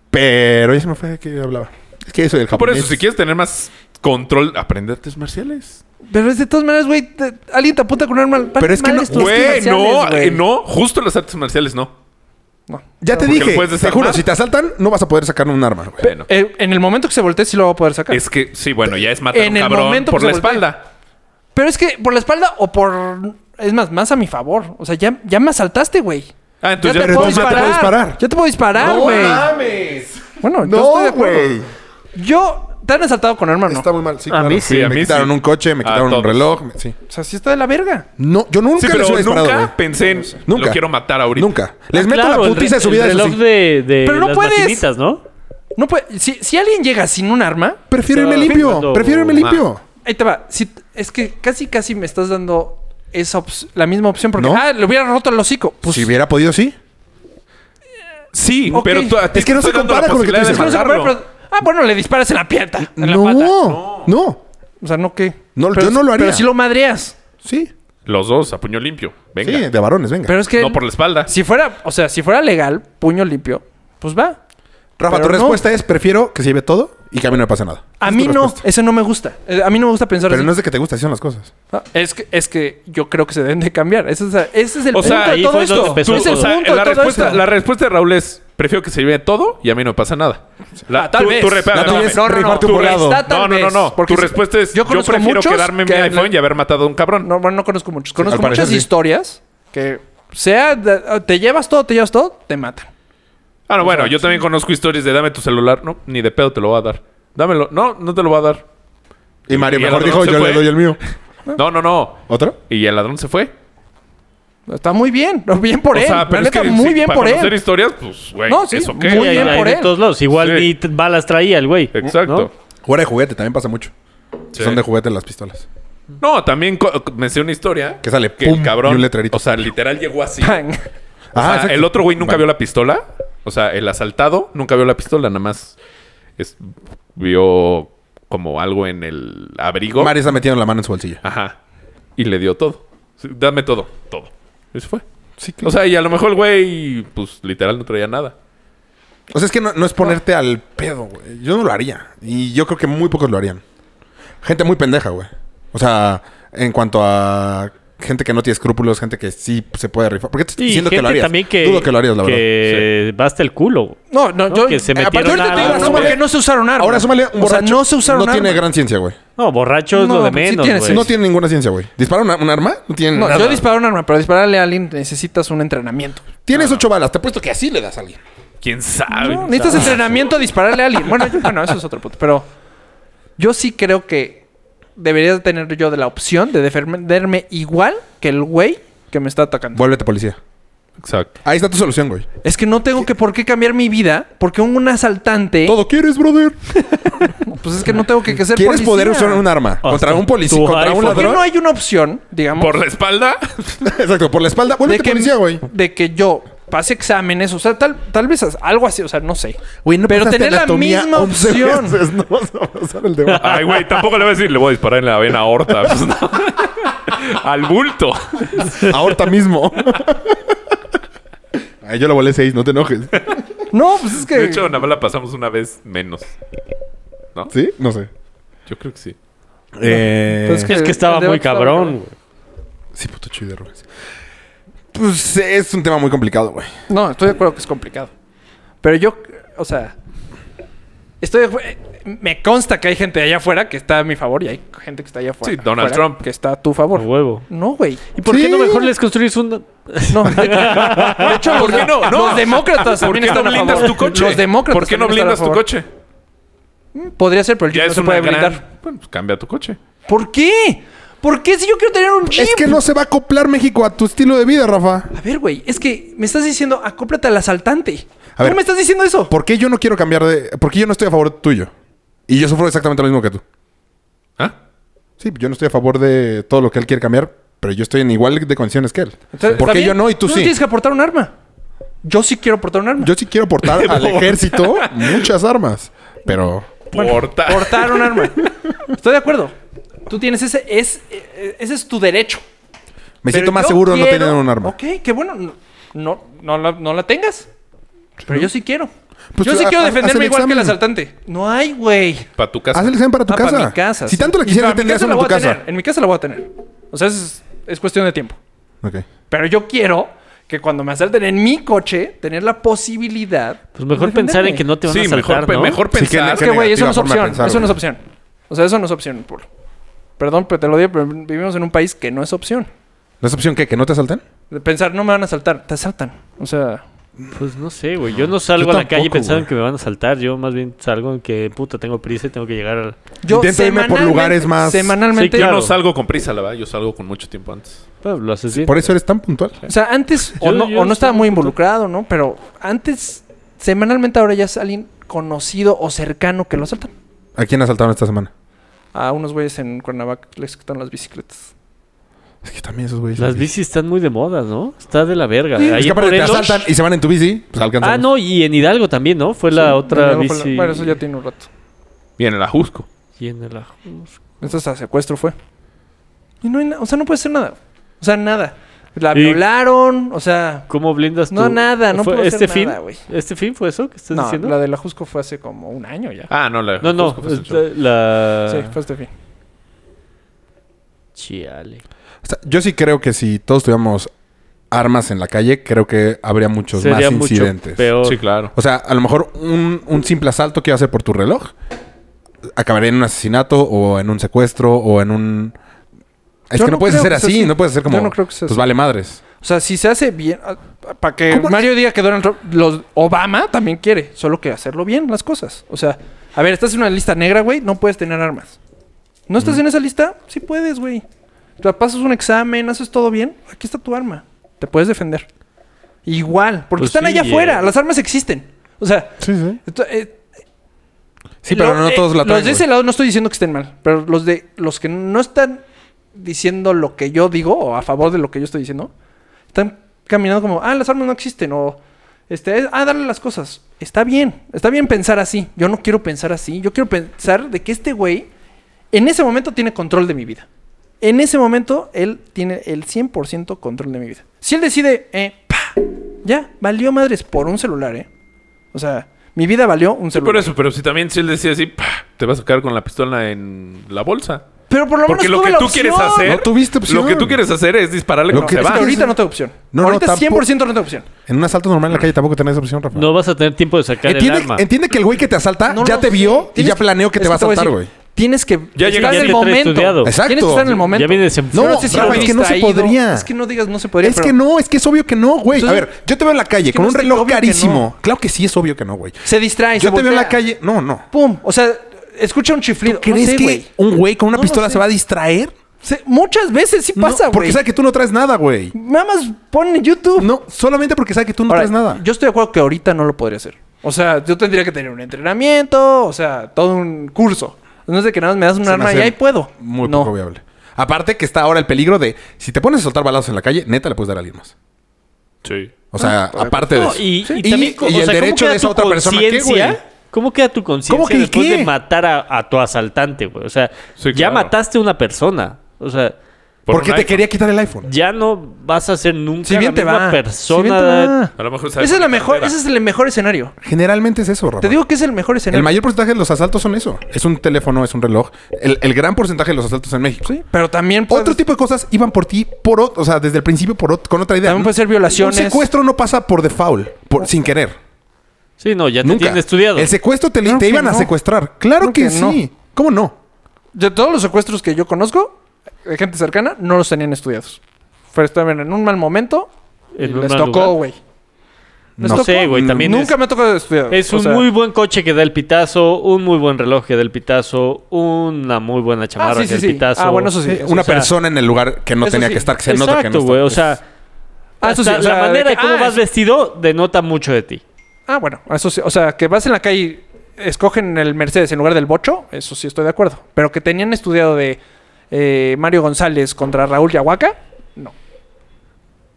[SPEAKER 6] Pero ya se me fue de qué hablaba. Es que eso del
[SPEAKER 4] Por
[SPEAKER 6] japonés.
[SPEAKER 4] eso, si quieres tener más control, aprende artes marciales.
[SPEAKER 5] Pero es de todas maneras, güey, te- alguien te apunta con un arma.
[SPEAKER 6] Pero es que no-
[SPEAKER 5] Madres tus
[SPEAKER 4] Güey,
[SPEAKER 5] artes
[SPEAKER 4] no,
[SPEAKER 5] marciales, güey.
[SPEAKER 4] eh, no. Justo las artes marciales no.
[SPEAKER 5] No.
[SPEAKER 6] Ya te
[SPEAKER 4] Porque lo
[SPEAKER 6] dije,
[SPEAKER 4] puedes
[SPEAKER 6] te
[SPEAKER 4] desarmar.
[SPEAKER 6] juro, si te asaltan, no vas a poder sacar un arma, güey.
[SPEAKER 4] Bueno.
[SPEAKER 5] Eh, en el momento que se voltee, sí lo va a poder sacar.
[SPEAKER 4] Es que, sí, bueno, ya es matar a
[SPEAKER 5] En
[SPEAKER 4] un
[SPEAKER 5] el
[SPEAKER 4] cabrón
[SPEAKER 5] momento pues, que
[SPEAKER 4] por la
[SPEAKER 5] se voltea.
[SPEAKER 4] espalda.
[SPEAKER 5] Pero es que por la espalda o por. Es más, más a mi favor. O sea, ya, ya me asaltaste, güey.
[SPEAKER 4] Ah, entonces ya
[SPEAKER 6] te
[SPEAKER 4] te
[SPEAKER 6] puedo disparar.
[SPEAKER 5] Ya te puedo disparar, güey.
[SPEAKER 4] mames!
[SPEAKER 5] bueno, yo estoy de acuerdo. Yo. ¿Te han asaltado con arma o no?
[SPEAKER 6] Está muy mal. Sí,
[SPEAKER 2] A mí sí.
[SPEAKER 4] a
[SPEAKER 6] me
[SPEAKER 4] mí
[SPEAKER 6] quitaron
[SPEAKER 4] sí.
[SPEAKER 6] un coche, me
[SPEAKER 4] A
[SPEAKER 6] quitaron un
[SPEAKER 4] todos.
[SPEAKER 6] reloj. me- Sí.
[SPEAKER 5] O sea, sí está de la verga.
[SPEAKER 6] No, yo nunca
[SPEAKER 4] Sí,
[SPEAKER 6] les
[SPEAKER 4] pero
[SPEAKER 6] hubiera disparado,
[SPEAKER 4] nunca
[SPEAKER 6] güey.
[SPEAKER 4] pensé en...
[SPEAKER 6] Nunca.
[SPEAKER 4] Lo quiero matar ahorita.
[SPEAKER 6] Nunca. Les meto
[SPEAKER 2] Ah, Claro,
[SPEAKER 6] la
[SPEAKER 2] el
[SPEAKER 6] putiza
[SPEAKER 2] re-
[SPEAKER 6] de su vida.
[SPEAKER 2] El
[SPEAKER 6] eso
[SPEAKER 2] reloj
[SPEAKER 6] sí.
[SPEAKER 2] de, de
[SPEAKER 5] Pero no
[SPEAKER 2] las
[SPEAKER 5] puedes.
[SPEAKER 2] maquinitas, ¿no?
[SPEAKER 5] No puede. Si, si alguien llega sin un arma,
[SPEAKER 6] Prefiero irme
[SPEAKER 2] Pero-
[SPEAKER 6] limpio.
[SPEAKER 2] Cuando-
[SPEAKER 6] Prefiero irme
[SPEAKER 4] Ma-
[SPEAKER 6] limpio.
[SPEAKER 5] ahí te va. Si, es que casi, casi me estás dando esa ops- la misma opción. Porque,
[SPEAKER 6] ¿No?
[SPEAKER 5] ah, le hubiera roto el hocico. Pues
[SPEAKER 6] si hubiera podido, sí.
[SPEAKER 4] Sí,
[SPEAKER 5] Ok.
[SPEAKER 4] pero tú, a ti
[SPEAKER 6] Es que no
[SPEAKER 4] te
[SPEAKER 6] se
[SPEAKER 4] estoy dando la
[SPEAKER 6] compara con lo que tú
[SPEAKER 4] posibilidad de
[SPEAKER 6] dices.
[SPEAKER 5] No se
[SPEAKER 4] matarlo.
[SPEAKER 5] compara, pero- ah, bueno, le disparas en la pierna. En
[SPEAKER 6] No,
[SPEAKER 5] la pata.
[SPEAKER 6] no.
[SPEAKER 5] O sea, no qué.
[SPEAKER 6] No,
[SPEAKER 5] Pero-
[SPEAKER 6] yo no lo haría.
[SPEAKER 5] Pero si lo madreas.
[SPEAKER 6] Sí.
[SPEAKER 4] Los dos, a puño limpio. Venga.
[SPEAKER 6] Sí, de varones, venga.
[SPEAKER 5] Pero es que.
[SPEAKER 4] No por la espalda.
[SPEAKER 5] Si fuera, o sea, si fuera legal, puño limpio, pues va.
[SPEAKER 6] Rafa,
[SPEAKER 5] pero
[SPEAKER 6] tu
[SPEAKER 5] no.
[SPEAKER 6] respuesta es prefiero que se lleve todo y que a mí no me pase nada.
[SPEAKER 5] A
[SPEAKER 6] Es tu
[SPEAKER 5] mí no,
[SPEAKER 6] respuesta.
[SPEAKER 5] eso no me gusta. Eh, A mí no me gusta pensar
[SPEAKER 6] Pero
[SPEAKER 5] así.
[SPEAKER 6] no es de que te gusta, así son las cosas.
[SPEAKER 5] Ah, es, que, es que yo creo que se deben de cambiar. Ese es, ese es el
[SPEAKER 4] O
[SPEAKER 5] punto
[SPEAKER 4] sea,
[SPEAKER 5] de
[SPEAKER 2] ahí
[SPEAKER 5] todo
[SPEAKER 2] fue donde
[SPEAKER 5] esto.
[SPEAKER 2] empezó
[SPEAKER 4] Tú,
[SPEAKER 5] es el
[SPEAKER 4] o sea,
[SPEAKER 5] punto de
[SPEAKER 4] la,
[SPEAKER 5] todo
[SPEAKER 4] respuesta,
[SPEAKER 5] esto.
[SPEAKER 4] la respuesta de Raúl es: prefiero que se lleve todo y a mí no me pasa nada. La,
[SPEAKER 5] Ah, tal
[SPEAKER 4] tú-
[SPEAKER 5] vez.
[SPEAKER 4] tú re-
[SPEAKER 5] La
[SPEAKER 4] espérame,
[SPEAKER 5] tuya
[SPEAKER 4] espérame.
[SPEAKER 6] es rifarte un
[SPEAKER 4] Tú re-
[SPEAKER 6] volado.
[SPEAKER 5] Está tal
[SPEAKER 4] No, no, no,
[SPEAKER 5] vez,
[SPEAKER 4] no.
[SPEAKER 5] porque
[SPEAKER 4] Tu
[SPEAKER 5] si-
[SPEAKER 4] respuesta es:
[SPEAKER 5] yo
[SPEAKER 4] yo,
[SPEAKER 5] conozco
[SPEAKER 4] prefiero
[SPEAKER 5] muchos
[SPEAKER 4] quedarme en
[SPEAKER 5] que-
[SPEAKER 4] mi iPhone y haber matado a un cabrón.
[SPEAKER 5] No, bueno, no conozco muchos. Conozco
[SPEAKER 6] al parecer
[SPEAKER 5] muchas
[SPEAKER 6] sí.
[SPEAKER 5] historias que sea, de- te llevas todo, te llevas todo, te matan.
[SPEAKER 4] Ah, no, bueno, yo también conozco historias de dame tu celular. No, ni de pedo te lo voy a dar. Dámelo. No, no te lo voy a dar.
[SPEAKER 6] Y Mario
[SPEAKER 4] Y el
[SPEAKER 6] mejor
[SPEAKER 4] ladrón
[SPEAKER 6] dijo,
[SPEAKER 4] se
[SPEAKER 6] yo
[SPEAKER 4] fue.
[SPEAKER 6] le doy el mío.
[SPEAKER 5] Ah.
[SPEAKER 4] No, no, no.
[SPEAKER 6] ¿Otro?
[SPEAKER 4] Y el ladrón se fue.
[SPEAKER 5] Está muy bien, bien por él. La neta, muy
[SPEAKER 4] sí,
[SPEAKER 5] bien
[SPEAKER 4] para
[SPEAKER 5] por él.
[SPEAKER 4] conocer historias, pues, güey.
[SPEAKER 5] No, sí,
[SPEAKER 4] ¿eso qué?
[SPEAKER 5] muy
[SPEAKER 2] Sí,
[SPEAKER 5] bien
[SPEAKER 2] hay
[SPEAKER 5] por
[SPEAKER 2] de
[SPEAKER 5] él.
[SPEAKER 2] todos lados. Igual
[SPEAKER 4] Sí.
[SPEAKER 2] ni t- balas traía el güey.
[SPEAKER 4] Exacto.
[SPEAKER 6] Fuera de juguete, también pasa mucho.
[SPEAKER 4] Sí.
[SPEAKER 6] Son de juguete las pistolas.
[SPEAKER 4] No, también co- me sé una historia.
[SPEAKER 6] Que sale,
[SPEAKER 4] que el
[SPEAKER 6] pum,
[SPEAKER 4] cabrón.
[SPEAKER 6] y un letrerito. Ah,
[SPEAKER 4] O sea, literal llegó así.
[SPEAKER 5] Bang.
[SPEAKER 4] O sea,
[SPEAKER 6] exacto.
[SPEAKER 4] el otro güey nunca
[SPEAKER 6] Vale.
[SPEAKER 4] vio la pistola. O sea, el asaltado nunca vio la pistola, nada más es- vio como algo en el abrigo.
[SPEAKER 6] Mario está metiendo la mano en su bolsillo.
[SPEAKER 4] Ajá. Y le dio todo. Sí, Dame todo, todo. Eso fue. O sea, y a lo mejor el güey, pues literal no traía nada.
[SPEAKER 6] O sea, es que no, no es ponerte al pedo, güey. Yo no lo haría. Y yo creo que muy pocos lo harían. Gente muy pendeja, güey. O sea, en cuanto a gente que no tiene escrúpulos, gente que sí se puede rifar. Porque te estoy
[SPEAKER 2] Y
[SPEAKER 6] diciendo
[SPEAKER 2] gente
[SPEAKER 6] que lo harías.
[SPEAKER 2] también que...
[SPEAKER 6] Dudo que lo harías, la
[SPEAKER 2] que basta el culo.
[SPEAKER 5] No, no,
[SPEAKER 2] ¿no?
[SPEAKER 5] yo.
[SPEAKER 2] que se
[SPEAKER 6] eh, aparte
[SPEAKER 2] metieron
[SPEAKER 6] ahorita te
[SPEAKER 2] a-
[SPEAKER 6] iba a
[SPEAKER 2] no,
[SPEAKER 6] sumar-
[SPEAKER 5] Súmale que no se usaron
[SPEAKER 6] verdad.
[SPEAKER 5] armas.
[SPEAKER 6] Ahora súmale un
[SPEAKER 5] O sea,
[SPEAKER 6] borracho.
[SPEAKER 5] no se usaron
[SPEAKER 6] No tiene
[SPEAKER 5] armas.
[SPEAKER 6] gran ciencia, güey.
[SPEAKER 2] No, pues borracho es
[SPEAKER 5] No,
[SPEAKER 2] lo de
[SPEAKER 5] sí
[SPEAKER 2] menos,
[SPEAKER 5] tiene-
[SPEAKER 2] güey.
[SPEAKER 6] No tiene ninguna ciencia, güey. Disparar una- un arma no tiene
[SPEAKER 5] No,
[SPEAKER 6] nada.
[SPEAKER 5] yo disparo un arma, pero dispararle a alguien necesitas un entrenamiento.
[SPEAKER 6] Tienes ocho balas. Te apuesto que así le das a alguien.
[SPEAKER 4] ¿Quién sabe?
[SPEAKER 5] No, necesitas entrenamiento a dispararle a alguien. Bueno, yo- bueno, eso es otro punto. Pero yo sí creo que debería tener yo de la opción de defenderme igual que el güey que me está atacando.
[SPEAKER 6] Vuélvete policía.
[SPEAKER 4] Exacto.
[SPEAKER 6] Ahí está tu solución, güey.
[SPEAKER 5] Es que no tengo que por qué cambiar mi vida porque un asaltante...
[SPEAKER 6] Todo quieres, brother.
[SPEAKER 5] Pues es que no tengo que, que ser
[SPEAKER 6] ¿Quieres
[SPEAKER 5] policía.
[SPEAKER 6] poder usar un arma
[SPEAKER 2] Hasta
[SPEAKER 6] contra un policía,
[SPEAKER 2] tu
[SPEAKER 6] contra un
[SPEAKER 2] iPhone.
[SPEAKER 5] ¿Por qué
[SPEAKER 6] ladrón?
[SPEAKER 5] no hay una opción, digamos,
[SPEAKER 4] ¿Por la espalda?
[SPEAKER 6] Exacto, por la espalda.
[SPEAKER 5] de,
[SPEAKER 6] Vuélvete
[SPEAKER 5] que,
[SPEAKER 6] policía, güey.
[SPEAKER 5] de que yo pase exámenes? O sea, tal, tal vez algo así, o sea, no sé.
[SPEAKER 6] Güey, no
[SPEAKER 5] Pero
[SPEAKER 6] pasaste
[SPEAKER 5] tener la
[SPEAKER 6] anatomía
[SPEAKER 5] misma
[SPEAKER 6] 11
[SPEAKER 5] opción.
[SPEAKER 6] veces, no vas a pasar el Ah, debate.
[SPEAKER 4] Ay, güey, tampoco le voy a decir, le voy a disparar en la vena aorta. Pues, no. Al bulto.
[SPEAKER 6] Ahorita mismo. Ay, yo lo volé 6, no te enojes.
[SPEAKER 5] No, pues es que...
[SPEAKER 4] De hecho, nada más la pasamos una vez menos.
[SPEAKER 6] ¿Sí? No sé.
[SPEAKER 4] Yo creo que sí.
[SPEAKER 6] Eh,
[SPEAKER 5] Pues
[SPEAKER 2] Es que estaba
[SPEAKER 5] el debate
[SPEAKER 2] muy cabrón, güey.
[SPEAKER 6] Sí, puto chido, güey. Pues es un tema muy complicado, güey.
[SPEAKER 5] No, estoy de acuerdo que es complicado. Pero yo, o sea, estoy de acuer- me consta que hay gente allá afuera que está a mi favor y hay gente que está allá afuera.
[SPEAKER 4] Sí, Donald
[SPEAKER 5] afuera
[SPEAKER 4] Trump.
[SPEAKER 5] Que está a tu favor.
[SPEAKER 2] A huevo.
[SPEAKER 5] No, güey.
[SPEAKER 2] ¿Y por qué no mejor les construís un... pues
[SPEAKER 5] No. De hecho, ¿por qué no? Los demócratas
[SPEAKER 4] ¿Por
[SPEAKER 5] también
[SPEAKER 4] qué no
[SPEAKER 5] están a
[SPEAKER 4] blindas
[SPEAKER 5] favor.
[SPEAKER 4] tu coche?
[SPEAKER 5] Los demócratas
[SPEAKER 4] ¿Por qué no
[SPEAKER 5] también están a
[SPEAKER 4] blindas tu
[SPEAKER 5] favor.
[SPEAKER 4] coche?
[SPEAKER 5] Podría ser, pero el
[SPEAKER 4] Ya
[SPEAKER 5] Jeep no
[SPEAKER 4] es
[SPEAKER 5] se
[SPEAKER 4] una
[SPEAKER 5] puede blindar.
[SPEAKER 4] gran... Bueno, pues cambia tu coche.
[SPEAKER 5] ¿Por qué? ¿Por qué si yo quiero tener un Jeep?
[SPEAKER 6] Es que no se va a acoplar México a tu estilo de vida, Rafa.
[SPEAKER 5] A ver, güey, es que me estás diciendo acóplate al asaltante.
[SPEAKER 6] A ver.
[SPEAKER 5] ¿Cómo me estás diciendo eso?
[SPEAKER 6] ¿Por qué yo no quiero cambiar de. ¿Por qué yo no estoy a favor tuyo? Y yo sufro exactamente lo mismo que tú.
[SPEAKER 4] ¿Ah?
[SPEAKER 6] Sí, yo no estoy a favor de todo lo que él quiere cambiar, pero yo estoy en igual de condiciones que él.
[SPEAKER 5] Entonces,
[SPEAKER 6] ¿Por
[SPEAKER 5] ¿está
[SPEAKER 6] qué
[SPEAKER 5] bien?
[SPEAKER 6] yo no y tú
[SPEAKER 5] no
[SPEAKER 6] sí?
[SPEAKER 5] tienes que aportar un arma. Yo sí quiero aportar un arma.
[SPEAKER 6] Yo sí quiero portar al ejército muchas armas, pero
[SPEAKER 4] Porta.
[SPEAKER 5] portar un arma. Estoy de acuerdo. Tú tienes ese, es, eh, ese es tu derecho.
[SPEAKER 6] me
[SPEAKER 5] Pero
[SPEAKER 6] siento más
[SPEAKER 5] yo
[SPEAKER 6] seguro no
[SPEAKER 5] quiero-
[SPEAKER 6] tener un arma.
[SPEAKER 5] Ok, qué bueno. No, no, no la, no la tengas. Pero yo sí quiero.
[SPEAKER 6] Pues
[SPEAKER 5] yo sí
[SPEAKER 6] ha-
[SPEAKER 5] quiero
[SPEAKER 6] ha- haz el
[SPEAKER 5] defenderme igual que el
[SPEAKER 6] examen.
[SPEAKER 5] asaltante. No hay, güey.
[SPEAKER 4] Para tu casa.
[SPEAKER 6] Haz el examen para tu
[SPEAKER 5] Ah,
[SPEAKER 6] casa.
[SPEAKER 5] para mi casa,
[SPEAKER 6] Si
[SPEAKER 5] sí.
[SPEAKER 6] tanto la
[SPEAKER 5] Y
[SPEAKER 6] quisieras,
[SPEAKER 5] para mi
[SPEAKER 6] tendrías
[SPEAKER 5] casa
[SPEAKER 6] uno
[SPEAKER 5] la
[SPEAKER 6] en tu
[SPEAKER 5] voy a
[SPEAKER 6] casa.
[SPEAKER 5] tener. En mi casa la voy a tener. O sea, es, es cuestión de tiempo.
[SPEAKER 6] Ok.
[SPEAKER 5] Pero yo quiero que cuando me asalten en mi coche, tener la posibilidad.
[SPEAKER 2] Pues mejor
[SPEAKER 5] de
[SPEAKER 2] pensar en
[SPEAKER 5] defenderme.
[SPEAKER 2] que no te van
[SPEAKER 4] Sí,
[SPEAKER 2] a
[SPEAKER 4] mejor,
[SPEAKER 2] saltar,
[SPEAKER 4] pe-
[SPEAKER 2] ¿no?
[SPEAKER 4] mejor
[SPEAKER 6] Sí, que-
[SPEAKER 4] pensar.
[SPEAKER 5] Es que, güey, eso no es
[SPEAKER 6] negativa forma de
[SPEAKER 5] opción.
[SPEAKER 6] pensar,
[SPEAKER 5] eso no es
[SPEAKER 6] güey.
[SPEAKER 5] opción. O sea, eso no es opción, Paul. Perdón, pero te lo digo, pero vivimos en un país que no es opción.
[SPEAKER 6] ¿No es opción qué? ¿Que no te asaltan?
[SPEAKER 5] De pensar, no me van a asaltar. Te asaltan. O sea,
[SPEAKER 2] Pues no sé, güey. Yo no salgo a la
[SPEAKER 6] tampoco,
[SPEAKER 2] calle pensando en
[SPEAKER 6] güey.
[SPEAKER 2] que me van a saltar. Yo más bien salgo en que, puta, tengo prisa y tengo que llegar al...
[SPEAKER 5] yo
[SPEAKER 6] Intenta irme por
[SPEAKER 5] semanalmente-
[SPEAKER 6] lugares más-
[SPEAKER 5] Semanalmente.
[SPEAKER 2] Sí,
[SPEAKER 4] Yo
[SPEAKER 2] claro.
[SPEAKER 4] no salgo con prisa, la verdad. Yo salgo con mucho tiempo antes.
[SPEAKER 2] Pues, lo haces bien.
[SPEAKER 6] Por eso eres tan puntual.
[SPEAKER 5] O sea, antes, o,
[SPEAKER 2] Yo- yo
[SPEAKER 5] no, o no estaba
[SPEAKER 2] estaba-
[SPEAKER 5] muy involucrado, ¿no? Pero antes, semanalmente ahora ya es alguien conocido o cercano que lo asaltan.
[SPEAKER 6] ¿A quién asaltaron esta semana?
[SPEAKER 5] A unos güeyes en Cuernavaca que les quitan las bicicletas.
[SPEAKER 6] Es que también esos güeyes.
[SPEAKER 2] Las bicis están muy de moda, ¿no? Está de la verga.
[SPEAKER 6] Sí,
[SPEAKER 2] Ahí
[SPEAKER 6] es que
[SPEAKER 2] en
[SPEAKER 6] aparte te
[SPEAKER 2] Morelos-
[SPEAKER 6] asaltan y se van en tu bici. Pues alcanzan.
[SPEAKER 2] Ah, no, y en Hidalgo también, ¿no? Fue la
[SPEAKER 5] Sí,
[SPEAKER 2] otra
[SPEAKER 5] luego fue la-
[SPEAKER 2] bici.
[SPEAKER 5] Bueno, eso ya tiene un rato.
[SPEAKER 4] Bien, el ajusco.
[SPEAKER 2] Y en el ajo.
[SPEAKER 5] Esto hasta secuestro fue. Y no hay nada, o sea, no puede ser nada. O sea, nada. La
[SPEAKER 2] Y-
[SPEAKER 5] violaron, o sea,
[SPEAKER 2] ¿Cómo blindas tú?
[SPEAKER 5] no nada, no
[SPEAKER 2] ¿Fue
[SPEAKER 5] puedo
[SPEAKER 2] este
[SPEAKER 5] hacer
[SPEAKER 2] fin?
[SPEAKER 5] nada, güey.
[SPEAKER 2] ¿Este fin fue eso que estás
[SPEAKER 5] No,
[SPEAKER 2] diciendo?
[SPEAKER 5] la de la Jusco fue hace como un año ya.
[SPEAKER 4] Ah, no, la
[SPEAKER 2] No, no.
[SPEAKER 4] Ajusco fue
[SPEAKER 5] eh,
[SPEAKER 4] hace
[SPEAKER 2] esta-
[SPEAKER 4] mucho.
[SPEAKER 2] la...
[SPEAKER 5] Sí, fue este fin.
[SPEAKER 2] Chiale.
[SPEAKER 6] O sea, yo sí creo que si todos tuviéramos armas en la calle, creo que habría muchos
[SPEAKER 2] Sería
[SPEAKER 6] más
[SPEAKER 2] mucho
[SPEAKER 6] incidentes.
[SPEAKER 2] peor.
[SPEAKER 4] Sí, claro.
[SPEAKER 6] O sea, a lo mejor un, un simple asalto que iba a hacer por tu reloj acabaría en un asesinato o en un secuestro o en un. Es
[SPEAKER 5] Yo
[SPEAKER 6] que no,
[SPEAKER 5] no
[SPEAKER 6] puedes
[SPEAKER 5] creo
[SPEAKER 6] hacer
[SPEAKER 5] que sea
[SPEAKER 6] así,
[SPEAKER 5] así.
[SPEAKER 6] no puedes hacer como.
[SPEAKER 5] Yo no creo que sea
[SPEAKER 6] pues
[SPEAKER 5] así.
[SPEAKER 6] vale madres.
[SPEAKER 5] O sea, si se hace bien, ah, para que
[SPEAKER 6] ¿Cómo?
[SPEAKER 5] Mario diga que Donald Trump, los Obama también quiere, solo que hacerlo bien las cosas. O sea, a ver, estás en una lista negra, güey, no puedes tener armas. ¿No estás en esa lista? Sí puedes, güey. O sea, pasas un examen, haces todo bien, aquí está tu arma. Te puedes defender. Igual, porque
[SPEAKER 2] Pues
[SPEAKER 5] están
[SPEAKER 2] sí,
[SPEAKER 5] allá
[SPEAKER 2] eh.
[SPEAKER 5] afuera, las armas existen. O sea,
[SPEAKER 6] Sí, sí.
[SPEAKER 5] esto- eh,
[SPEAKER 6] Sí, pero
[SPEAKER 5] lo-
[SPEAKER 6] no
[SPEAKER 5] eh,
[SPEAKER 6] todos la
[SPEAKER 5] Los de
[SPEAKER 6] traen.
[SPEAKER 5] ese
[SPEAKER 6] güey.
[SPEAKER 5] lado no estoy diciendo que estén mal, pero los de los que no están diciendo lo que yo digo o a favor de lo que yo estoy diciendo, están caminando como, ah, las armas no existen o Este, es, ah, darle las cosas. Está bien, está bien pensar así. Yo no quiero pensar así. Yo quiero pensar de que este güey en ese momento tiene control de mi vida. En ese momento él tiene el 100% control de mi vida. Si él decide, eh, pa, ya, valió madres por un celular, ¿eh? O sea, mi vida valió un
[SPEAKER 4] Sí, por
[SPEAKER 5] celular.
[SPEAKER 4] eso, pero si también si él decía así, "Pa", te vas a quedar con la pistola en la bolsa.
[SPEAKER 5] Pero por lo menos
[SPEAKER 4] Porque lo
[SPEAKER 5] tuve
[SPEAKER 4] que
[SPEAKER 5] la
[SPEAKER 4] tú
[SPEAKER 5] opción.
[SPEAKER 4] quieres hacer.
[SPEAKER 6] No tuviste opción.
[SPEAKER 4] Lo que tú quieres hacer es dispararle
[SPEAKER 6] Lo
[SPEAKER 4] cuando
[SPEAKER 6] que-
[SPEAKER 4] se
[SPEAKER 5] Es
[SPEAKER 4] va.
[SPEAKER 5] que ahorita no tengo opción.
[SPEAKER 6] No, no,
[SPEAKER 5] ahorita
[SPEAKER 6] tampoco.
[SPEAKER 5] 100% no tengo opción.
[SPEAKER 6] En un asalto normal en la calle tampoco tenés opción, Rafa.
[SPEAKER 2] No vas a tener tiempo de sacar el
[SPEAKER 6] Entiende,
[SPEAKER 2] arma.
[SPEAKER 6] entiende que el güey que te asalta
[SPEAKER 5] Ah, No
[SPEAKER 6] ya
[SPEAKER 5] lo
[SPEAKER 6] te
[SPEAKER 5] sé.
[SPEAKER 6] vio y
[SPEAKER 5] Tienes
[SPEAKER 6] ya planeó que
[SPEAKER 5] es
[SPEAKER 6] te va a
[SPEAKER 5] voy
[SPEAKER 6] asaltar,
[SPEAKER 5] decir.
[SPEAKER 6] güey.
[SPEAKER 5] Tienes que
[SPEAKER 4] Ya
[SPEAKER 5] estar
[SPEAKER 4] llegaste,
[SPEAKER 5] en el
[SPEAKER 2] ya traes
[SPEAKER 5] momento.
[SPEAKER 2] estudiado.
[SPEAKER 5] Tienes que
[SPEAKER 6] Exacto.
[SPEAKER 5] estar en el momento.
[SPEAKER 2] Ya viene desenfocado.
[SPEAKER 5] Yo
[SPEAKER 6] No,
[SPEAKER 5] sé si
[SPEAKER 6] Rafa,
[SPEAKER 5] lo
[SPEAKER 6] es que no se
[SPEAKER 5] distraído.
[SPEAKER 6] podría.
[SPEAKER 5] Es que no digas no se podría.
[SPEAKER 6] es
[SPEAKER 5] pero
[SPEAKER 6] que no, es que es obvio que no, güey. A
[SPEAKER 5] Entonces-
[SPEAKER 6] ver, yo te veo en la calle
[SPEAKER 5] que
[SPEAKER 6] con
[SPEAKER 5] no
[SPEAKER 6] un
[SPEAKER 5] es
[SPEAKER 6] reloj
[SPEAKER 5] obvio que
[SPEAKER 6] carísimo.
[SPEAKER 5] no.
[SPEAKER 6] Claro que sí es obvio que no, güey.
[SPEAKER 5] Se distrae.
[SPEAKER 6] Yo
[SPEAKER 5] se
[SPEAKER 6] te veo en la
[SPEAKER 5] voltea.
[SPEAKER 6] calle. No, no.
[SPEAKER 5] Pum. O sea, escucha un chiflido.
[SPEAKER 6] ¿Crees
[SPEAKER 5] no sé,
[SPEAKER 6] que
[SPEAKER 5] güey.
[SPEAKER 6] un güey con
[SPEAKER 5] No
[SPEAKER 6] una
[SPEAKER 5] lo
[SPEAKER 6] pistola se
[SPEAKER 5] sé.
[SPEAKER 6] va a distraer?
[SPEAKER 5] Se- Muchas veces sí
[SPEAKER 6] No,
[SPEAKER 5] pasa,
[SPEAKER 6] Porque
[SPEAKER 5] güey.
[SPEAKER 6] sabe que tú no traes nada, güey.
[SPEAKER 5] Nada más pon en YouTube.
[SPEAKER 6] No, solamente porque sabe que tú no
[SPEAKER 5] Ahora,
[SPEAKER 6] traes nada.
[SPEAKER 5] Yo estoy de acuerdo que ahorita no lo podría hacer. O sea, yo tendría que tener un entrenamiento, o sea, todo un curso. No es de que nada más me das un
[SPEAKER 6] Se me
[SPEAKER 5] arma y
[SPEAKER 6] hace
[SPEAKER 5] ahí puedo.
[SPEAKER 6] Muy
[SPEAKER 5] no.
[SPEAKER 6] poco viable. Aparte que está ahora el peligro de si te pones a soltar balazos en la calle, neta le puedes dar a alguien más.
[SPEAKER 4] Sí.
[SPEAKER 6] O sea, aparte de
[SPEAKER 2] No,
[SPEAKER 6] eso.
[SPEAKER 2] y, y
[SPEAKER 6] Y-
[SPEAKER 2] también, co-
[SPEAKER 6] y
[SPEAKER 2] o
[SPEAKER 6] el
[SPEAKER 2] sea, ¿cómo
[SPEAKER 6] derecho
[SPEAKER 2] queda
[SPEAKER 6] de esa
[SPEAKER 2] tu
[SPEAKER 6] otra persona, ¿qué, güey?
[SPEAKER 2] conciencia? ¿Cómo queda tu
[SPEAKER 6] ¿Cómo que
[SPEAKER 2] conciencia
[SPEAKER 6] y
[SPEAKER 2] después
[SPEAKER 6] qué?
[SPEAKER 2] de matar a, a tu asaltante, güey? O sea,
[SPEAKER 4] Sí,
[SPEAKER 2] ya
[SPEAKER 4] claro.
[SPEAKER 2] mataste a una persona. O sea,
[SPEAKER 4] Por
[SPEAKER 6] Porque
[SPEAKER 4] un
[SPEAKER 6] te
[SPEAKER 4] iPhone.
[SPEAKER 6] quería quitar el iPhone.
[SPEAKER 2] ya no vas a ser nunca
[SPEAKER 5] Si bien
[SPEAKER 2] la
[SPEAKER 5] te
[SPEAKER 2] misma
[SPEAKER 5] va.
[SPEAKER 2] persona.
[SPEAKER 5] Si bien te va.
[SPEAKER 4] A lo mejor
[SPEAKER 5] Ese es, la mejor, ese es el mejor escenario.
[SPEAKER 6] Generalmente es eso, Rafa.
[SPEAKER 5] Te digo que es el mejor escenario.
[SPEAKER 6] El mayor porcentaje de los asaltos son eso. Es un teléfono, es un reloj. El, el gran porcentaje de los asaltos en México.
[SPEAKER 5] Sí, pero también pues, puedes-
[SPEAKER 6] Otro tipo de cosas iban por ti, por ot- o sea, desde el principio por ot- con otra idea.
[SPEAKER 5] También puede ser violaciones.
[SPEAKER 6] Un secuestro no pasa por default, por, sin querer.
[SPEAKER 2] Sí, no, ya te
[SPEAKER 6] Nunca.
[SPEAKER 2] tienen estudiado.
[SPEAKER 6] El secuestro te, li-
[SPEAKER 5] Claro
[SPEAKER 6] te
[SPEAKER 5] que
[SPEAKER 6] iban a
[SPEAKER 5] no.
[SPEAKER 6] secuestrar. Claro
[SPEAKER 5] Claro
[SPEAKER 6] que,
[SPEAKER 5] que no.
[SPEAKER 6] sí. ¿Cómo no?
[SPEAKER 5] De todos los secuestros que yo conozco, de gente cercana, no los tenían estudiados. Pero estaban en un mal momento y
[SPEAKER 2] En un
[SPEAKER 5] les
[SPEAKER 2] mal
[SPEAKER 5] tocó,
[SPEAKER 2] lugar.
[SPEAKER 5] güey. ¿Les
[SPEAKER 2] No
[SPEAKER 5] tocó?
[SPEAKER 2] sé, güey. También
[SPEAKER 5] Nunca
[SPEAKER 2] es,
[SPEAKER 5] me ha tocado estudiar.
[SPEAKER 2] es
[SPEAKER 5] o
[SPEAKER 2] un
[SPEAKER 5] sea,
[SPEAKER 2] muy buen coche que da el pitazo, un muy buen reloj que da el pitazo, una muy buena
[SPEAKER 5] Ah,
[SPEAKER 2] chamarra
[SPEAKER 5] sí,
[SPEAKER 2] que
[SPEAKER 5] sí,
[SPEAKER 2] el
[SPEAKER 5] sí.
[SPEAKER 2] pitazo. Eh,
[SPEAKER 5] Ah, bueno, eso sí. eso
[SPEAKER 6] Eh, Una
[SPEAKER 5] sí.
[SPEAKER 6] persona en el lugar que no
[SPEAKER 5] eso
[SPEAKER 6] tenía
[SPEAKER 5] sí.
[SPEAKER 6] que estar, que se nota que no
[SPEAKER 2] Exacto,
[SPEAKER 6] está. pues
[SPEAKER 2] güey. O sea,
[SPEAKER 5] Ah, eso sí,
[SPEAKER 2] hasta
[SPEAKER 5] o sea,
[SPEAKER 2] la manera de
[SPEAKER 5] que-
[SPEAKER 2] cómo
[SPEAKER 5] ah,
[SPEAKER 2] vas
[SPEAKER 5] es-
[SPEAKER 2] vestido denota mucho de ti.
[SPEAKER 5] Ah, bueno, eso sí. O sea, que vas en la calle y escogen el Mercedes en lugar del Bocho, eso sí estoy de acuerdo. Pero que tenían estudiado de eh, Mario González contra Raúl Yahuaca, no.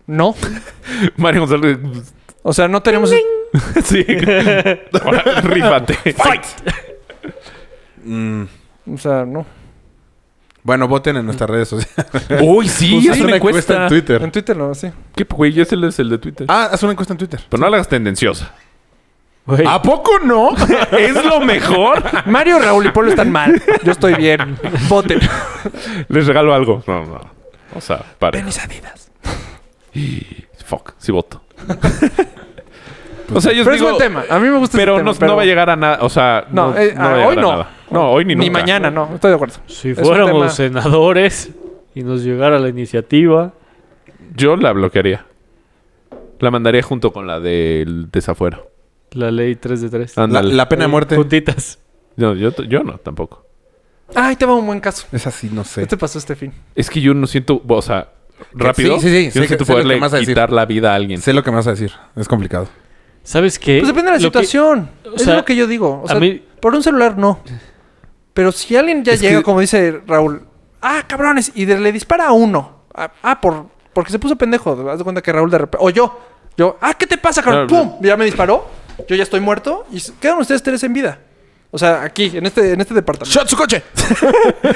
[SPEAKER 5] No.
[SPEAKER 4] Mario González.
[SPEAKER 5] O sea, no tenemos...
[SPEAKER 4] sí. Ahora, Rífate. Fight.
[SPEAKER 6] Mm,
[SPEAKER 5] O sea, no.
[SPEAKER 6] bueno, voten en nuestras redes sociales.
[SPEAKER 4] Uy, sí,
[SPEAKER 6] Haz
[SPEAKER 4] Pues es una encuesta.
[SPEAKER 6] en Twitter.
[SPEAKER 5] En Twitter no, sí.
[SPEAKER 4] ¿Qué, güey? Ese es el de Twitter.
[SPEAKER 6] Ah, haz una encuesta en Twitter.
[SPEAKER 4] Pero no la hagas tendenciosa.
[SPEAKER 2] Güey.
[SPEAKER 6] ¿A poco no?
[SPEAKER 4] es lo mejor.
[SPEAKER 5] Mario, Raúl y Polo están mal. Yo estoy bien. Voten.
[SPEAKER 4] Les regalo algo. No, no. O sea, pare.
[SPEAKER 5] Tenis Adidas.
[SPEAKER 4] Fuck, sí voto. o sea, yo
[SPEAKER 5] Pero es
[SPEAKER 4] digo,
[SPEAKER 5] buen tema. A mí me gusta ese
[SPEAKER 4] Pero,
[SPEAKER 5] tema,
[SPEAKER 4] no, no va a llegar a nada. O sea,
[SPEAKER 5] No,
[SPEAKER 4] no,
[SPEAKER 5] eh,
[SPEAKER 4] no va a
[SPEAKER 5] ah,
[SPEAKER 4] llegar
[SPEAKER 5] hoy
[SPEAKER 4] a
[SPEAKER 5] no.
[SPEAKER 4] nada. No, hoy ni
[SPEAKER 5] Ni
[SPEAKER 4] nunca.
[SPEAKER 5] mañana, no. Estoy de acuerdo.
[SPEAKER 2] Si
[SPEAKER 5] Es un tema-
[SPEAKER 2] fuéramos senadores y nos llegara la iniciativa,
[SPEAKER 4] Yo la bloquearía. La mandaría junto con la del desafuero.
[SPEAKER 2] la ley 3 de 3.
[SPEAKER 6] La,
[SPEAKER 4] Ándale.
[SPEAKER 6] la Ah, pena de muerte.
[SPEAKER 2] Juntitas.
[SPEAKER 4] No, yo, t- yo no, tampoco.
[SPEAKER 5] Ay, te va un buen caso.
[SPEAKER 6] Es así, no sé.
[SPEAKER 5] ¿Qué te pasó este fin?
[SPEAKER 4] Es que yo no siento, o sea, rápido.
[SPEAKER 6] sí, sí,
[SPEAKER 4] yo
[SPEAKER 6] sé
[SPEAKER 4] no
[SPEAKER 6] que-
[SPEAKER 4] siento
[SPEAKER 6] sé lo que
[SPEAKER 4] poderle
[SPEAKER 6] me vas a decir.
[SPEAKER 4] quitar la vida a alguien.
[SPEAKER 6] Sé lo que me vas a decir. Es complicado.
[SPEAKER 2] ¿Sabes qué?
[SPEAKER 5] Pues depende de la
[SPEAKER 2] Lo que-
[SPEAKER 5] situación.
[SPEAKER 2] o
[SPEAKER 5] es
[SPEAKER 2] sea,
[SPEAKER 5] lo que yo digo. O
[SPEAKER 2] a
[SPEAKER 5] sea,
[SPEAKER 2] mí-
[SPEAKER 5] por un celular no. Pero si alguien ya
[SPEAKER 6] Es
[SPEAKER 5] llega,
[SPEAKER 6] que-
[SPEAKER 5] como dice Raúl, ah, cabrones, y de- le dispara a uno. Ah, ah, por, porque se puso pendejo. Haz de cuenta que Raúl de repente. O yo. Yo, ah, ¿qué te pasa, cabrón?
[SPEAKER 4] Claro,
[SPEAKER 5] ¡Pum! Ya me disparó. Yo ya estoy muerto. Y s- quedan ustedes tres en vida. O sea, aquí, en este, en este departamento.
[SPEAKER 6] ¡Shot su coche!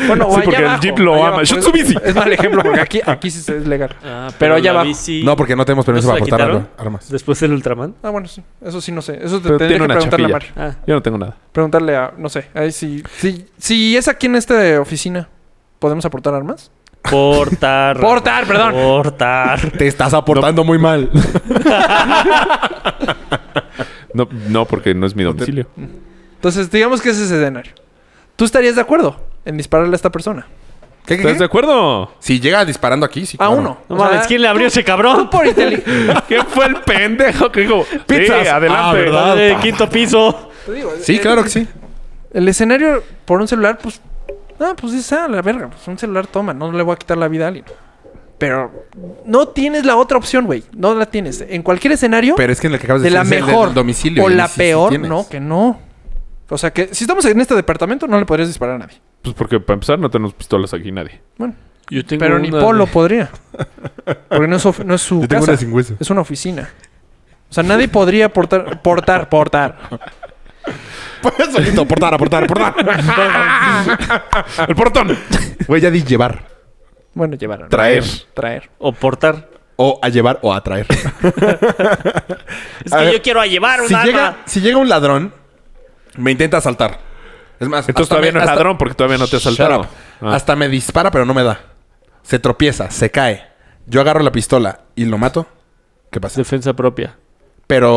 [SPEAKER 5] Bueno, o
[SPEAKER 4] Sí,
[SPEAKER 5] allá
[SPEAKER 4] porque el
[SPEAKER 5] abajo,
[SPEAKER 4] Jeep lo
[SPEAKER 5] allá
[SPEAKER 4] ama.
[SPEAKER 5] abajo.
[SPEAKER 4] ¡Shot
[SPEAKER 5] Es-
[SPEAKER 4] su bici!
[SPEAKER 5] Es mal ejemplo porque aquí, aquí sí se- es legal.
[SPEAKER 2] Ah,
[SPEAKER 5] Pero allá
[SPEAKER 2] la
[SPEAKER 5] abajo.
[SPEAKER 2] bici-
[SPEAKER 6] No, porque no tenemos permiso
[SPEAKER 2] ¿No se
[SPEAKER 6] para
[SPEAKER 2] la
[SPEAKER 6] portar
[SPEAKER 2] quitaron?
[SPEAKER 6] ar- armas.
[SPEAKER 2] Después del Ultraman.
[SPEAKER 5] Ah, bueno, sí. Eso sí, no sé. Eso te tendría
[SPEAKER 4] Pero tiene
[SPEAKER 5] que
[SPEAKER 4] una
[SPEAKER 5] preguntarle a
[SPEAKER 4] chapilla.
[SPEAKER 5] Mario.
[SPEAKER 2] Ah,
[SPEAKER 4] Yo no tengo nada.
[SPEAKER 5] Preguntarle a, no sé, ahí si, si, si es aquí en esta oficina, ¿podemos aportar armas? Oh.
[SPEAKER 2] portar.
[SPEAKER 5] Portar, perdón.
[SPEAKER 2] Portar.
[SPEAKER 6] Te estás aportando muy mal.
[SPEAKER 4] No, no, porque no es mi domicilio.
[SPEAKER 5] Entonces, digamos que ese es ese escenario. ¿Tú estarías de acuerdo en dispararle a esta persona?
[SPEAKER 6] ¿Qué, qué,
[SPEAKER 4] ¿Estás de
[SPEAKER 6] qué?
[SPEAKER 4] acuerdo?
[SPEAKER 6] Si llega disparando aquí, sí.
[SPEAKER 5] A
[SPEAKER 6] claro.
[SPEAKER 5] uno.
[SPEAKER 2] No
[SPEAKER 5] O sea,
[SPEAKER 2] mames, ¿quién le abrió ese cabrón?
[SPEAKER 5] tú por inteligencia.
[SPEAKER 4] ¿Quién fue el pendejo que dijo?
[SPEAKER 6] Pizzas.
[SPEAKER 4] Sí, adelante.
[SPEAKER 6] Ah,
[SPEAKER 2] Dale, quinto piso.
[SPEAKER 6] Sí, claro que sí.
[SPEAKER 5] El escenario por un celular, pues, ah, pues dices, ah, la verga, pues un celular toma, no le voy a quitar la vida a alguien. Pero no tienes la otra opción, güey. No la tienes. En cualquier escenario,
[SPEAKER 6] Pero es que en el que acabas de,
[SPEAKER 5] de la
[SPEAKER 6] decir es el
[SPEAKER 5] mejor
[SPEAKER 6] del domicilio.
[SPEAKER 5] o
[SPEAKER 6] y
[SPEAKER 5] la
[SPEAKER 6] sí, sí
[SPEAKER 5] peor,
[SPEAKER 6] tienes.
[SPEAKER 5] no, que no. O sea que si estamos en este departamento, no le podrías disparar a nadie.
[SPEAKER 4] Pues porque para empezar no tenemos pistolas aquí nadie.
[SPEAKER 5] Bueno.
[SPEAKER 2] Yo tengo
[SPEAKER 5] Pero ni
[SPEAKER 2] una
[SPEAKER 5] Polo
[SPEAKER 2] de-
[SPEAKER 5] podría. Porque no es, of- no es su
[SPEAKER 6] Yo tengo
[SPEAKER 5] casa.
[SPEAKER 6] una sin hueso.
[SPEAKER 5] Es una oficina. O sea, nadie podría portar, portar, portar.
[SPEAKER 6] Pues solito, portar, aportar, aportar. El portón. Güey, ya di llevar.
[SPEAKER 5] Bueno, llevaron.
[SPEAKER 6] Traer.
[SPEAKER 5] Traer.
[SPEAKER 2] O portar.
[SPEAKER 6] O a llevar o a traer.
[SPEAKER 2] Es
[SPEAKER 6] A
[SPEAKER 2] que
[SPEAKER 6] ver,
[SPEAKER 2] yo quiero a llevar un
[SPEAKER 6] si,
[SPEAKER 2] arma.
[SPEAKER 6] llega, si llega un ladrón, me intenta asaltar. Es más,
[SPEAKER 4] Entonces
[SPEAKER 6] hasta
[SPEAKER 4] todavía
[SPEAKER 6] me-
[SPEAKER 4] no es
[SPEAKER 6] hasta-
[SPEAKER 4] ladrón porque todavía no te has
[SPEAKER 6] Shut
[SPEAKER 4] saltado. Ah.
[SPEAKER 6] up. Hasta me dispara, pero no me da. Se tropieza, se cae. Yo agarro la pistola y lo mato. ¿Qué pasa?
[SPEAKER 2] Defensa propia.
[SPEAKER 6] Pero.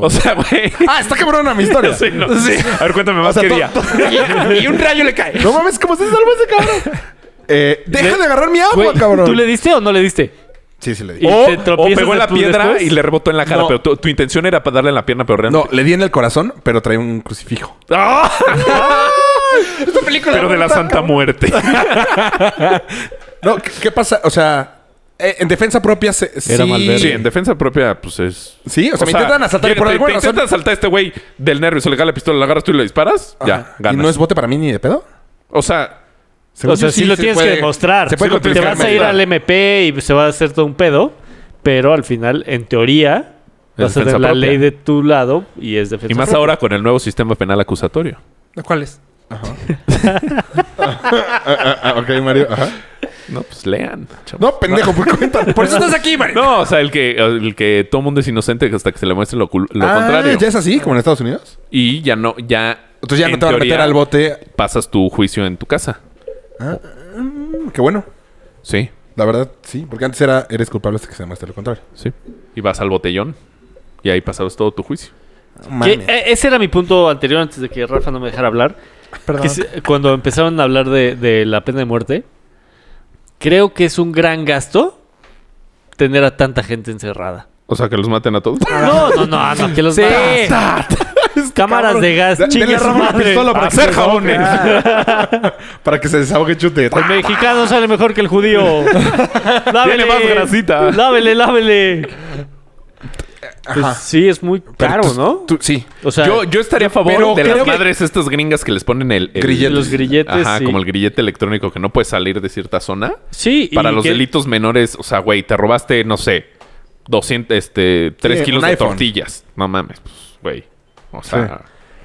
[SPEAKER 4] O sea, güey.
[SPEAKER 6] ¡Ah, está cabrona mi historia!
[SPEAKER 4] Sí, no. A ver, cuéntame más
[SPEAKER 6] O sea,
[SPEAKER 4] qué
[SPEAKER 6] to-
[SPEAKER 4] día.
[SPEAKER 5] y un rayo le cae.
[SPEAKER 6] No mames, ¿cómo se salva ese cabrón? Eh, deja
[SPEAKER 2] Le-
[SPEAKER 6] de agarrar mi agua,
[SPEAKER 2] Güey,
[SPEAKER 6] cabrón.
[SPEAKER 2] ¿Tú le diste o no le diste?
[SPEAKER 6] Sí, sí le di.
[SPEAKER 2] Y
[SPEAKER 4] O,
[SPEAKER 2] te
[SPEAKER 4] o
[SPEAKER 2] tropiezas
[SPEAKER 4] pegó en la
[SPEAKER 2] tú
[SPEAKER 4] piedra
[SPEAKER 2] después.
[SPEAKER 4] y le rebotó en la cara.
[SPEAKER 6] No.
[SPEAKER 4] Pero tu, tu intención era para darle en la pierna, pero
[SPEAKER 6] No,
[SPEAKER 4] realmente.
[SPEAKER 6] le di en el corazón, pero traía un crucifijo.
[SPEAKER 4] ¡Ah! Pero de la Santa Muerte.
[SPEAKER 6] No, ¿qué, qué pasa? O sea, eh, en defensa propia se,
[SPEAKER 2] Era
[SPEAKER 6] sí.
[SPEAKER 2] Malverde.
[SPEAKER 4] Sí, en defensa propia, pues es.
[SPEAKER 6] Sí, o sea, me intentan asaltar y
[SPEAKER 4] llega-
[SPEAKER 6] por
[SPEAKER 4] te-
[SPEAKER 6] alguna
[SPEAKER 4] te
[SPEAKER 6] razón-
[SPEAKER 4] intentan asaltar a este güey del nervio, se le cae la pistola, la agarras tú y le disparas, ya,
[SPEAKER 6] Ajá.
[SPEAKER 4] ganas.
[SPEAKER 6] ¿Y no es bote para mí ni de pedo?
[SPEAKER 4] O sea,
[SPEAKER 6] Según
[SPEAKER 2] o sea,
[SPEAKER 6] yo,
[SPEAKER 2] sí, lo
[SPEAKER 6] se
[SPEAKER 2] tienes
[SPEAKER 6] puede-
[SPEAKER 2] que demostrar.
[SPEAKER 6] Se puede
[SPEAKER 4] Sí lo
[SPEAKER 2] te
[SPEAKER 4] tienes que
[SPEAKER 2] vas a ir
[SPEAKER 4] demostrar.
[SPEAKER 2] al MP y se va a hacer todo un pedo, pero al final, en teoría,
[SPEAKER 4] Es
[SPEAKER 2] vas a tener
[SPEAKER 4] defensa
[SPEAKER 2] la
[SPEAKER 4] propia.
[SPEAKER 2] ley de tu lado y es defensa
[SPEAKER 4] y más
[SPEAKER 2] propia.
[SPEAKER 4] ahora con el nuevo sistema penal acusatorio.
[SPEAKER 5] ¿Cuál es?
[SPEAKER 6] Ah, ah, ok, Mario. Ajá.
[SPEAKER 4] No, pues lean. chavos.
[SPEAKER 6] No, pendejo, por cuenta.
[SPEAKER 5] Por eso estás aquí, Mario.
[SPEAKER 4] No, o sea, el que, el que todo mundo es inocente hasta que se le muestre lo, cul- lo
[SPEAKER 6] Ah,
[SPEAKER 4] contrario.
[SPEAKER 6] ¿Ya es así como en Estados Unidos?
[SPEAKER 4] Y ya no, ya.
[SPEAKER 6] Entonces ya no
[SPEAKER 4] en
[SPEAKER 6] te van a
[SPEAKER 4] teoría,
[SPEAKER 6] meter al bote.
[SPEAKER 4] Pasas tu juicio en tu casa.
[SPEAKER 6] Mm, Qué bueno.
[SPEAKER 4] Sí,
[SPEAKER 6] La verdad, sí. Porque antes era eres culpable hasta que se demuestre lo contrario.
[SPEAKER 4] sí. Y vas al botellón. Y ahí pasabas todo tu juicio.
[SPEAKER 2] Que,
[SPEAKER 6] Mames.
[SPEAKER 2] eh, ese era mi punto anterior antes de que Rafa no me dejara hablar.
[SPEAKER 5] Perdón.
[SPEAKER 2] Que se- cuando empezaron a hablar de, de la pena de muerte, creo que es un gran gasto tener a tanta gente encerrada.
[SPEAKER 4] O sea, que los maten a todos.
[SPEAKER 2] No, no, no, no, que los
[SPEAKER 5] Sí.
[SPEAKER 2] maten. Cámaras de gas,
[SPEAKER 6] Da-
[SPEAKER 2] chinga
[SPEAKER 6] denle
[SPEAKER 2] su
[SPEAKER 6] robo una
[SPEAKER 2] madre.
[SPEAKER 6] pistola para que
[SPEAKER 4] Hacer
[SPEAKER 6] se desahogue.
[SPEAKER 4] jabones.
[SPEAKER 6] para que se desahogue chute.
[SPEAKER 2] El mexicano sale mejor que el judío. Lávele,
[SPEAKER 4] Tiene más grasita.
[SPEAKER 2] Lávele, lávele. Pues
[SPEAKER 6] Ajá.
[SPEAKER 2] sí, es muy
[SPEAKER 6] Pero
[SPEAKER 2] caro,
[SPEAKER 6] tú-
[SPEAKER 2] ¿no?
[SPEAKER 6] tú- sí.
[SPEAKER 2] O sea,
[SPEAKER 4] yo, yo estaría a favor
[SPEAKER 6] Pero
[SPEAKER 4] de las
[SPEAKER 6] creo que-
[SPEAKER 4] madres estas gringas que les ponen el... el-
[SPEAKER 6] Grilletes.
[SPEAKER 2] los grilletes.
[SPEAKER 4] Ajá,
[SPEAKER 2] sí.
[SPEAKER 4] como el grillete electrónico que no puede salir de cierta zona.
[SPEAKER 2] Sí, y
[SPEAKER 4] Para los
[SPEAKER 2] que-
[SPEAKER 4] delitos menores, o sea, güey, te robaste, no sé, 200, este, 3
[SPEAKER 6] un
[SPEAKER 4] kilos de
[SPEAKER 6] iPhone.
[SPEAKER 4] tortillas. No mames, pues, güey. O sea,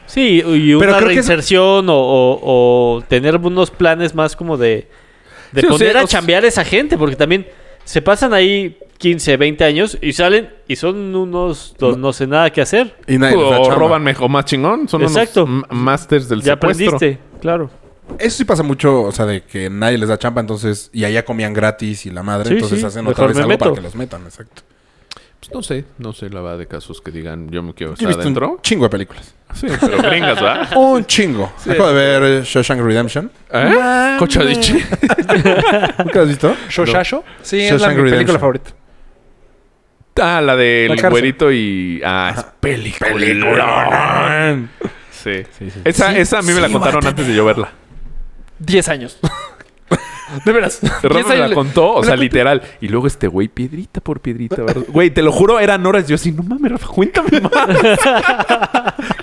[SPEAKER 2] Sí, y una
[SPEAKER 6] Pero creo que es-
[SPEAKER 2] reinserción o, o- o tener unos planes más como de, de
[SPEAKER 6] Sí, o sea,
[SPEAKER 2] poner
[SPEAKER 6] o
[SPEAKER 2] a
[SPEAKER 6] sea-
[SPEAKER 2] chambear a esa gente, porque también se pasan ahí 15, 20 años y salen y son unos do- no, sé nada que hacer.
[SPEAKER 6] Y nadie les da
[SPEAKER 4] o
[SPEAKER 6] chamba.
[SPEAKER 4] roban mejor, más chingón. Son
[SPEAKER 2] Exacto.
[SPEAKER 4] unos m- masters del
[SPEAKER 2] Ya
[SPEAKER 4] secuestro.
[SPEAKER 2] aprendiste, claro.
[SPEAKER 6] Eso sí pasa mucho, o sea, de que nadie les da chamba, entonces, y allá comían gratis y la madre,
[SPEAKER 2] Sí,
[SPEAKER 6] entonces
[SPEAKER 2] sí,
[SPEAKER 6] hacen
[SPEAKER 2] mejor
[SPEAKER 6] otra vez
[SPEAKER 2] me
[SPEAKER 6] algo
[SPEAKER 2] meto.
[SPEAKER 6] para que los metan, exacto.
[SPEAKER 4] Pues no sé, no sé la verdad de casos que digan yo me quiero
[SPEAKER 6] Yo he
[SPEAKER 4] estar
[SPEAKER 6] visto
[SPEAKER 4] adentro.
[SPEAKER 6] un chingo de películas.
[SPEAKER 4] Sí, pero gringas, ¿verdad?
[SPEAKER 6] Un chingo. Acabo de ver eh, Shawshank Redemption.
[SPEAKER 4] ¿Eh? Cochadiche.
[SPEAKER 6] ¿Nunca has visto?
[SPEAKER 5] ¿Shoshacho? Sí, es la
[SPEAKER 6] Shawshank
[SPEAKER 5] mi película
[SPEAKER 6] Redemption.
[SPEAKER 5] favorita.
[SPEAKER 4] Ah, la
[SPEAKER 5] La
[SPEAKER 4] del
[SPEAKER 5] cárcel.
[SPEAKER 4] güerito y... Ah, es película. Sí. Esa, esa a mí me la contaron antes de yo verla.
[SPEAKER 5] 10 años. De veras.
[SPEAKER 4] Rafa me la
[SPEAKER 5] años.
[SPEAKER 4] contó, o sea, literal. Y luego este güey, piedrita por piedrita. ¿verdad? Güey, te lo juro, eran horas. Yo así, no mames, Rafa, cuéntame más.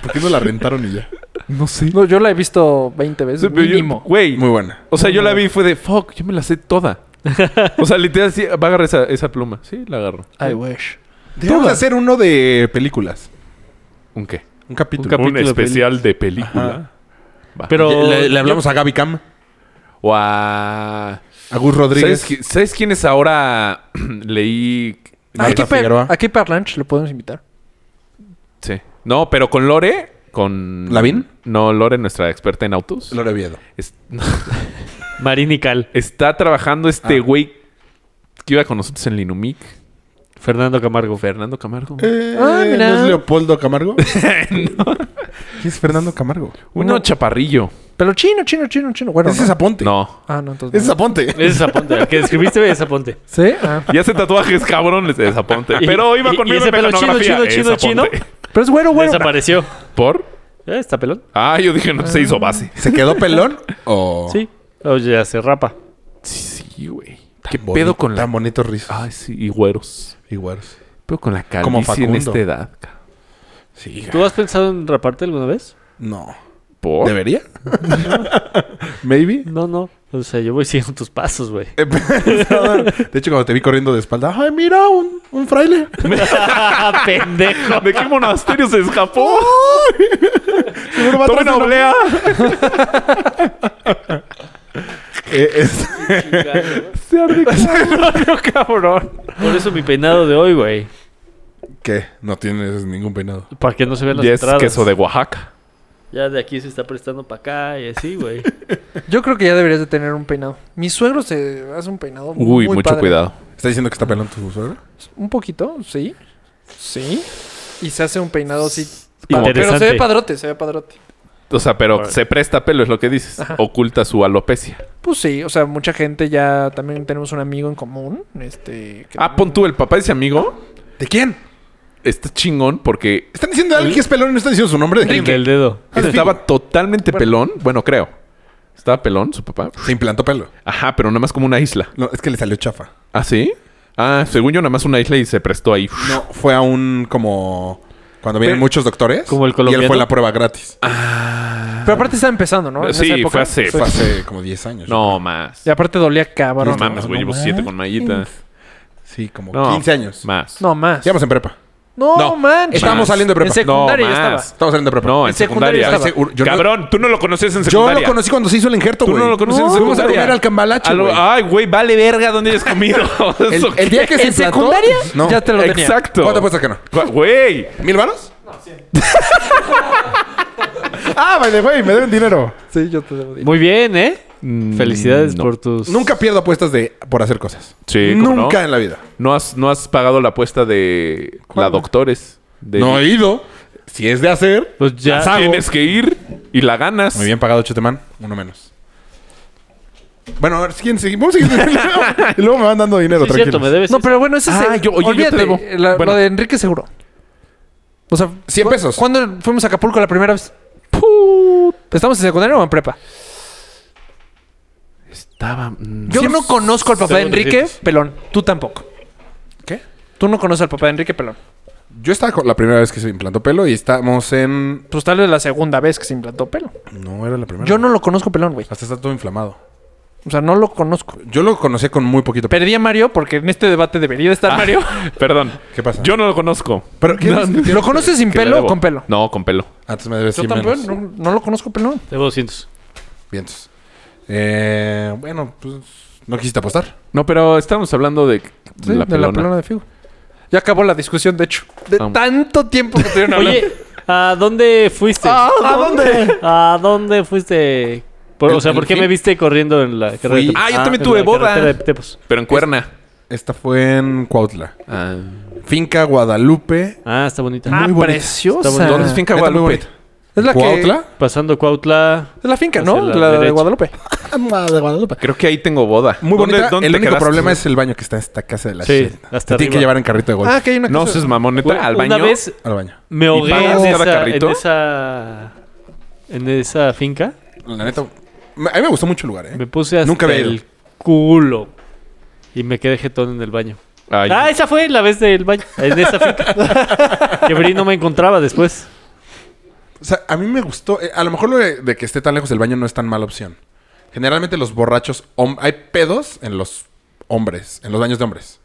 [SPEAKER 6] ¿Por qué no la rentaron y ya?
[SPEAKER 4] No sé.
[SPEAKER 5] No, yo la he visto 20 veces.
[SPEAKER 4] Pero yo-
[SPEAKER 5] Mínimo.
[SPEAKER 4] Güey,
[SPEAKER 6] Muy buena.
[SPEAKER 4] o sea, yo la vi y fue de, fuck, yo me la sé toda. O sea, literal, sí, va a agarrar esa, esa pluma. Sí, la agarro.
[SPEAKER 5] I wish.
[SPEAKER 6] Debemos hacer uno de películas.
[SPEAKER 4] ¿Un qué?
[SPEAKER 6] Un
[SPEAKER 4] Un,
[SPEAKER 6] capítulo.
[SPEAKER 4] capítulo
[SPEAKER 2] de
[SPEAKER 4] especial de película. Va.
[SPEAKER 2] Pero
[SPEAKER 6] le, le hablamos a Gaby Cam,
[SPEAKER 4] O a-
[SPEAKER 6] a
[SPEAKER 4] ¿Sabes,
[SPEAKER 6] Gus Rodríguez.
[SPEAKER 4] qui- ¿Sabes quién es ahora? Leí...
[SPEAKER 5] ¿A
[SPEAKER 6] Marta
[SPEAKER 5] qué, per-
[SPEAKER 6] Figueroa.
[SPEAKER 5] ¿A qué parlanch lo podemos invitar?
[SPEAKER 4] Sí. No, pero con Lore... Con...
[SPEAKER 6] ¿Lavín?
[SPEAKER 4] No, Lore, nuestra experta en autos.
[SPEAKER 6] Lore Oviedo.
[SPEAKER 4] Es-
[SPEAKER 2] Marín y Cal,
[SPEAKER 4] Está trabajando este
[SPEAKER 6] Ah.
[SPEAKER 4] güey que iba con nosotros en Linumic.
[SPEAKER 2] Fernando Camargo.
[SPEAKER 4] Fernando Camargo.
[SPEAKER 5] Ah,
[SPEAKER 6] Eh,
[SPEAKER 5] mira.
[SPEAKER 6] ¿No es Leopoldo Camargo? ¿Quién es Fernando Camargo?
[SPEAKER 4] Uno
[SPEAKER 5] Uno-
[SPEAKER 4] chaparrillo.
[SPEAKER 5] Pero chino, chino, chino, chino. Bueno,
[SPEAKER 6] Ese
[SPEAKER 5] no.
[SPEAKER 6] es Aponte.
[SPEAKER 4] No.
[SPEAKER 5] Ah, no, entonces.
[SPEAKER 6] Ese es
[SPEAKER 5] no.
[SPEAKER 6] Aponte.
[SPEAKER 2] Ese Es Zaponte, el que describiste es Zaponte.
[SPEAKER 5] ¿Sí? Ah.
[SPEAKER 4] Y hace tatuajes cabrones de Zaponte.
[SPEAKER 2] Y-
[SPEAKER 4] Pero iba
[SPEAKER 2] y-
[SPEAKER 4] conmigo
[SPEAKER 2] y ese
[SPEAKER 4] en
[SPEAKER 2] pelo chino,
[SPEAKER 4] mecanografía.
[SPEAKER 2] chino,
[SPEAKER 4] Es
[SPEAKER 2] chino,
[SPEAKER 4] Zaponte.
[SPEAKER 2] chino.
[SPEAKER 5] Pero es güero, güero.
[SPEAKER 2] Desapareció.
[SPEAKER 4] ¿Por?
[SPEAKER 2] Eh, ¿Está pelón?
[SPEAKER 4] Ah, yo dije, no, se hizo base.
[SPEAKER 6] ¿Se quedó pelón o...?
[SPEAKER 2] Sí. Oye, ya se rapa.
[SPEAKER 4] Sí, sí, güey.
[SPEAKER 6] Tan
[SPEAKER 4] ¿Qué
[SPEAKER 6] boni-
[SPEAKER 4] pedo con la... Ah.
[SPEAKER 6] Tan bonitos rizos.
[SPEAKER 4] Ay, sí, y güeros.
[SPEAKER 6] Igual.
[SPEAKER 4] ¿Qué pedo con la
[SPEAKER 6] Como
[SPEAKER 4] calvicie en
[SPEAKER 6] Facundo.
[SPEAKER 4] esta edad? ca-
[SPEAKER 6] Sí.
[SPEAKER 2] ¿Tú has pensado en raparte alguna vez?
[SPEAKER 6] No.
[SPEAKER 4] ¿Por?
[SPEAKER 6] ¿Debería? Maybe.
[SPEAKER 2] No, no.
[SPEAKER 6] Eh,
[SPEAKER 2] O sea, yo voy siguiendo tus pasos, güey.
[SPEAKER 6] He pensado- De hecho, cuando te vi corriendo de espalda, ¡ay, mira! Un un fraile.
[SPEAKER 2] Pendejo.
[SPEAKER 4] ¿De qué monasterio se escapó?
[SPEAKER 6] Seguro va a
[SPEAKER 4] ¡Tomen
[SPEAKER 6] traer-
[SPEAKER 4] oblea!
[SPEAKER 6] Eh, es-
[SPEAKER 5] cabrón.
[SPEAKER 2] Por eso mi peinado de hoy, güey.
[SPEAKER 6] ¿Qué? No tienes ningún peinado.
[SPEAKER 2] Para que no se vean las
[SPEAKER 4] Y es
[SPEAKER 2] entradas.
[SPEAKER 4] queso de Oaxaca.
[SPEAKER 2] Ya de aquí se está prestando para acá y así, güey.
[SPEAKER 5] Yo creo que ya deberías de tener un peinado. Mi suegro se hace un peinado.
[SPEAKER 4] Uy,
[SPEAKER 5] muy
[SPEAKER 4] mucho
[SPEAKER 5] padre.
[SPEAKER 4] cuidado.
[SPEAKER 6] ¿Estás diciendo que está pelando tu suegra?
[SPEAKER 5] Un poquito, sí. Sí. Y se hace un peinado así. padre. Pero
[SPEAKER 2] Interesante.
[SPEAKER 5] se ve padrote, se ve padrote.
[SPEAKER 4] O sea, pero
[SPEAKER 2] Alright.
[SPEAKER 4] se presta pelo, es lo que dices. Oculta su alopecia.
[SPEAKER 5] Pues sí, o sea, mucha gente ya también tenemos un amigo en común. Este. que
[SPEAKER 4] Ah, pon tú, el papá de ese amigo
[SPEAKER 6] ¿De quién?
[SPEAKER 4] está chingón porque
[SPEAKER 6] ¿Están diciendo a alguien que es pelón y no están diciendo su nombre? ¿De quién?
[SPEAKER 2] Del el dedo.
[SPEAKER 4] estaba totalmente pelón. Ah, Bueno, creo. Estaba pelón su papá.
[SPEAKER 6] Se implantó pelo.
[SPEAKER 4] Ajá, pero nada más como una isla.
[SPEAKER 6] No, es que le salió chafa.
[SPEAKER 4] ¿Ah, sí? Ah, según yo, nada más una isla y se prestó ahí.
[SPEAKER 6] No, fue a un como... Cuando vienen
[SPEAKER 4] Pero-
[SPEAKER 6] muchos doctores.
[SPEAKER 2] Como el
[SPEAKER 6] Y él
[SPEAKER 2] colombiano.
[SPEAKER 6] fue la prueba gratis.
[SPEAKER 5] Pero aparte estaba empezando, ¿no? En esa
[SPEAKER 4] Ah, sí,
[SPEAKER 5] época.
[SPEAKER 4] fue hace.
[SPEAKER 6] Fue hace como 10 años.
[SPEAKER 4] No más.
[SPEAKER 5] Y aparte dolía
[SPEAKER 4] No
[SPEAKER 5] cabrón.
[SPEAKER 4] mames, güey.
[SPEAKER 6] no
[SPEAKER 4] Llevo siete con mallitas.
[SPEAKER 6] Sí, como
[SPEAKER 4] No,
[SPEAKER 6] 15 años.
[SPEAKER 4] Más.
[SPEAKER 5] No, más.
[SPEAKER 6] Íbamos en prepa.
[SPEAKER 5] No,
[SPEAKER 6] No,
[SPEAKER 5] man.
[SPEAKER 6] estábamos
[SPEAKER 4] Más.
[SPEAKER 6] saliendo de
[SPEAKER 5] En
[SPEAKER 6] prepa.
[SPEAKER 4] No,
[SPEAKER 5] secundaria ya
[SPEAKER 4] más.
[SPEAKER 5] estaba.
[SPEAKER 6] Estábamos saliendo de prepa.
[SPEAKER 4] No, en
[SPEAKER 5] secundaria
[SPEAKER 4] secundaria.
[SPEAKER 6] estaba. Ese- yo no-
[SPEAKER 4] Cabrón, tú no lo conocías en
[SPEAKER 6] Yo
[SPEAKER 4] secundaria.
[SPEAKER 6] lo conocí cuando se hizo el injerto,
[SPEAKER 4] Tú
[SPEAKER 6] güey.
[SPEAKER 4] no lo conoces en
[SPEAKER 6] Fuimos
[SPEAKER 4] secundaria.
[SPEAKER 6] a comer al cambalache,
[SPEAKER 4] A lo-
[SPEAKER 6] güey.
[SPEAKER 4] Ay, güey, vale verga dónde hayas comido.
[SPEAKER 6] El,
[SPEAKER 4] Eso
[SPEAKER 6] el día que se
[SPEAKER 5] ¿En
[SPEAKER 6] implantó...
[SPEAKER 5] secundaria?
[SPEAKER 6] No.
[SPEAKER 5] Ya te lo tenía.
[SPEAKER 4] Exacto.
[SPEAKER 6] ¿Cuánto apuestas que no?
[SPEAKER 4] Cu- Güey.
[SPEAKER 6] ¿Mil varos? No, 100. ah, vale, güey, me deben dinero.
[SPEAKER 5] Sí, yo te debo decir.
[SPEAKER 2] Muy bien, ¿eh?
[SPEAKER 4] Mm,
[SPEAKER 2] Felicidades
[SPEAKER 4] no.
[SPEAKER 2] por tus...
[SPEAKER 6] Nunca pierdo apuestas de por hacer cosas.
[SPEAKER 4] Sí, ¿cómo no?
[SPEAKER 6] Nunca en la vida.
[SPEAKER 4] No has, no has pagado la apuesta de la doctores. De-
[SPEAKER 6] No he ido. Si es de hacer.
[SPEAKER 2] Pues
[SPEAKER 4] Ah,
[SPEAKER 2] ya...
[SPEAKER 4] Tienes que ir y la ganas.
[SPEAKER 6] Muy bien pagado, Cheteman. Uno menos. Bueno, a ver, ¿quién sigue? Vamos a seguir. y luego me van dando dinero,
[SPEAKER 2] Sí, es
[SPEAKER 6] tranquilo.
[SPEAKER 2] cierto, me debes...
[SPEAKER 5] No, pero bueno, ese
[SPEAKER 4] Ah,
[SPEAKER 5] es el...
[SPEAKER 4] yo- oye, yo te
[SPEAKER 5] Olvídate,
[SPEAKER 4] debo.
[SPEAKER 5] la-
[SPEAKER 4] Bueno.
[SPEAKER 5] lo de Enrique Seguro. O sea...
[SPEAKER 6] 100
[SPEAKER 5] cu-
[SPEAKER 6] pesos.
[SPEAKER 5] ¿Cuándo fuimos a Acapulco la primera vez? ¿Estamos en secundaria o en prepa?
[SPEAKER 4] Estaba. mm,
[SPEAKER 5] Yo no conozco al papá de
[SPEAKER 2] Seguro
[SPEAKER 5] Enrique
[SPEAKER 2] dijiste.
[SPEAKER 5] Pelón. Tú tampoco.
[SPEAKER 6] ¿Qué?
[SPEAKER 5] Tú no conoces al papá de Enrique Pelón.
[SPEAKER 6] Yo estaba con- la primera vez que se implantó pelo y estamos en.
[SPEAKER 5] Pues tal vez la segunda vez que se implantó pelo.
[SPEAKER 6] No, era la primera.
[SPEAKER 5] Yo no lo conozco pelón, güey.
[SPEAKER 6] Hasta está todo inflamado.
[SPEAKER 5] O sea, no lo conozco.
[SPEAKER 6] Yo lo conocí con muy poquito pelo.
[SPEAKER 5] Perdí a Mario porque en este debate debería de estar
[SPEAKER 4] Ah,
[SPEAKER 5] Mario.
[SPEAKER 4] Perdón.
[SPEAKER 6] ¿Qué pasa?
[SPEAKER 4] Yo no lo conozco.
[SPEAKER 6] ¿Pero qué es?
[SPEAKER 5] ¿Lo conoces sin
[SPEAKER 4] Que le
[SPEAKER 5] pelo o
[SPEAKER 4] debo.
[SPEAKER 5] con pelo?
[SPEAKER 4] No, con pelo.
[SPEAKER 6] Antes Ah, me debes
[SPEAKER 5] Yo
[SPEAKER 6] 100
[SPEAKER 5] tampoco,
[SPEAKER 6] menos.
[SPEAKER 5] no, no lo conozco pelón.
[SPEAKER 2] Debo 200.
[SPEAKER 6] Vientos. Eh, bueno, pues. ¿No quisiste apostar?
[SPEAKER 4] No, pero estábamos hablando de
[SPEAKER 5] Sí,
[SPEAKER 4] la
[SPEAKER 5] de la
[SPEAKER 4] pelona.
[SPEAKER 5] pelona de Figo. Ya acabó la discusión, de hecho. De
[SPEAKER 4] Ah.
[SPEAKER 5] tanto tiempo que estuvieron hablando.
[SPEAKER 2] Oye, ¿a dónde fuiste?
[SPEAKER 5] ¿A dónde?
[SPEAKER 2] ¿A dónde fuiste? Por- o sea,
[SPEAKER 6] El-
[SPEAKER 2] ¿por
[SPEAKER 6] el
[SPEAKER 2] qué
[SPEAKER 6] fin.
[SPEAKER 2] me viste corriendo en la carrera
[SPEAKER 6] Fui-
[SPEAKER 2] de Tepos?
[SPEAKER 4] Ah, yo también
[SPEAKER 2] en
[SPEAKER 4] tuve
[SPEAKER 2] la
[SPEAKER 4] boda.
[SPEAKER 2] carretera de Tepos.
[SPEAKER 4] Pero en cuerna.
[SPEAKER 6] Esta fue en Cuautla.
[SPEAKER 4] Ah.
[SPEAKER 6] Finca Guadalupe.
[SPEAKER 2] Ah, está bonita.
[SPEAKER 5] Ah,
[SPEAKER 6] muy bonita.
[SPEAKER 4] pues.
[SPEAKER 5] preciosa.
[SPEAKER 2] Está bonita.
[SPEAKER 4] ¿Dónde es Finca
[SPEAKER 6] Está muy
[SPEAKER 4] Guadalupe?
[SPEAKER 6] bonita.
[SPEAKER 5] Es la que-
[SPEAKER 6] ¿Cuautla?
[SPEAKER 2] Pasando Cuautla.
[SPEAKER 5] Es la finca,
[SPEAKER 2] Hacia
[SPEAKER 5] ¿no?
[SPEAKER 2] la
[SPEAKER 5] La, de
[SPEAKER 2] derecha.
[SPEAKER 5] Guadalupe.
[SPEAKER 6] de Guadalupe.
[SPEAKER 4] Creo que ahí tengo boda.
[SPEAKER 6] Muy
[SPEAKER 4] ¿Dónde-
[SPEAKER 6] bonita.
[SPEAKER 4] dónde
[SPEAKER 6] el
[SPEAKER 4] te
[SPEAKER 6] único
[SPEAKER 4] quedaste?
[SPEAKER 6] problema es el baño que está en esta casa de la
[SPEAKER 2] Sí,
[SPEAKER 6] Hacienda.
[SPEAKER 2] hasta
[SPEAKER 6] Te tienen que
[SPEAKER 2] arriba.
[SPEAKER 6] llevar en carrito de golf
[SPEAKER 5] Ah, que hay una
[SPEAKER 4] No
[SPEAKER 5] casa-
[SPEAKER 4] seas mamón, neta.
[SPEAKER 2] Güey,
[SPEAKER 4] al baño.
[SPEAKER 2] Una vez
[SPEAKER 6] al baño.
[SPEAKER 2] me ahogué
[SPEAKER 4] pagas
[SPEAKER 2] en
[SPEAKER 4] cada
[SPEAKER 2] esa, en
[SPEAKER 4] carrito?
[SPEAKER 2] esa... En esa finca.
[SPEAKER 6] La neta, me- a mí me gustó mucho el lugar, ¿eh?
[SPEAKER 2] Me puse hasta
[SPEAKER 6] Nunca había ido.
[SPEAKER 2] el culo. Y me quedé jetón en el baño.
[SPEAKER 4] Ay,
[SPEAKER 2] Ah, esa fue la vez del baño. En esa finca. que Bri no me encontraba después.
[SPEAKER 6] O sea, a mí me gustó. eh, a lo mejor lo de, de que esté tan lejos del baño no es tan mala opción. Generalmente los borrachos... hom- Hay pedos en los hombres. En los baños de hombres.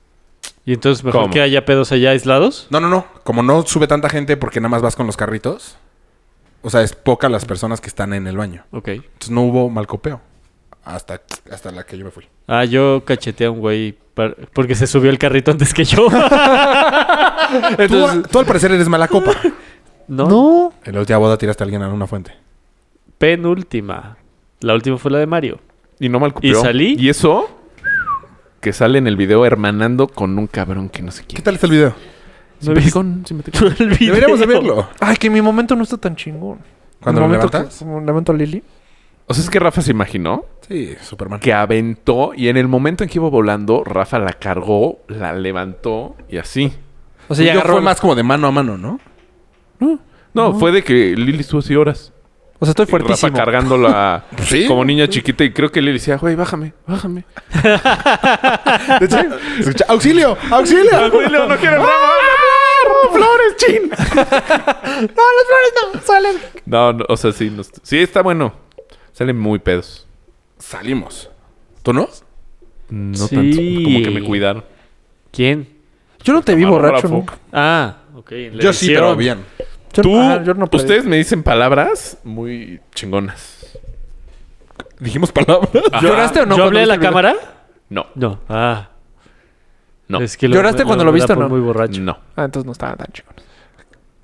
[SPEAKER 2] Y entonces mejor
[SPEAKER 4] ¿Cómo?
[SPEAKER 2] que haya pedos allá aislados.
[SPEAKER 6] No, no, no. Como no sube tanta gente porque nada más vas con los carritos. O sea, es poca las personas que están en el baño.
[SPEAKER 2] Ok.
[SPEAKER 6] Entonces no hubo mal copeo. Hasta, hasta la que yo me fui.
[SPEAKER 2] Ah, yo cacheteé a un güey par- porque se subió el carrito antes que yo.
[SPEAKER 6] Tú, tú al parecer eres mala copa.
[SPEAKER 2] no.
[SPEAKER 6] En la última boda tiraste a alguien a una fuente.
[SPEAKER 2] Penúltima. La última fue la de Mario.
[SPEAKER 4] Y no mal copió.
[SPEAKER 2] ¿Y salí?
[SPEAKER 4] Y eso que sale en el video hermanando con un cabrón que no sé
[SPEAKER 6] ¿Qué
[SPEAKER 4] quién.
[SPEAKER 6] tal está el video?
[SPEAKER 2] No he visto el video.
[SPEAKER 6] Deberíamos de verlo.
[SPEAKER 5] Ay, que mi momento no está tan chingón.
[SPEAKER 6] ¿Cuando
[SPEAKER 5] Mi
[SPEAKER 6] lo
[SPEAKER 5] momento
[SPEAKER 6] levantas?
[SPEAKER 5] que- Levanto a Lili.
[SPEAKER 4] O sea, es que Rafa se imaginó
[SPEAKER 6] Sí, Superman.
[SPEAKER 4] que aventó y en el momento en que iba volando, Rafa la cargó, la levantó y así.
[SPEAKER 5] O sea,
[SPEAKER 6] Sí,
[SPEAKER 5] ya agarró...
[SPEAKER 6] fue
[SPEAKER 5] el-
[SPEAKER 6] más como de mano a mano, ¿no?
[SPEAKER 4] No, fue de que Lili estuvo así horas.
[SPEAKER 5] O sea, estoy
[SPEAKER 4] Y Rafa
[SPEAKER 5] fuertísimo.
[SPEAKER 4] cargándola
[SPEAKER 6] Sí.
[SPEAKER 4] como niña chiquita y creo que Lili decía, güey, bájame, bájame.
[SPEAKER 6] De hecho, escucha, ¡Auxilio! ¡Auxilio!
[SPEAKER 4] Auxilio, no quiero Rafa. ¡Flores, chin! no, las flores no, salen. No, o sea, sí, no- sí está bueno. Salen muy pedos.
[SPEAKER 6] Salimos. ¿Tú no?
[SPEAKER 4] No
[SPEAKER 2] Sí.
[SPEAKER 4] tanto. Como que me cuidaron.
[SPEAKER 2] ¿Quién?
[SPEAKER 5] Yo no te vi borracho
[SPEAKER 4] Camarógrafo.
[SPEAKER 5] nunca.
[SPEAKER 2] Ah, ok. en la
[SPEAKER 6] Yo sí, pero
[SPEAKER 2] edición.
[SPEAKER 6] bien.
[SPEAKER 5] Yo-
[SPEAKER 4] Tú,
[SPEAKER 5] ajá, yo no pedí.
[SPEAKER 4] ustedes me dicen palabras muy chingonas.
[SPEAKER 6] Dijimos palabras.
[SPEAKER 5] ¿Lloraste o no?
[SPEAKER 2] ¿Yo
[SPEAKER 5] cuando
[SPEAKER 2] hablé de
[SPEAKER 5] viste
[SPEAKER 2] la
[SPEAKER 5] el video?
[SPEAKER 2] cámara?
[SPEAKER 4] No,
[SPEAKER 2] No. Ah.
[SPEAKER 4] No. Mm.
[SPEAKER 2] Es que
[SPEAKER 5] ¿Lloraste cuando lo
[SPEAKER 2] me da
[SPEAKER 5] viste o
[SPEAKER 2] por
[SPEAKER 5] no?
[SPEAKER 2] Muy borracho.
[SPEAKER 4] no.
[SPEAKER 5] Ah, entonces no estaba tan chido.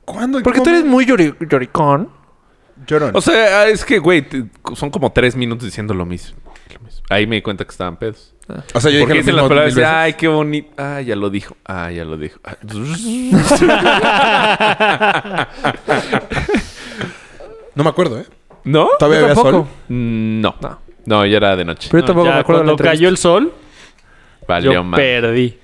[SPEAKER 6] ¿Cuándo?
[SPEAKER 5] Porque tú eres muy llori- lloricón.
[SPEAKER 6] Llorón.
[SPEAKER 4] O sea, ah, es que, güey, te- son como tres minutos diciendo lo mismo. lo mismo. Ahí me di cuenta que estaban pedos.
[SPEAKER 6] O sea, yo
[SPEAKER 4] Porque
[SPEAKER 6] dije
[SPEAKER 4] dicen las
[SPEAKER 6] lo mismo
[SPEAKER 4] palabras,
[SPEAKER 6] mil veces.
[SPEAKER 4] ay, qué bonito. Ah, ya lo dijo. Ah, ya lo dijo. Ah,
[SPEAKER 6] No me acuerdo, ¿eh?
[SPEAKER 4] ¿No?
[SPEAKER 6] Todavía había
[SPEAKER 5] tampoco.
[SPEAKER 6] sol.
[SPEAKER 4] No.
[SPEAKER 5] No.
[SPEAKER 4] No, ya era de noche.
[SPEAKER 5] Pero
[SPEAKER 2] No,
[SPEAKER 5] yo tampoco
[SPEAKER 2] ya
[SPEAKER 5] me acuerdo de
[SPEAKER 2] Cuando
[SPEAKER 5] la entrevista.
[SPEAKER 2] cayó el sol,
[SPEAKER 4] Valió
[SPEAKER 2] yo
[SPEAKER 4] mal.
[SPEAKER 2] perdí.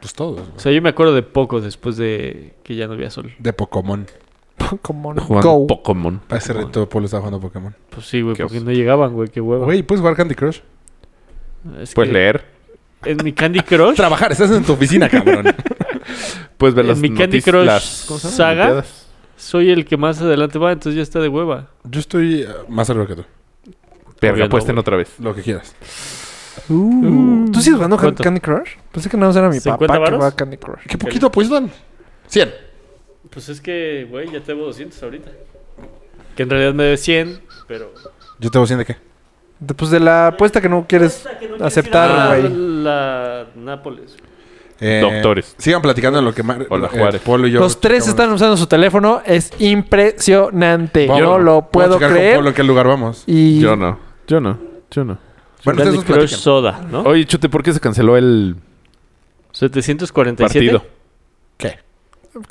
[SPEAKER 6] Pues todos.
[SPEAKER 2] O sea, yo me acuerdo de poco después de que ya no había sol.
[SPEAKER 6] De Pokémon.
[SPEAKER 5] Como no.
[SPEAKER 4] Jugando
[SPEAKER 5] Go.
[SPEAKER 4] Pokémon.
[SPEAKER 6] Parece que todo el pueblo estaba jugando Pokémon.
[SPEAKER 2] Pues sí, güey,
[SPEAKER 4] Qué
[SPEAKER 2] porque
[SPEAKER 4] oso.
[SPEAKER 2] no llegaban, güey, qué hueva.
[SPEAKER 6] Güey, ¿puedes jugar Candy Crush?
[SPEAKER 2] Es
[SPEAKER 4] Puedes
[SPEAKER 2] que
[SPEAKER 4] leer.
[SPEAKER 2] En mi Candy Crush,
[SPEAKER 6] Trabajar, estás en tu oficina, cabrón.
[SPEAKER 4] Puedes ver
[SPEAKER 2] En
[SPEAKER 4] las
[SPEAKER 2] mi Candy
[SPEAKER 4] noticias-
[SPEAKER 2] Crush
[SPEAKER 4] las- ¿cómo se llama?
[SPEAKER 2] saga.
[SPEAKER 4] Olimpiadas.
[SPEAKER 2] soy el que más adelante va, entonces ya está de hueva.
[SPEAKER 6] Yo estoy eh, más arriba que tú.
[SPEAKER 4] Verga,
[SPEAKER 2] Obvio no,
[SPEAKER 4] apuesten
[SPEAKER 2] güey.
[SPEAKER 4] otra vez.
[SPEAKER 6] Lo que quieras.
[SPEAKER 5] Uh. ¿Tú sigues jugando
[SPEAKER 2] ¿Cuánto?
[SPEAKER 5] Candy Crush? Pensé que nada más era mi papá
[SPEAKER 2] 50
[SPEAKER 5] que
[SPEAKER 2] varos?
[SPEAKER 5] jugaba Candy Crush.
[SPEAKER 6] ¿Qué poquito pues, apuestan? 100.
[SPEAKER 2] Pues es que, güey, ya tengo 200 ahorita. Que en realidad me debe 100, pero...
[SPEAKER 6] ¿Yo tengo 100 de qué?
[SPEAKER 5] Después de la apuesta que no quieres aceptar,
[SPEAKER 2] Ah,
[SPEAKER 5] güey.
[SPEAKER 2] la Nápoles.
[SPEAKER 6] Eh,
[SPEAKER 4] Doctores.
[SPEAKER 6] Sigan platicando en lo que Mar-
[SPEAKER 4] Hola,
[SPEAKER 6] eh,
[SPEAKER 4] Juárez.
[SPEAKER 6] Polo y yo.
[SPEAKER 5] Los tres están usando su teléfono. Es impresionante.
[SPEAKER 6] Vamos-
[SPEAKER 5] no
[SPEAKER 6] vamos
[SPEAKER 5] lo
[SPEAKER 6] a
[SPEAKER 5] puedo
[SPEAKER 6] checar con Polo
[SPEAKER 5] creer.
[SPEAKER 6] en qué lugar vamos.
[SPEAKER 5] Y
[SPEAKER 4] Yo no. Yo no. Yo no.
[SPEAKER 6] Bueno, ustedes
[SPEAKER 2] Candy
[SPEAKER 6] nos
[SPEAKER 2] Crush
[SPEAKER 6] platican.
[SPEAKER 2] Soda, ¿no?
[SPEAKER 4] Oye, Chute, ¿por qué se canceló el
[SPEAKER 2] 747.
[SPEAKER 4] partido?
[SPEAKER 6] ¿Qué?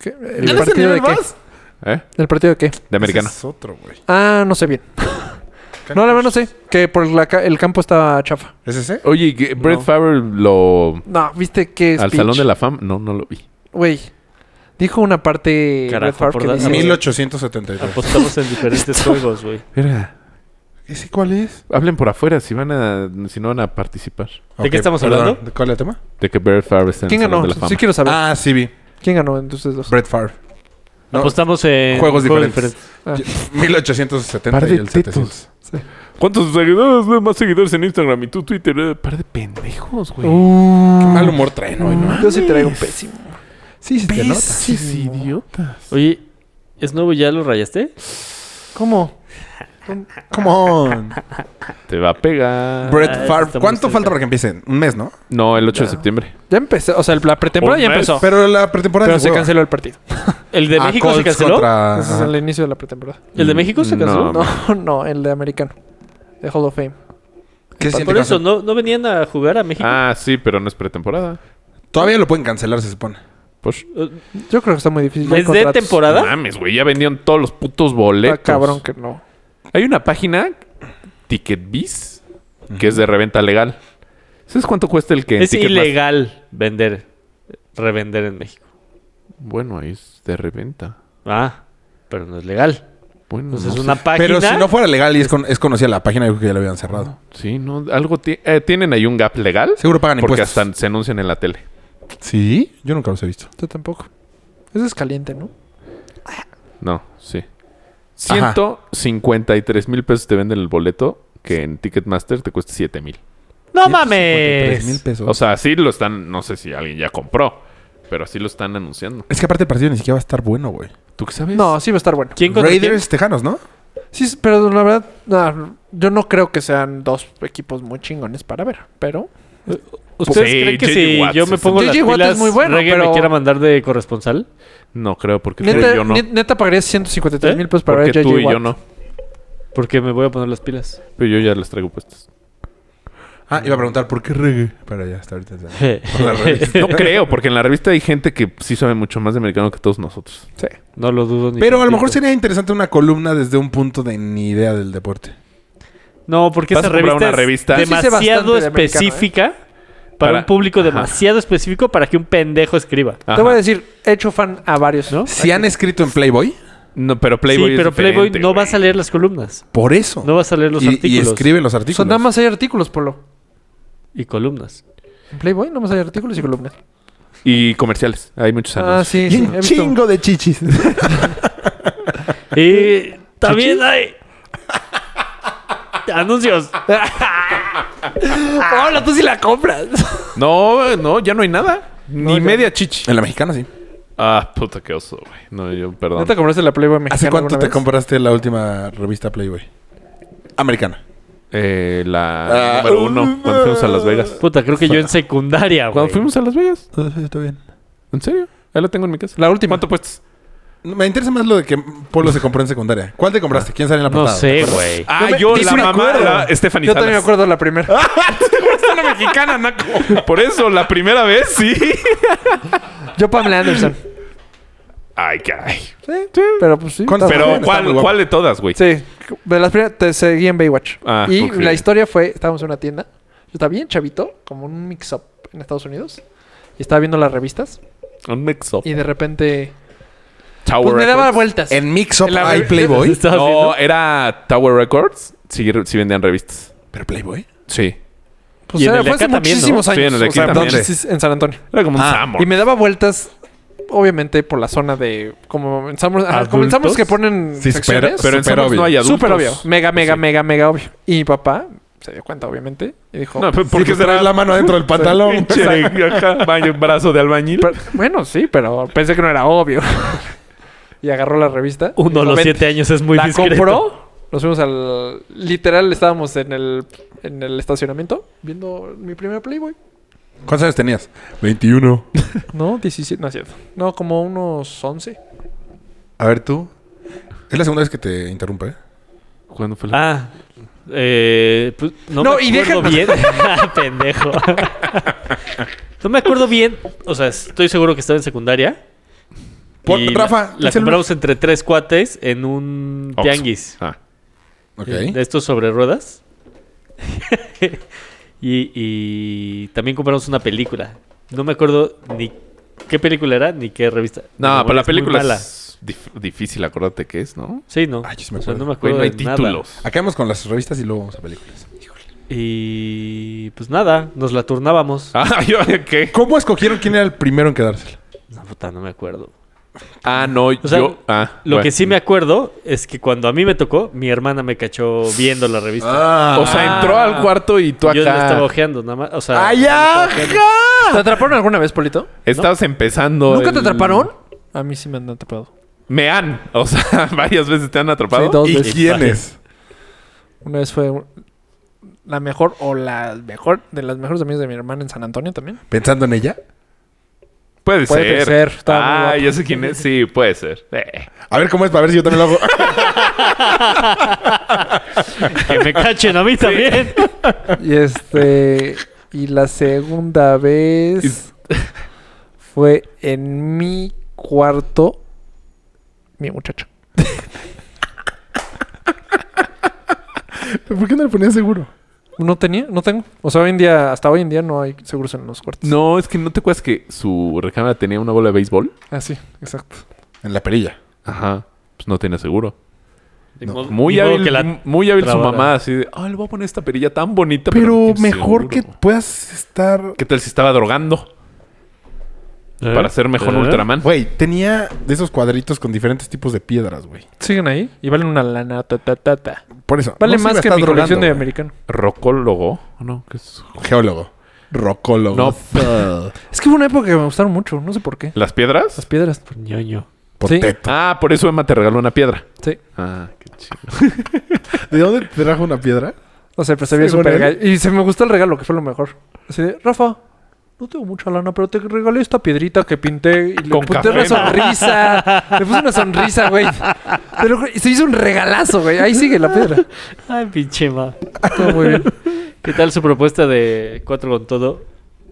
[SPEAKER 5] ¿Qué? ¿El partido de qué?
[SPEAKER 4] ¿Eh?
[SPEAKER 5] ¿El partido de qué?
[SPEAKER 4] De americano.
[SPEAKER 6] Ese Es otro, güey.
[SPEAKER 5] Ah, no sé bien. No, la verdad no sé. Que por la ca- el campo estaba chafa.
[SPEAKER 6] ¿Es ese?
[SPEAKER 4] Oye, que Brett
[SPEAKER 5] No.
[SPEAKER 4] Favre lo...
[SPEAKER 5] No, viste que
[SPEAKER 4] Al Salón de la Fama. No, no lo vi.
[SPEAKER 5] Güey. Dijo una parte
[SPEAKER 2] Carajo,
[SPEAKER 5] Brett Favre
[SPEAKER 2] por
[SPEAKER 5] que
[SPEAKER 2] dar-
[SPEAKER 5] dice-
[SPEAKER 6] 1873.
[SPEAKER 2] Apostamos en diferentes juegos, güey.
[SPEAKER 4] Verga.
[SPEAKER 6] ¿Ese cuál es?
[SPEAKER 4] Hablen por afuera si van a... Si no van a participar.
[SPEAKER 2] ¿De qué estamos hablando?
[SPEAKER 6] ¿De ¿Cuál es el tema?
[SPEAKER 4] De que Brett Favre está en
[SPEAKER 5] ¿Quién
[SPEAKER 4] el Salón
[SPEAKER 5] ganó?
[SPEAKER 4] de la Fama.
[SPEAKER 5] Sí quiero saber.
[SPEAKER 6] Ah, sí vi.
[SPEAKER 5] ¿Quién ganó entonces dos?
[SPEAKER 6] Brett Favre. No,
[SPEAKER 2] Apostamos en
[SPEAKER 6] juegos diferentes.
[SPEAKER 5] Ah.
[SPEAKER 6] 1870
[SPEAKER 4] Par
[SPEAKER 6] y
[SPEAKER 4] de
[SPEAKER 6] el
[SPEAKER 4] tetos.
[SPEAKER 6] 700.
[SPEAKER 4] ¿Cuántos seguidores? Más seguidores en Instagram y tú Twitter. eh, Par de pendejos, güey.
[SPEAKER 6] Qué mal humor traen hoy, ¿no?
[SPEAKER 5] Uh, Yo sí traigo un pésimo.
[SPEAKER 6] Sí, sí te nota.
[SPEAKER 4] Pinches idiotas.
[SPEAKER 2] Oye, ¿Snow ya lo rayaste?
[SPEAKER 5] ¿Cómo?
[SPEAKER 6] Come on.
[SPEAKER 4] Te va a pegar.
[SPEAKER 6] Brett
[SPEAKER 2] Ah,
[SPEAKER 6] Favre.
[SPEAKER 2] está muy
[SPEAKER 6] ¿Cuánto
[SPEAKER 2] cerca.
[SPEAKER 6] falta para que empiecen? Un mes, ¿no?
[SPEAKER 4] No, el 8 de septiembre.
[SPEAKER 5] Ya empezó. O sea, la pretemporada
[SPEAKER 4] Un
[SPEAKER 5] ya
[SPEAKER 4] mes.
[SPEAKER 5] empezó. Pero,
[SPEAKER 6] Pero la pretemporada es de
[SPEAKER 5] se
[SPEAKER 6] hueva.
[SPEAKER 5] canceló el partido.
[SPEAKER 2] ¿El de
[SPEAKER 6] Ah,
[SPEAKER 2] México se
[SPEAKER 6] Colts
[SPEAKER 2] canceló?
[SPEAKER 6] contra-
[SPEAKER 5] Ese es
[SPEAKER 6] Ajá.
[SPEAKER 5] el inicio de la pretemporada.
[SPEAKER 2] ¿El de México se
[SPEAKER 4] Mm, No.
[SPEAKER 2] canceló?
[SPEAKER 5] No, no, el de americano. De Hall of Fame.
[SPEAKER 6] ¿Qué se siente
[SPEAKER 2] Por eso,
[SPEAKER 6] cancelar?
[SPEAKER 2] ¿no, ¿no venían a jugar a México?
[SPEAKER 4] Ah, sí, pero no es pretemporada.
[SPEAKER 6] Todavía lo pueden cancelar, se supone.
[SPEAKER 4] Pues,
[SPEAKER 5] Yo creo que está muy difícil. Ya hay
[SPEAKER 2] ¿Es de
[SPEAKER 5] contratos.
[SPEAKER 4] no
[SPEAKER 6] Ah,
[SPEAKER 2] temporada?
[SPEAKER 4] mames, güey. Ya vendieron todos los putos boletos.
[SPEAKER 5] Está cabrón que no.
[SPEAKER 4] Hay una página, TicketBiz, que es de reventa legal. ¿Sabes cuánto cuesta el que en
[SPEAKER 2] Es
[SPEAKER 4] Ticketmaster-
[SPEAKER 2] ilegal vender, revender en México.
[SPEAKER 4] Bueno, ahí es de reventa.
[SPEAKER 2] Ah, pero no es legal.
[SPEAKER 4] Bueno,
[SPEAKER 2] Pues
[SPEAKER 4] no
[SPEAKER 2] es
[SPEAKER 4] sé.
[SPEAKER 2] una página.
[SPEAKER 6] Pero si no fuera legal y es, con- es conocida la página, yo creo que ya lo habían cerrado.
[SPEAKER 4] Sí, no, algo ti- eh, tienen ahí un gap legal.
[SPEAKER 6] Seguro pagan
[SPEAKER 4] Porque
[SPEAKER 6] impuestos.
[SPEAKER 4] hasta se anuncian en la tele.
[SPEAKER 6] ¿Sí? Yo nunca los he visto.
[SPEAKER 5] Yo tampoco. Eso es caliente, ¿no?
[SPEAKER 4] No, sí.
[SPEAKER 6] Ajá.
[SPEAKER 4] 153 mil pesos te venden el boleto, que en Ticketmaster te cuesta 7 mil.
[SPEAKER 2] ¡No
[SPEAKER 6] 153 mil
[SPEAKER 2] mames!
[SPEAKER 6] pesos.
[SPEAKER 4] O sea, así lo están, no sé si alguien ya compró, pero así lo están anunciando.
[SPEAKER 6] es que aparte el partido ni siquiera va a estar bueno, güey.
[SPEAKER 4] ¿Tú qué sabes?
[SPEAKER 5] No, sí va a estar bueno.
[SPEAKER 2] ¿Quién contra
[SPEAKER 6] Raiders Tejanos, ¿no?
[SPEAKER 5] Sí, sí, pero la verdad, nah, yo no creo que sean dos equipos muy chingones para ver. Pero
[SPEAKER 2] quién?
[SPEAKER 6] pues,
[SPEAKER 2] ¿Ustedes
[SPEAKER 4] Sí,
[SPEAKER 2] creen que
[SPEAKER 4] J.J.
[SPEAKER 2] si
[SPEAKER 4] Watt
[SPEAKER 2] yo
[SPEAKER 4] es
[SPEAKER 2] me
[SPEAKER 4] el-
[SPEAKER 2] pongo las
[SPEAKER 5] J.J. Watt es
[SPEAKER 2] pilas,
[SPEAKER 5] muy bueno,
[SPEAKER 2] Reggae
[SPEAKER 5] pero-
[SPEAKER 2] me quiera mandar de corresponsal?
[SPEAKER 4] No creo, porque tú
[SPEAKER 5] neta,
[SPEAKER 4] y yo no.
[SPEAKER 5] ne- neta pagaría
[SPEAKER 2] ¿Eh?
[SPEAKER 5] 153 mil pesos para ver
[SPEAKER 4] Porque
[SPEAKER 5] JJ
[SPEAKER 4] tú y
[SPEAKER 5] Watt.
[SPEAKER 4] yo no.
[SPEAKER 2] Porque me voy a poner las pilas.
[SPEAKER 4] Pero yo ya las traigo puestas.
[SPEAKER 6] Ah, iba a preguntar por qué reggae. Pero ya, hasta ahorita. ya. Hola, Raiders.
[SPEAKER 4] No creo, porque en la revista hay gente que sí sabe mucho más de americano que todos nosotros.
[SPEAKER 2] no lo dudo ni
[SPEAKER 6] Pero a lo mejor
[SPEAKER 2] tantito.
[SPEAKER 6] sería interesante una columna desde un punto de ni idea del deporte.
[SPEAKER 2] No, porque
[SPEAKER 4] Vas
[SPEAKER 2] esa
[SPEAKER 4] a comprar
[SPEAKER 2] revista,
[SPEAKER 4] una
[SPEAKER 2] es
[SPEAKER 4] revista. Yo sí
[SPEAKER 5] sé bastante
[SPEAKER 2] demasiado
[SPEAKER 5] de americano,
[SPEAKER 2] específica para,
[SPEAKER 4] Para-
[SPEAKER 2] un público
[SPEAKER 4] Ajá. Ah,
[SPEAKER 2] demasiado específico para que un pendejo escriba.
[SPEAKER 5] Te
[SPEAKER 4] Ajá.
[SPEAKER 5] voy a decir, he hecho fan a varios, ¿no?
[SPEAKER 6] Si han escrito en Playboy,
[SPEAKER 4] No, pero Playboy
[SPEAKER 2] sí,
[SPEAKER 4] es
[SPEAKER 2] pero Playboy
[SPEAKER 4] diferente,
[SPEAKER 2] no
[SPEAKER 4] güey.
[SPEAKER 2] vas a leer las columnas,
[SPEAKER 6] por eso.
[SPEAKER 2] no vas a leer los
[SPEAKER 6] y, y
[SPEAKER 2] artículos
[SPEAKER 6] escriben los
[SPEAKER 5] Son
[SPEAKER 6] artículos.
[SPEAKER 5] nada más hay artículos, Polo.
[SPEAKER 2] y columnas.
[SPEAKER 5] En Playboy nada más hay artículos y columnas.
[SPEAKER 4] Y comerciales. Hay muchos
[SPEAKER 5] Ah,
[SPEAKER 4] anuncios.
[SPEAKER 5] sí,
[SPEAKER 6] Y
[SPEAKER 5] sí.
[SPEAKER 6] un
[SPEAKER 5] he visto.
[SPEAKER 6] chingo de chichis.
[SPEAKER 2] Y también hay anuncios.
[SPEAKER 5] Hola, tú sí la compras.
[SPEAKER 4] No, no, ya no hay nada. Ni media chichi.
[SPEAKER 6] En la mexicana, sí.
[SPEAKER 4] Ah, puta, qué oso, güey. No, yo, perdón.
[SPEAKER 5] ¿No te compraste la Playboy mexicana
[SPEAKER 6] ¿Hace cuánto
[SPEAKER 5] alguna
[SPEAKER 6] te
[SPEAKER 5] vez?
[SPEAKER 6] compraste la última revista Playboy? Americana.
[SPEAKER 4] Eh, la
[SPEAKER 6] Ah,
[SPEAKER 4] número uno, cuando fuimos a Las Vegas.
[SPEAKER 2] Puta, creo que yo en secundaria, güey.
[SPEAKER 4] ¿Cuándo fuimos a Las Vegas?
[SPEAKER 6] Ah, Está bien.
[SPEAKER 4] ¿En serio? Ya la pues, tengo en mi casa.
[SPEAKER 5] La última.
[SPEAKER 4] ¿Cuánto puestas?
[SPEAKER 6] Me interesa más lo de que Polo se compró en secundaria. ¿Cuál te compraste? ¿Quién sale en la
[SPEAKER 2] No
[SPEAKER 6] portada?
[SPEAKER 2] sé, güey.
[SPEAKER 4] Ah,
[SPEAKER 5] me-
[SPEAKER 4] yo,
[SPEAKER 5] sí
[SPEAKER 4] la
[SPEAKER 5] me
[SPEAKER 4] mamá,
[SPEAKER 5] acuerdo.
[SPEAKER 4] la Stephanie
[SPEAKER 5] Yo también me
[SPEAKER 4] Salas.
[SPEAKER 5] acuerdo la primera.
[SPEAKER 4] una mexicana, Naco. Por eso, la primera vez, sí.
[SPEAKER 5] Yo Pamela Anderson.
[SPEAKER 4] Ay, caray.
[SPEAKER 5] Sí, pero pues sí.
[SPEAKER 6] ¿Cuánto?
[SPEAKER 5] estaba-
[SPEAKER 4] Pero,
[SPEAKER 6] bien, está muy
[SPEAKER 4] ¿cuál,
[SPEAKER 6] guapo.
[SPEAKER 4] ¿cuál de todas, güey?
[SPEAKER 5] Sí, de las primeras te seguí en Baywatch.
[SPEAKER 4] Ah,
[SPEAKER 5] y
[SPEAKER 4] ok.
[SPEAKER 5] la historia fue, estábamos en una tienda, yo estaba bien chavito, como un mix-up en Estados Unidos, y estaba viendo las revistas,
[SPEAKER 4] Un mix-up.
[SPEAKER 5] y de repente...
[SPEAKER 4] Tower
[SPEAKER 5] Pues me daba
[SPEAKER 4] Records.
[SPEAKER 5] vueltas.
[SPEAKER 6] En Mix Up
[SPEAKER 5] En la-
[SPEAKER 6] hay Playboy.
[SPEAKER 2] Estabas
[SPEAKER 4] No, eh,
[SPEAKER 2] viendo-
[SPEAKER 4] era Tower Records. Sí, re- sí vendían revistas.
[SPEAKER 6] ¿Pero Playboy?
[SPEAKER 4] Sí.
[SPEAKER 5] Pues
[SPEAKER 2] Y en
[SPEAKER 5] era-
[SPEAKER 2] el
[SPEAKER 5] fue
[SPEAKER 2] de
[SPEAKER 5] hace
[SPEAKER 2] acá también,
[SPEAKER 5] muchísimos
[SPEAKER 4] ¿no? Sí, en
[SPEAKER 5] años.
[SPEAKER 4] el de aquí
[SPEAKER 5] o sea,
[SPEAKER 4] también.
[SPEAKER 5] sí, sí, en San Antonio.
[SPEAKER 4] Era como un
[SPEAKER 6] Ah,
[SPEAKER 4] Samor.
[SPEAKER 5] Y me daba vueltas, obviamente, por la zona de... Como en Summers, ajá, como en
[SPEAKER 2] ¿Adultos?
[SPEAKER 5] Summers que ponen
[SPEAKER 6] Sí,
[SPEAKER 5] secciones.
[SPEAKER 4] Pero en
[SPEAKER 6] Súper
[SPEAKER 4] Sam's
[SPEAKER 6] obvio.
[SPEAKER 4] no hay adultos.
[SPEAKER 5] Súper obvio. Mega, mega,
[SPEAKER 4] Sí.
[SPEAKER 5] mega, mega obvio. Y mi papá se dio cuenta, obviamente, y dijo...
[SPEAKER 4] No, pero ¿por
[SPEAKER 6] Porque
[SPEAKER 4] qué
[SPEAKER 6] sí, pues, traes
[SPEAKER 4] será
[SPEAKER 6] la mano adentro del pantalón.
[SPEAKER 4] pinche de- ajá, baño- brazo de albañil?
[SPEAKER 5] Pero- bueno, sí, pero pensé que no era obvio. y agarró la revista.
[SPEAKER 2] Uno a
[SPEAKER 5] Dijo,
[SPEAKER 2] los
[SPEAKER 5] "Vente".
[SPEAKER 2] siete años es muy
[SPEAKER 5] la
[SPEAKER 2] discreto.
[SPEAKER 5] compró. Nos fuimos al. Literal, estábamos en el, en el estacionamiento viendo mi primer Playboy.
[SPEAKER 6] ¿Cuántos años tenías? 21.
[SPEAKER 5] No, 17, no es cierto. No, como unos 11.
[SPEAKER 6] A ver, tú. Es la segunda vez que te interrumpe. ¿eh?
[SPEAKER 4] ¿Cuándo fue la...?
[SPEAKER 2] Ah. Eh, pues, no,
[SPEAKER 5] No,
[SPEAKER 2] me
[SPEAKER 5] y
[SPEAKER 2] acuerdo bien. Ah, Pendejo. no me acuerdo bien. O sea, estoy seguro que estaba en secundaria.
[SPEAKER 6] Pon-
[SPEAKER 2] Y
[SPEAKER 6] Rafa,
[SPEAKER 2] La, la
[SPEAKER 6] el celular.
[SPEAKER 2] compramos entre tres cuates en un
[SPEAKER 4] Oxxo.
[SPEAKER 2] tianguis. Eh,
[SPEAKER 4] Ah.
[SPEAKER 6] Ok.
[SPEAKER 2] De estos sobre ruedas. y, y también compramos una película. No me acuerdo ni qué película era ni qué revista. Mi
[SPEAKER 4] No,
[SPEAKER 2] memoria
[SPEAKER 4] pero la
[SPEAKER 2] es muy
[SPEAKER 4] película
[SPEAKER 2] mala.
[SPEAKER 4] es dif- difícil, acuérdate que es, ¿no?
[SPEAKER 2] Sí, no.
[SPEAKER 6] Ay, yo sí me
[SPEAKER 2] O sea,
[SPEAKER 6] acuerdo.
[SPEAKER 2] no me
[SPEAKER 4] Güey,
[SPEAKER 2] acuerdo
[SPEAKER 4] no hay
[SPEAKER 2] de nada.
[SPEAKER 4] títulos.
[SPEAKER 6] Acabemos con las revistas y luego vamos a películas.
[SPEAKER 2] Y pues nada, nos la turnábamos.
[SPEAKER 4] Ah, yo, ¿qué?
[SPEAKER 6] ¿Cómo escogieron quién era el primero en quedársela?
[SPEAKER 2] No, puta, no me acuerdo.
[SPEAKER 4] Ah, no,
[SPEAKER 2] sea,
[SPEAKER 4] yo... Ah,
[SPEAKER 2] Lo
[SPEAKER 4] bueno.
[SPEAKER 2] que sí me acuerdo es que cuando a mí me tocó, mi hermana me cachó viendo la revista.
[SPEAKER 4] O
[SPEAKER 5] Ah.
[SPEAKER 4] sea, entró al cuarto y Ah, tú acá...
[SPEAKER 2] Yo
[SPEAKER 4] Ah,
[SPEAKER 2] la estaba ojeando, nada más. O sea,
[SPEAKER 6] ¡Ay,
[SPEAKER 2] estaba ojeando.
[SPEAKER 5] ¿Te atraparon alguna vez, Polito?
[SPEAKER 4] Estabas empezando...
[SPEAKER 5] ¿Nunca te
[SPEAKER 4] el-
[SPEAKER 5] atraparon? A mí sí me han atrapado.
[SPEAKER 4] Me han. O sea, varias veces te han atrapado.
[SPEAKER 5] Sí, dos
[SPEAKER 6] ¿Y
[SPEAKER 5] veces.
[SPEAKER 6] quién es?
[SPEAKER 5] Una vez fue un- la mejor o la mejor de las mejores amigas de mi hermana en San Antonio también.
[SPEAKER 6] ¿Pensando en ella?
[SPEAKER 4] Puede,
[SPEAKER 5] Puede
[SPEAKER 4] ser.
[SPEAKER 5] ser, estaba muy
[SPEAKER 4] Ah,
[SPEAKER 5] guapo.
[SPEAKER 4] ya sé quién es. Sí, puede ser. Eh,
[SPEAKER 6] A ver cómo es para ver si yo también lo hago.
[SPEAKER 2] Que me cachen a mí también.
[SPEAKER 5] Y este. Y la segunda vez fue en mi cuarto. Mi muchacho.
[SPEAKER 6] ¿Por qué no le ponías seguro?
[SPEAKER 5] No tenía, no tengo. O sea, hoy en día, hasta hoy en día no hay seguros en los cuartos.
[SPEAKER 4] No, es que no te acuerdas que su recámara tenía una bola de béisbol.
[SPEAKER 5] Ah, sí, exacto.
[SPEAKER 6] En la perilla.
[SPEAKER 4] Ajá. Pues no tenía seguro.
[SPEAKER 2] Ni
[SPEAKER 6] No,
[SPEAKER 2] modo-
[SPEAKER 4] Muy
[SPEAKER 2] ni modo
[SPEAKER 4] hábil,
[SPEAKER 2] que la-
[SPEAKER 4] m- muy hábil su
[SPEAKER 2] trabara.
[SPEAKER 4] mamá, así de, ah, le voy a poner esta perilla tan bonita.
[SPEAKER 6] Pero
[SPEAKER 4] no tiene
[SPEAKER 6] mejor que
[SPEAKER 4] seguro".
[SPEAKER 6] puedas estar.
[SPEAKER 4] ¿Qué tal si estaba drogando
[SPEAKER 2] ¿Eh?
[SPEAKER 4] para ser mejor
[SPEAKER 2] ¿Eh?
[SPEAKER 4] Ultraman?
[SPEAKER 6] Güey, tenía de esos cuadritos con diferentes tipos de piedras, güey.
[SPEAKER 5] Siguen ahí y valen una lana. ta, ta, ta, ta.
[SPEAKER 6] Por eso.
[SPEAKER 5] Vale
[SPEAKER 6] no se iba
[SPEAKER 5] más
[SPEAKER 6] a
[SPEAKER 5] que
[SPEAKER 6] estar
[SPEAKER 5] mi
[SPEAKER 6] drogando,
[SPEAKER 5] colección de
[SPEAKER 6] güey.
[SPEAKER 5] americano.
[SPEAKER 4] ¿Rocólogo? No, que es...
[SPEAKER 6] Geólogo. Rocólogo.
[SPEAKER 4] No.
[SPEAKER 5] Es que hubo una época que me gustaron mucho, no sé por qué.
[SPEAKER 4] ¿Las piedras?
[SPEAKER 5] Las piedras. pues.
[SPEAKER 2] Por ñoño.
[SPEAKER 6] Poteto.
[SPEAKER 4] Ah, por eso Emma te regaló una piedra.
[SPEAKER 5] Sí.
[SPEAKER 4] Ah, qué chido.
[SPEAKER 6] ¿De dónde te trajo una piedra?
[SPEAKER 5] No sé, pero se veía
[SPEAKER 6] Según
[SPEAKER 5] súper
[SPEAKER 6] él.
[SPEAKER 5] gallo. Y se me gustó el regalo, que fue lo mejor. Así de, Rafa, no tengo mucha lana, pero te regalé esta piedrita que pinté y le
[SPEAKER 4] Con
[SPEAKER 5] puse
[SPEAKER 4] café,
[SPEAKER 5] una
[SPEAKER 4] ¿no?
[SPEAKER 5] sonrisa. le puse una sonrisa, güey. Te lo juro, y se hizo un regalazo, güey. Ahí sigue la piedra.
[SPEAKER 2] Ay, pinche ma.
[SPEAKER 5] Todo muy bien.
[SPEAKER 2] ¿Qué tal su propuesta de cuatro con todo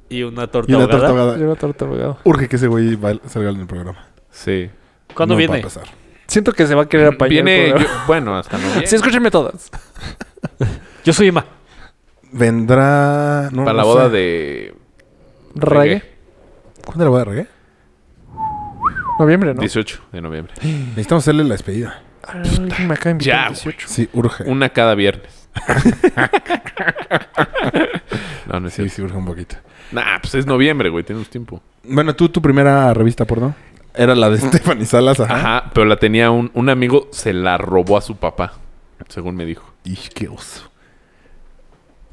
[SPEAKER 2] y una torta
[SPEAKER 6] Y una
[SPEAKER 2] ahogada?
[SPEAKER 6] torta ahogada.
[SPEAKER 5] Lleva torta, abogado.
[SPEAKER 6] Urge que ese güey va- salga en el programa.
[SPEAKER 4] Sí.
[SPEAKER 2] ¿Cuándo
[SPEAKER 6] No va a
[SPEAKER 2] viene?
[SPEAKER 6] pasar.
[SPEAKER 5] Siento que se va a querer apañar.
[SPEAKER 4] Viene...
[SPEAKER 5] el programa.
[SPEAKER 4] yo- bueno, hasta no.
[SPEAKER 5] Sí, escúchenme todas.
[SPEAKER 2] Yo soy Emma.
[SPEAKER 6] Vendrá. no,
[SPEAKER 4] Para
[SPEAKER 6] no
[SPEAKER 4] la boda
[SPEAKER 6] sé.
[SPEAKER 4] de...
[SPEAKER 5] Reggae.
[SPEAKER 6] ¿Cuándo es la boda de reggae?
[SPEAKER 5] Noviembre, ¿no?
[SPEAKER 4] 18 de noviembre.
[SPEAKER 5] Mm.
[SPEAKER 6] Necesitamos hacerle la despedida.
[SPEAKER 5] Alguien me acaba de invitar el
[SPEAKER 4] Ya, güey.
[SPEAKER 5] 18.
[SPEAKER 6] Sí, urge.
[SPEAKER 4] Una cada viernes. no, no es
[SPEAKER 6] Sí,
[SPEAKER 4] cierto.
[SPEAKER 6] sí, urge un poquito.
[SPEAKER 4] Nah, pues es noviembre, güey. Tenemos tiempo.
[SPEAKER 6] Bueno, tú, tu primera revista porno era la de Stephanie Salas. Ajá.
[SPEAKER 4] Ajá, pero la tenía un, un amigo, se la robó a su papá, según me dijo.
[SPEAKER 6] Y qué oso.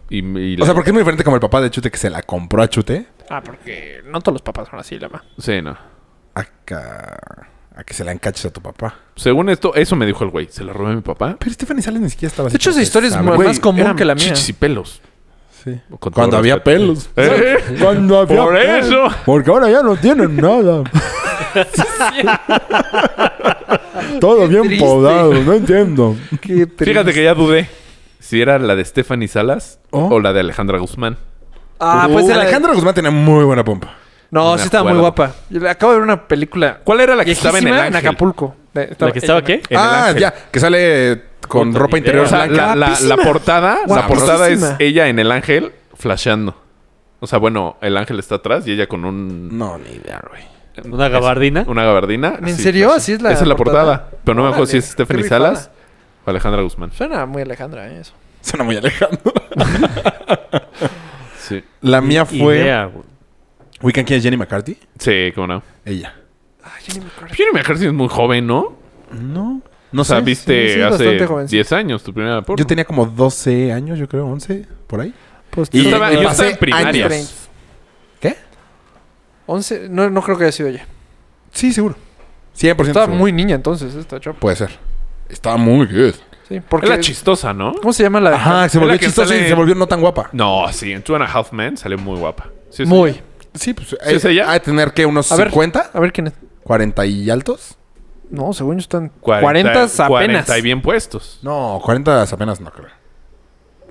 [SPEAKER 4] Y, y
[SPEAKER 6] O
[SPEAKER 4] la-
[SPEAKER 6] sea, porque es muy diferente como el papá de Chute que se la compró a Chute.
[SPEAKER 5] Ah, porque no todos los papás son así, la va.
[SPEAKER 4] Sí, no.
[SPEAKER 6] Acá. A que se la encaches a tu papá.
[SPEAKER 4] Según esto, eso me dijo el güey. Se la robé a mi papá.
[SPEAKER 6] Pero Stephanie Sales ni siquiera estaba
[SPEAKER 5] De hecho, esa historia es
[SPEAKER 6] Ah,
[SPEAKER 5] más
[SPEAKER 6] güey.
[SPEAKER 4] Güey,
[SPEAKER 5] común
[SPEAKER 4] eran
[SPEAKER 5] que la mía.
[SPEAKER 4] Chichis y pelos.
[SPEAKER 6] Sí.
[SPEAKER 4] Con todo
[SPEAKER 6] Cuando había
[SPEAKER 4] respeto.
[SPEAKER 6] pelos.
[SPEAKER 4] ¿Eh?
[SPEAKER 6] Cuando había
[SPEAKER 4] Por
[SPEAKER 6] pelos.
[SPEAKER 4] eso.
[SPEAKER 6] Porque ahora ya no tienen nada. Todo bien
[SPEAKER 5] triste.
[SPEAKER 6] podado, no entiendo.
[SPEAKER 4] Fíjate que ya dudé si era la de Stephanie Salas
[SPEAKER 6] Oh.
[SPEAKER 4] o la de Alejandra Guzmán.
[SPEAKER 5] Ah,
[SPEAKER 6] Uh,
[SPEAKER 5] pues era-
[SPEAKER 6] Alejandra Guzmán tenía muy buena pompa.
[SPEAKER 5] No,
[SPEAKER 4] Me
[SPEAKER 5] sí estaba muy
[SPEAKER 4] acuerdo.
[SPEAKER 5] guapa. Yo le acabo de ver una película.
[SPEAKER 4] ¿Cuál era la que
[SPEAKER 5] viejísima
[SPEAKER 4] estaba en el ángel?
[SPEAKER 5] Acapulco. De-
[SPEAKER 2] ¿La que estaba qué?
[SPEAKER 4] En el
[SPEAKER 6] ah,
[SPEAKER 4] ángel.
[SPEAKER 6] ya, que sale eh, con
[SPEAKER 2] Puta
[SPEAKER 6] ropa
[SPEAKER 2] idea.
[SPEAKER 6] interior
[SPEAKER 4] O sea, la,
[SPEAKER 6] blanca.
[SPEAKER 4] la- la portada, la portada es
[SPEAKER 5] Guapísima.
[SPEAKER 4] ella en el ángel flasheando. O sea, bueno, el ángel está atrás y ella con un
[SPEAKER 6] No, ni idea, güey.
[SPEAKER 2] Una gabardina.
[SPEAKER 4] una gabardina.
[SPEAKER 5] ¿En
[SPEAKER 4] así,
[SPEAKER 5] serio?
[SPEAKER 4] flasheando.
[SPEAKER 5] ¿Así es la
[SPEAKER 4] Ah, pues, Esa es la portada.
[SPEAKER 5] portada?
[SPEAKER 4] Pero no me acuerdo si es
[SPEAKER 5] Órale,
[SPEAKER 4] Stephanie
[SPEAKER 5] qué rifada.
[SPEAKER 4] Salas o Alejandra Guzmán.
[SPEAKER 5] Suena muy Alejandra, ¿eh? eso.
[SPEAKER 6] Suena muy Alejandro.
[SPEAKER 4] Sí.
[SPEAKER 6] La mía fue.
[SPEAKER 2] Idea, güey.
[SPEAKER 6] Weekend, ¿quién es Jenny McCarthy?
[SPEAKER 4] Sí, cómo no.
[SPEAKER 6] Ella.
[SPEAKER 4] Jenny McCarthy es muy joven, ¿no?
[SPEAKER 6] No. No
[SPEAKER 4] O sea,
[SPEAKER 6] sé.
[SPEAKER 4] viste
[SPEAKER 5] sí, sí,
[SPEAKER 4] hace
[SPEAKER 5] bastante jovencita.
[SPEAKER 4] 10 años tu primera porno.
[SPEAKER 6] Yo tenía como 12 años, yo creo, 11, por ahí.
[SPEAKER 5] Pues
[SPEAKER 6] Y-
[SPEAKER 4] Yo estaba, yo
[SPEAKER 6] pasé
[SPEAKER 4] estaba en primaria.
[SPEAKER 6] años. ¿Qué?
[SPEAKER 5] 11, no, no creo que haya sido ella.
[SPEAKER 6] Sí, seguro. 100%
[SPEAKER 5] Estaba
[SPEAKER 6] seguro.
[SPEAKER 5] muy niña entonces, esta chapa.
[SPEAKER 6] Puede ser. Estaba muy good.
[SPEAKER 5] Sí, porque...
[SPEAKER 4] Es la chistosa, ¿no?
[SPEAKER 5] ¿Cómo se llama la de-
[SPEAKER 6] Ajá, se
[SPEAKER 4] Es la
[SPEAKER 6] volvió
[SPEAKER 4] que
[SPEAKER 6] chistosa
[SPEAKER 4] sale-
[SPEAKER 6] y se volvió no tan guapa.
[SPEAKER 4] No, sí, en Two and a Half Men salió muy guapa. Sí, sí.
[SPEAKER 5] Muy.
[SPEAKER 6] Sí, pues.
[SPEAKER 4] es ella?
[SPEAKER 6] Ha de tener que unos
[SPEAKER 5] A ver.
[SPEAKER 6] 50,
[SPEAKER 5] A ver quién es.
[SPEAKER 6] 40 y altos.
[SPEAKER 5] No, según yo están
[SPEAKER 4] 40,
[SPEAKER 5] 40 apenas. Eh,
[SPEAKER 4] 40 y bien puestos.
[SPEAKER 6] No, 40 apenas no creo.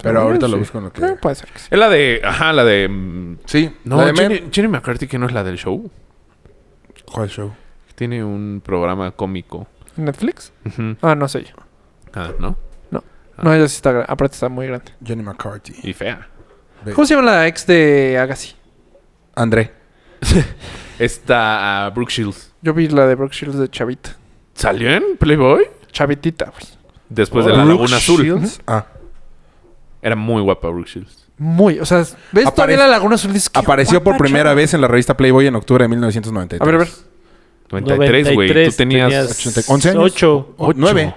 [SPEAKER 6] Pero ahorita lo busco en lo que.
[SPEAKER 5] Eh, puede ser que sí.
[SPEAKER 4] Es la de. Ajá, la de. mm,
[SPEAKER 6] Sí,
[SPEAKER 4] No,
[SPEAKER 6] la de Men-
[SPEAKER 4] Jenny, Jenny McCarthy, que no es la del show.
[SPEAKER 6] ¿Cuál show?
[SPEAKER 4] Tiene un programa cómico.
[SPEAKER 5] ¿Netflix?
[SPEAKER 4] Ujú.
[SPEAKER 5] Ah, no sé yo.
[SPEAKER 4] Ah, ¿no? Ah.
[SPEAKER 5] No, ella sí está... gra- Aparte está muy grande.
[SPEAKER 6] Jenny McCarthy.
[SPEAKER 4] Y fea.
[SPEAKER 5] ¿Cómo se llama la ex de Agassi?
[SPEAKER 6] André.
[SPEAKER 4] Está ah, Brooke Shields.
[SPEAKER 5] Yo vi la de Brooke Shields de Chavita.
[SPEAKER 4] ¿Salió en Playboy?
[SPEAKER 5] Chavitita, güey.
[SPEAKER 4] Después de la
[SPEAKER 6] Brooke
[SPEAKER 4] Laguna Azul.
[SPEAKER 6] Shields. Ah.
[SPEAKER 4] Era muy guapa Brooke Shields.
[SPEAKER 5] Muy, o sea, ¿ves
[SPEAKER 6] Aparece-
[SPEAKER 5] todavía la Laguna Azul? Dices, qué
[SPEAKER 6] Apareció por
[SPEAKER 5] guapa,
[SPEAKER 6] primera
[SPEAKER 5] chava.
[SPEAKER 6] vez en la revista Playboy en octubre de 1993.
[SPEAKER 5] A ver, a ver.
[SPEAKER 4] 93, güey. Tú tenías.
[SPEAKER 6] 80 11 años.
[SPEAKER 2] 8.
[SPEAKER 6] O- nueve.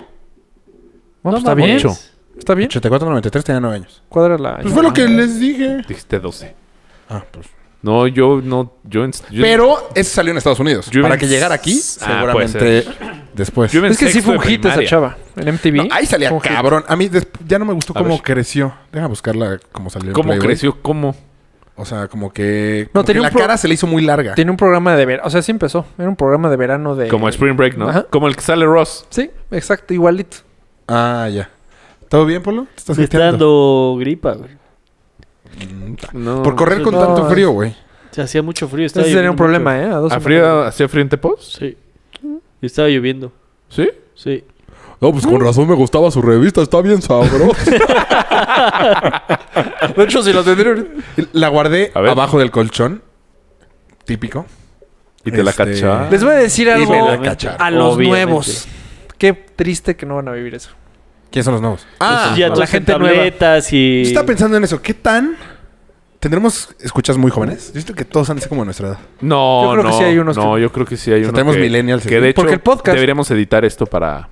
[SPEAKER 5] Bueno, pues, está bien.
[SPEAKER 4] Ocho.
[SPEAKER 5] ¿Está bien?
[SPEAKER 6] 84, 93 tenía 9 años.
[SPEAKER 5] Cuadra la...
[SPEAKER 6] Pues fue lo que les dije.
[SPEAKER 4] Dijiste 12.
[SPEAKER 6] Ah, pues.
[SPEAKER 4] No, yo no. Yo, en- yo-
[SPEAKER 6] Pero eso salió en Estados Unidos.
[SPEAKER 4] Yo iba
[SPEAKER 6] Para
[SPEAKER 4] en-
[SPEAKER 6] que llegara aquí,
[SPEAKER 4] Ah, puede
[SPEAKER 6] seguramente después.
[SPEAKER 4] yo iba en
[SPEAKER 5] Es que sí
[SPEAKER 4] sexto
[SPEAKER 5] fue un
[SPEAKER 4] de
[SPEAKER 5] hit esa
[SPEAKER 4] primaria.
[SPEAKER 5] chava. En MTV.
[SPEAKER 6] No, ahí salía
[SPEAKER 5] Fue un hit.
[SPEAKER 6] cabrón. A mí desp- ya no me gustó
[SPEAKER 4] A
[SPEAKER 6] cómo
[SPEAKER 4] ver.
[SPEAKER 6] creció. Deja buscarla cómo salió. en
[SPEAKER 4] ¿Cómo
[SPEAKER 6] Playboy.
[SPEAKER 4] creció? ¿Cómo?
[SPEAKER 6] O sea, como que.
[SPEAKER 5] No,
[SPEAKER 6] como que
[SPEAKER 5] tenía un
[SPEAKER 6] la
[SPEAKER 5] pro-
[SPEAKER 6] cara se le hizo muy larga.
[SPEAKER 5] Tiene un programa de verano. O sea, sí empezó. Era un programa de verano de...
[SPEAKER 4] Como Spring Break, ¿no?
[SPEAKER 5] Ajá.
[SPEAKER 4] Como el que sale Ross.
[SPEAKER 5] Sí, exacto, igualito.
[SPEAKER 6] Ah, ya. ¿Todo bien, Polo? ¿Te estás
[SPEAKER 2] Me está
[SPEAKER 6] sintiendo?
[SPEAKER 2] dando gripa, güey.
[SPEAKER 6] Mm, ta-
[SPEAKER 2] No,
[SPEAKER 6] Por correr con
[SPEAKER 5] no,
[SPEAKER 6] tanto
[SPEAKER 5] es-
[SPEAKER 6] frío, güey.
[SPEAKER 2] Se hacía mucho frío.
[SPEAKER 5] Ese
[SPEAKER 2] Estaba
[SPEAKER 5] sería
[SPEAKER 2] lloviendo
[SPEAKER 5] un problema,
[SPEAKER 2] mucho.
[SPEAKER 5] ¿eh? A dos
[SPEAKER 4] ¿A
[SPEAKER 5] semanas.
[SPEAKER 4] frío hacía frío en Tepos?
[SPEAKER 2] Sí. Y estaba lloviendo.
[SPEAKER 4] ¿Sí?
[SPEAKER 2] Sí.
[SPEAKER 6] No, pues con razón me gustaba su revista. Está bien sabroso.
[SPEAKER 5] De hecho, si lo tendría ahorita.
[SPEAKER 6] la guardé
[SPEAKER 4] A ver.
[SPEAKER 6] abajo del colchón. Típico.
[SPEAKER 4] Y te la
[SPEAKER 6] Este-
[SPEAKER 4] cachaba.
[SPEAKER 5] Les voy a decir algo
[SPEAKER 6] me la
[SPEAKER 5] a
[SPEAKER 6] cacharon.
[SPEAKER 5] los
[SPEAKER 2] Obviamente.
[SPEAKER 5] nuevos. Qué triste que no van a vivir eso.
[SPEAKER 6] ¿Quiénes son los nuevos?
[SPEAKER 2] Ah, ya
[SPEAKER 5] la
[SPEAKER 2] la gente
[SPEAKER 5] gente
[SPEAKER 2] tabletas y...
[SPEAKER 6] Yo estaba pensando en eso. ¿Qué tan tendremos escuchas muy jóvenes? Yo siento que todos han de ser como nuestra edad.
[SPEAKER 4] No,
[SPEAKER 5] Yo creo que
[SPEAKER 4] no,
[SPEAKER 5] sí hay unos
[SPEAKER 4] No,
[SPEAKER 5] que-
[SPEAKER 4] yo creo que sí hay unos.
[SPEAKER 6] tenemos millennials,
[SPEAKER 4] Que
[SPEAKER 6] sí.
[SPEAKER 4] de hecho,
[SPEAKER 5] Porque el podcast-
[SPEAKER 4] deberíamos editar esto para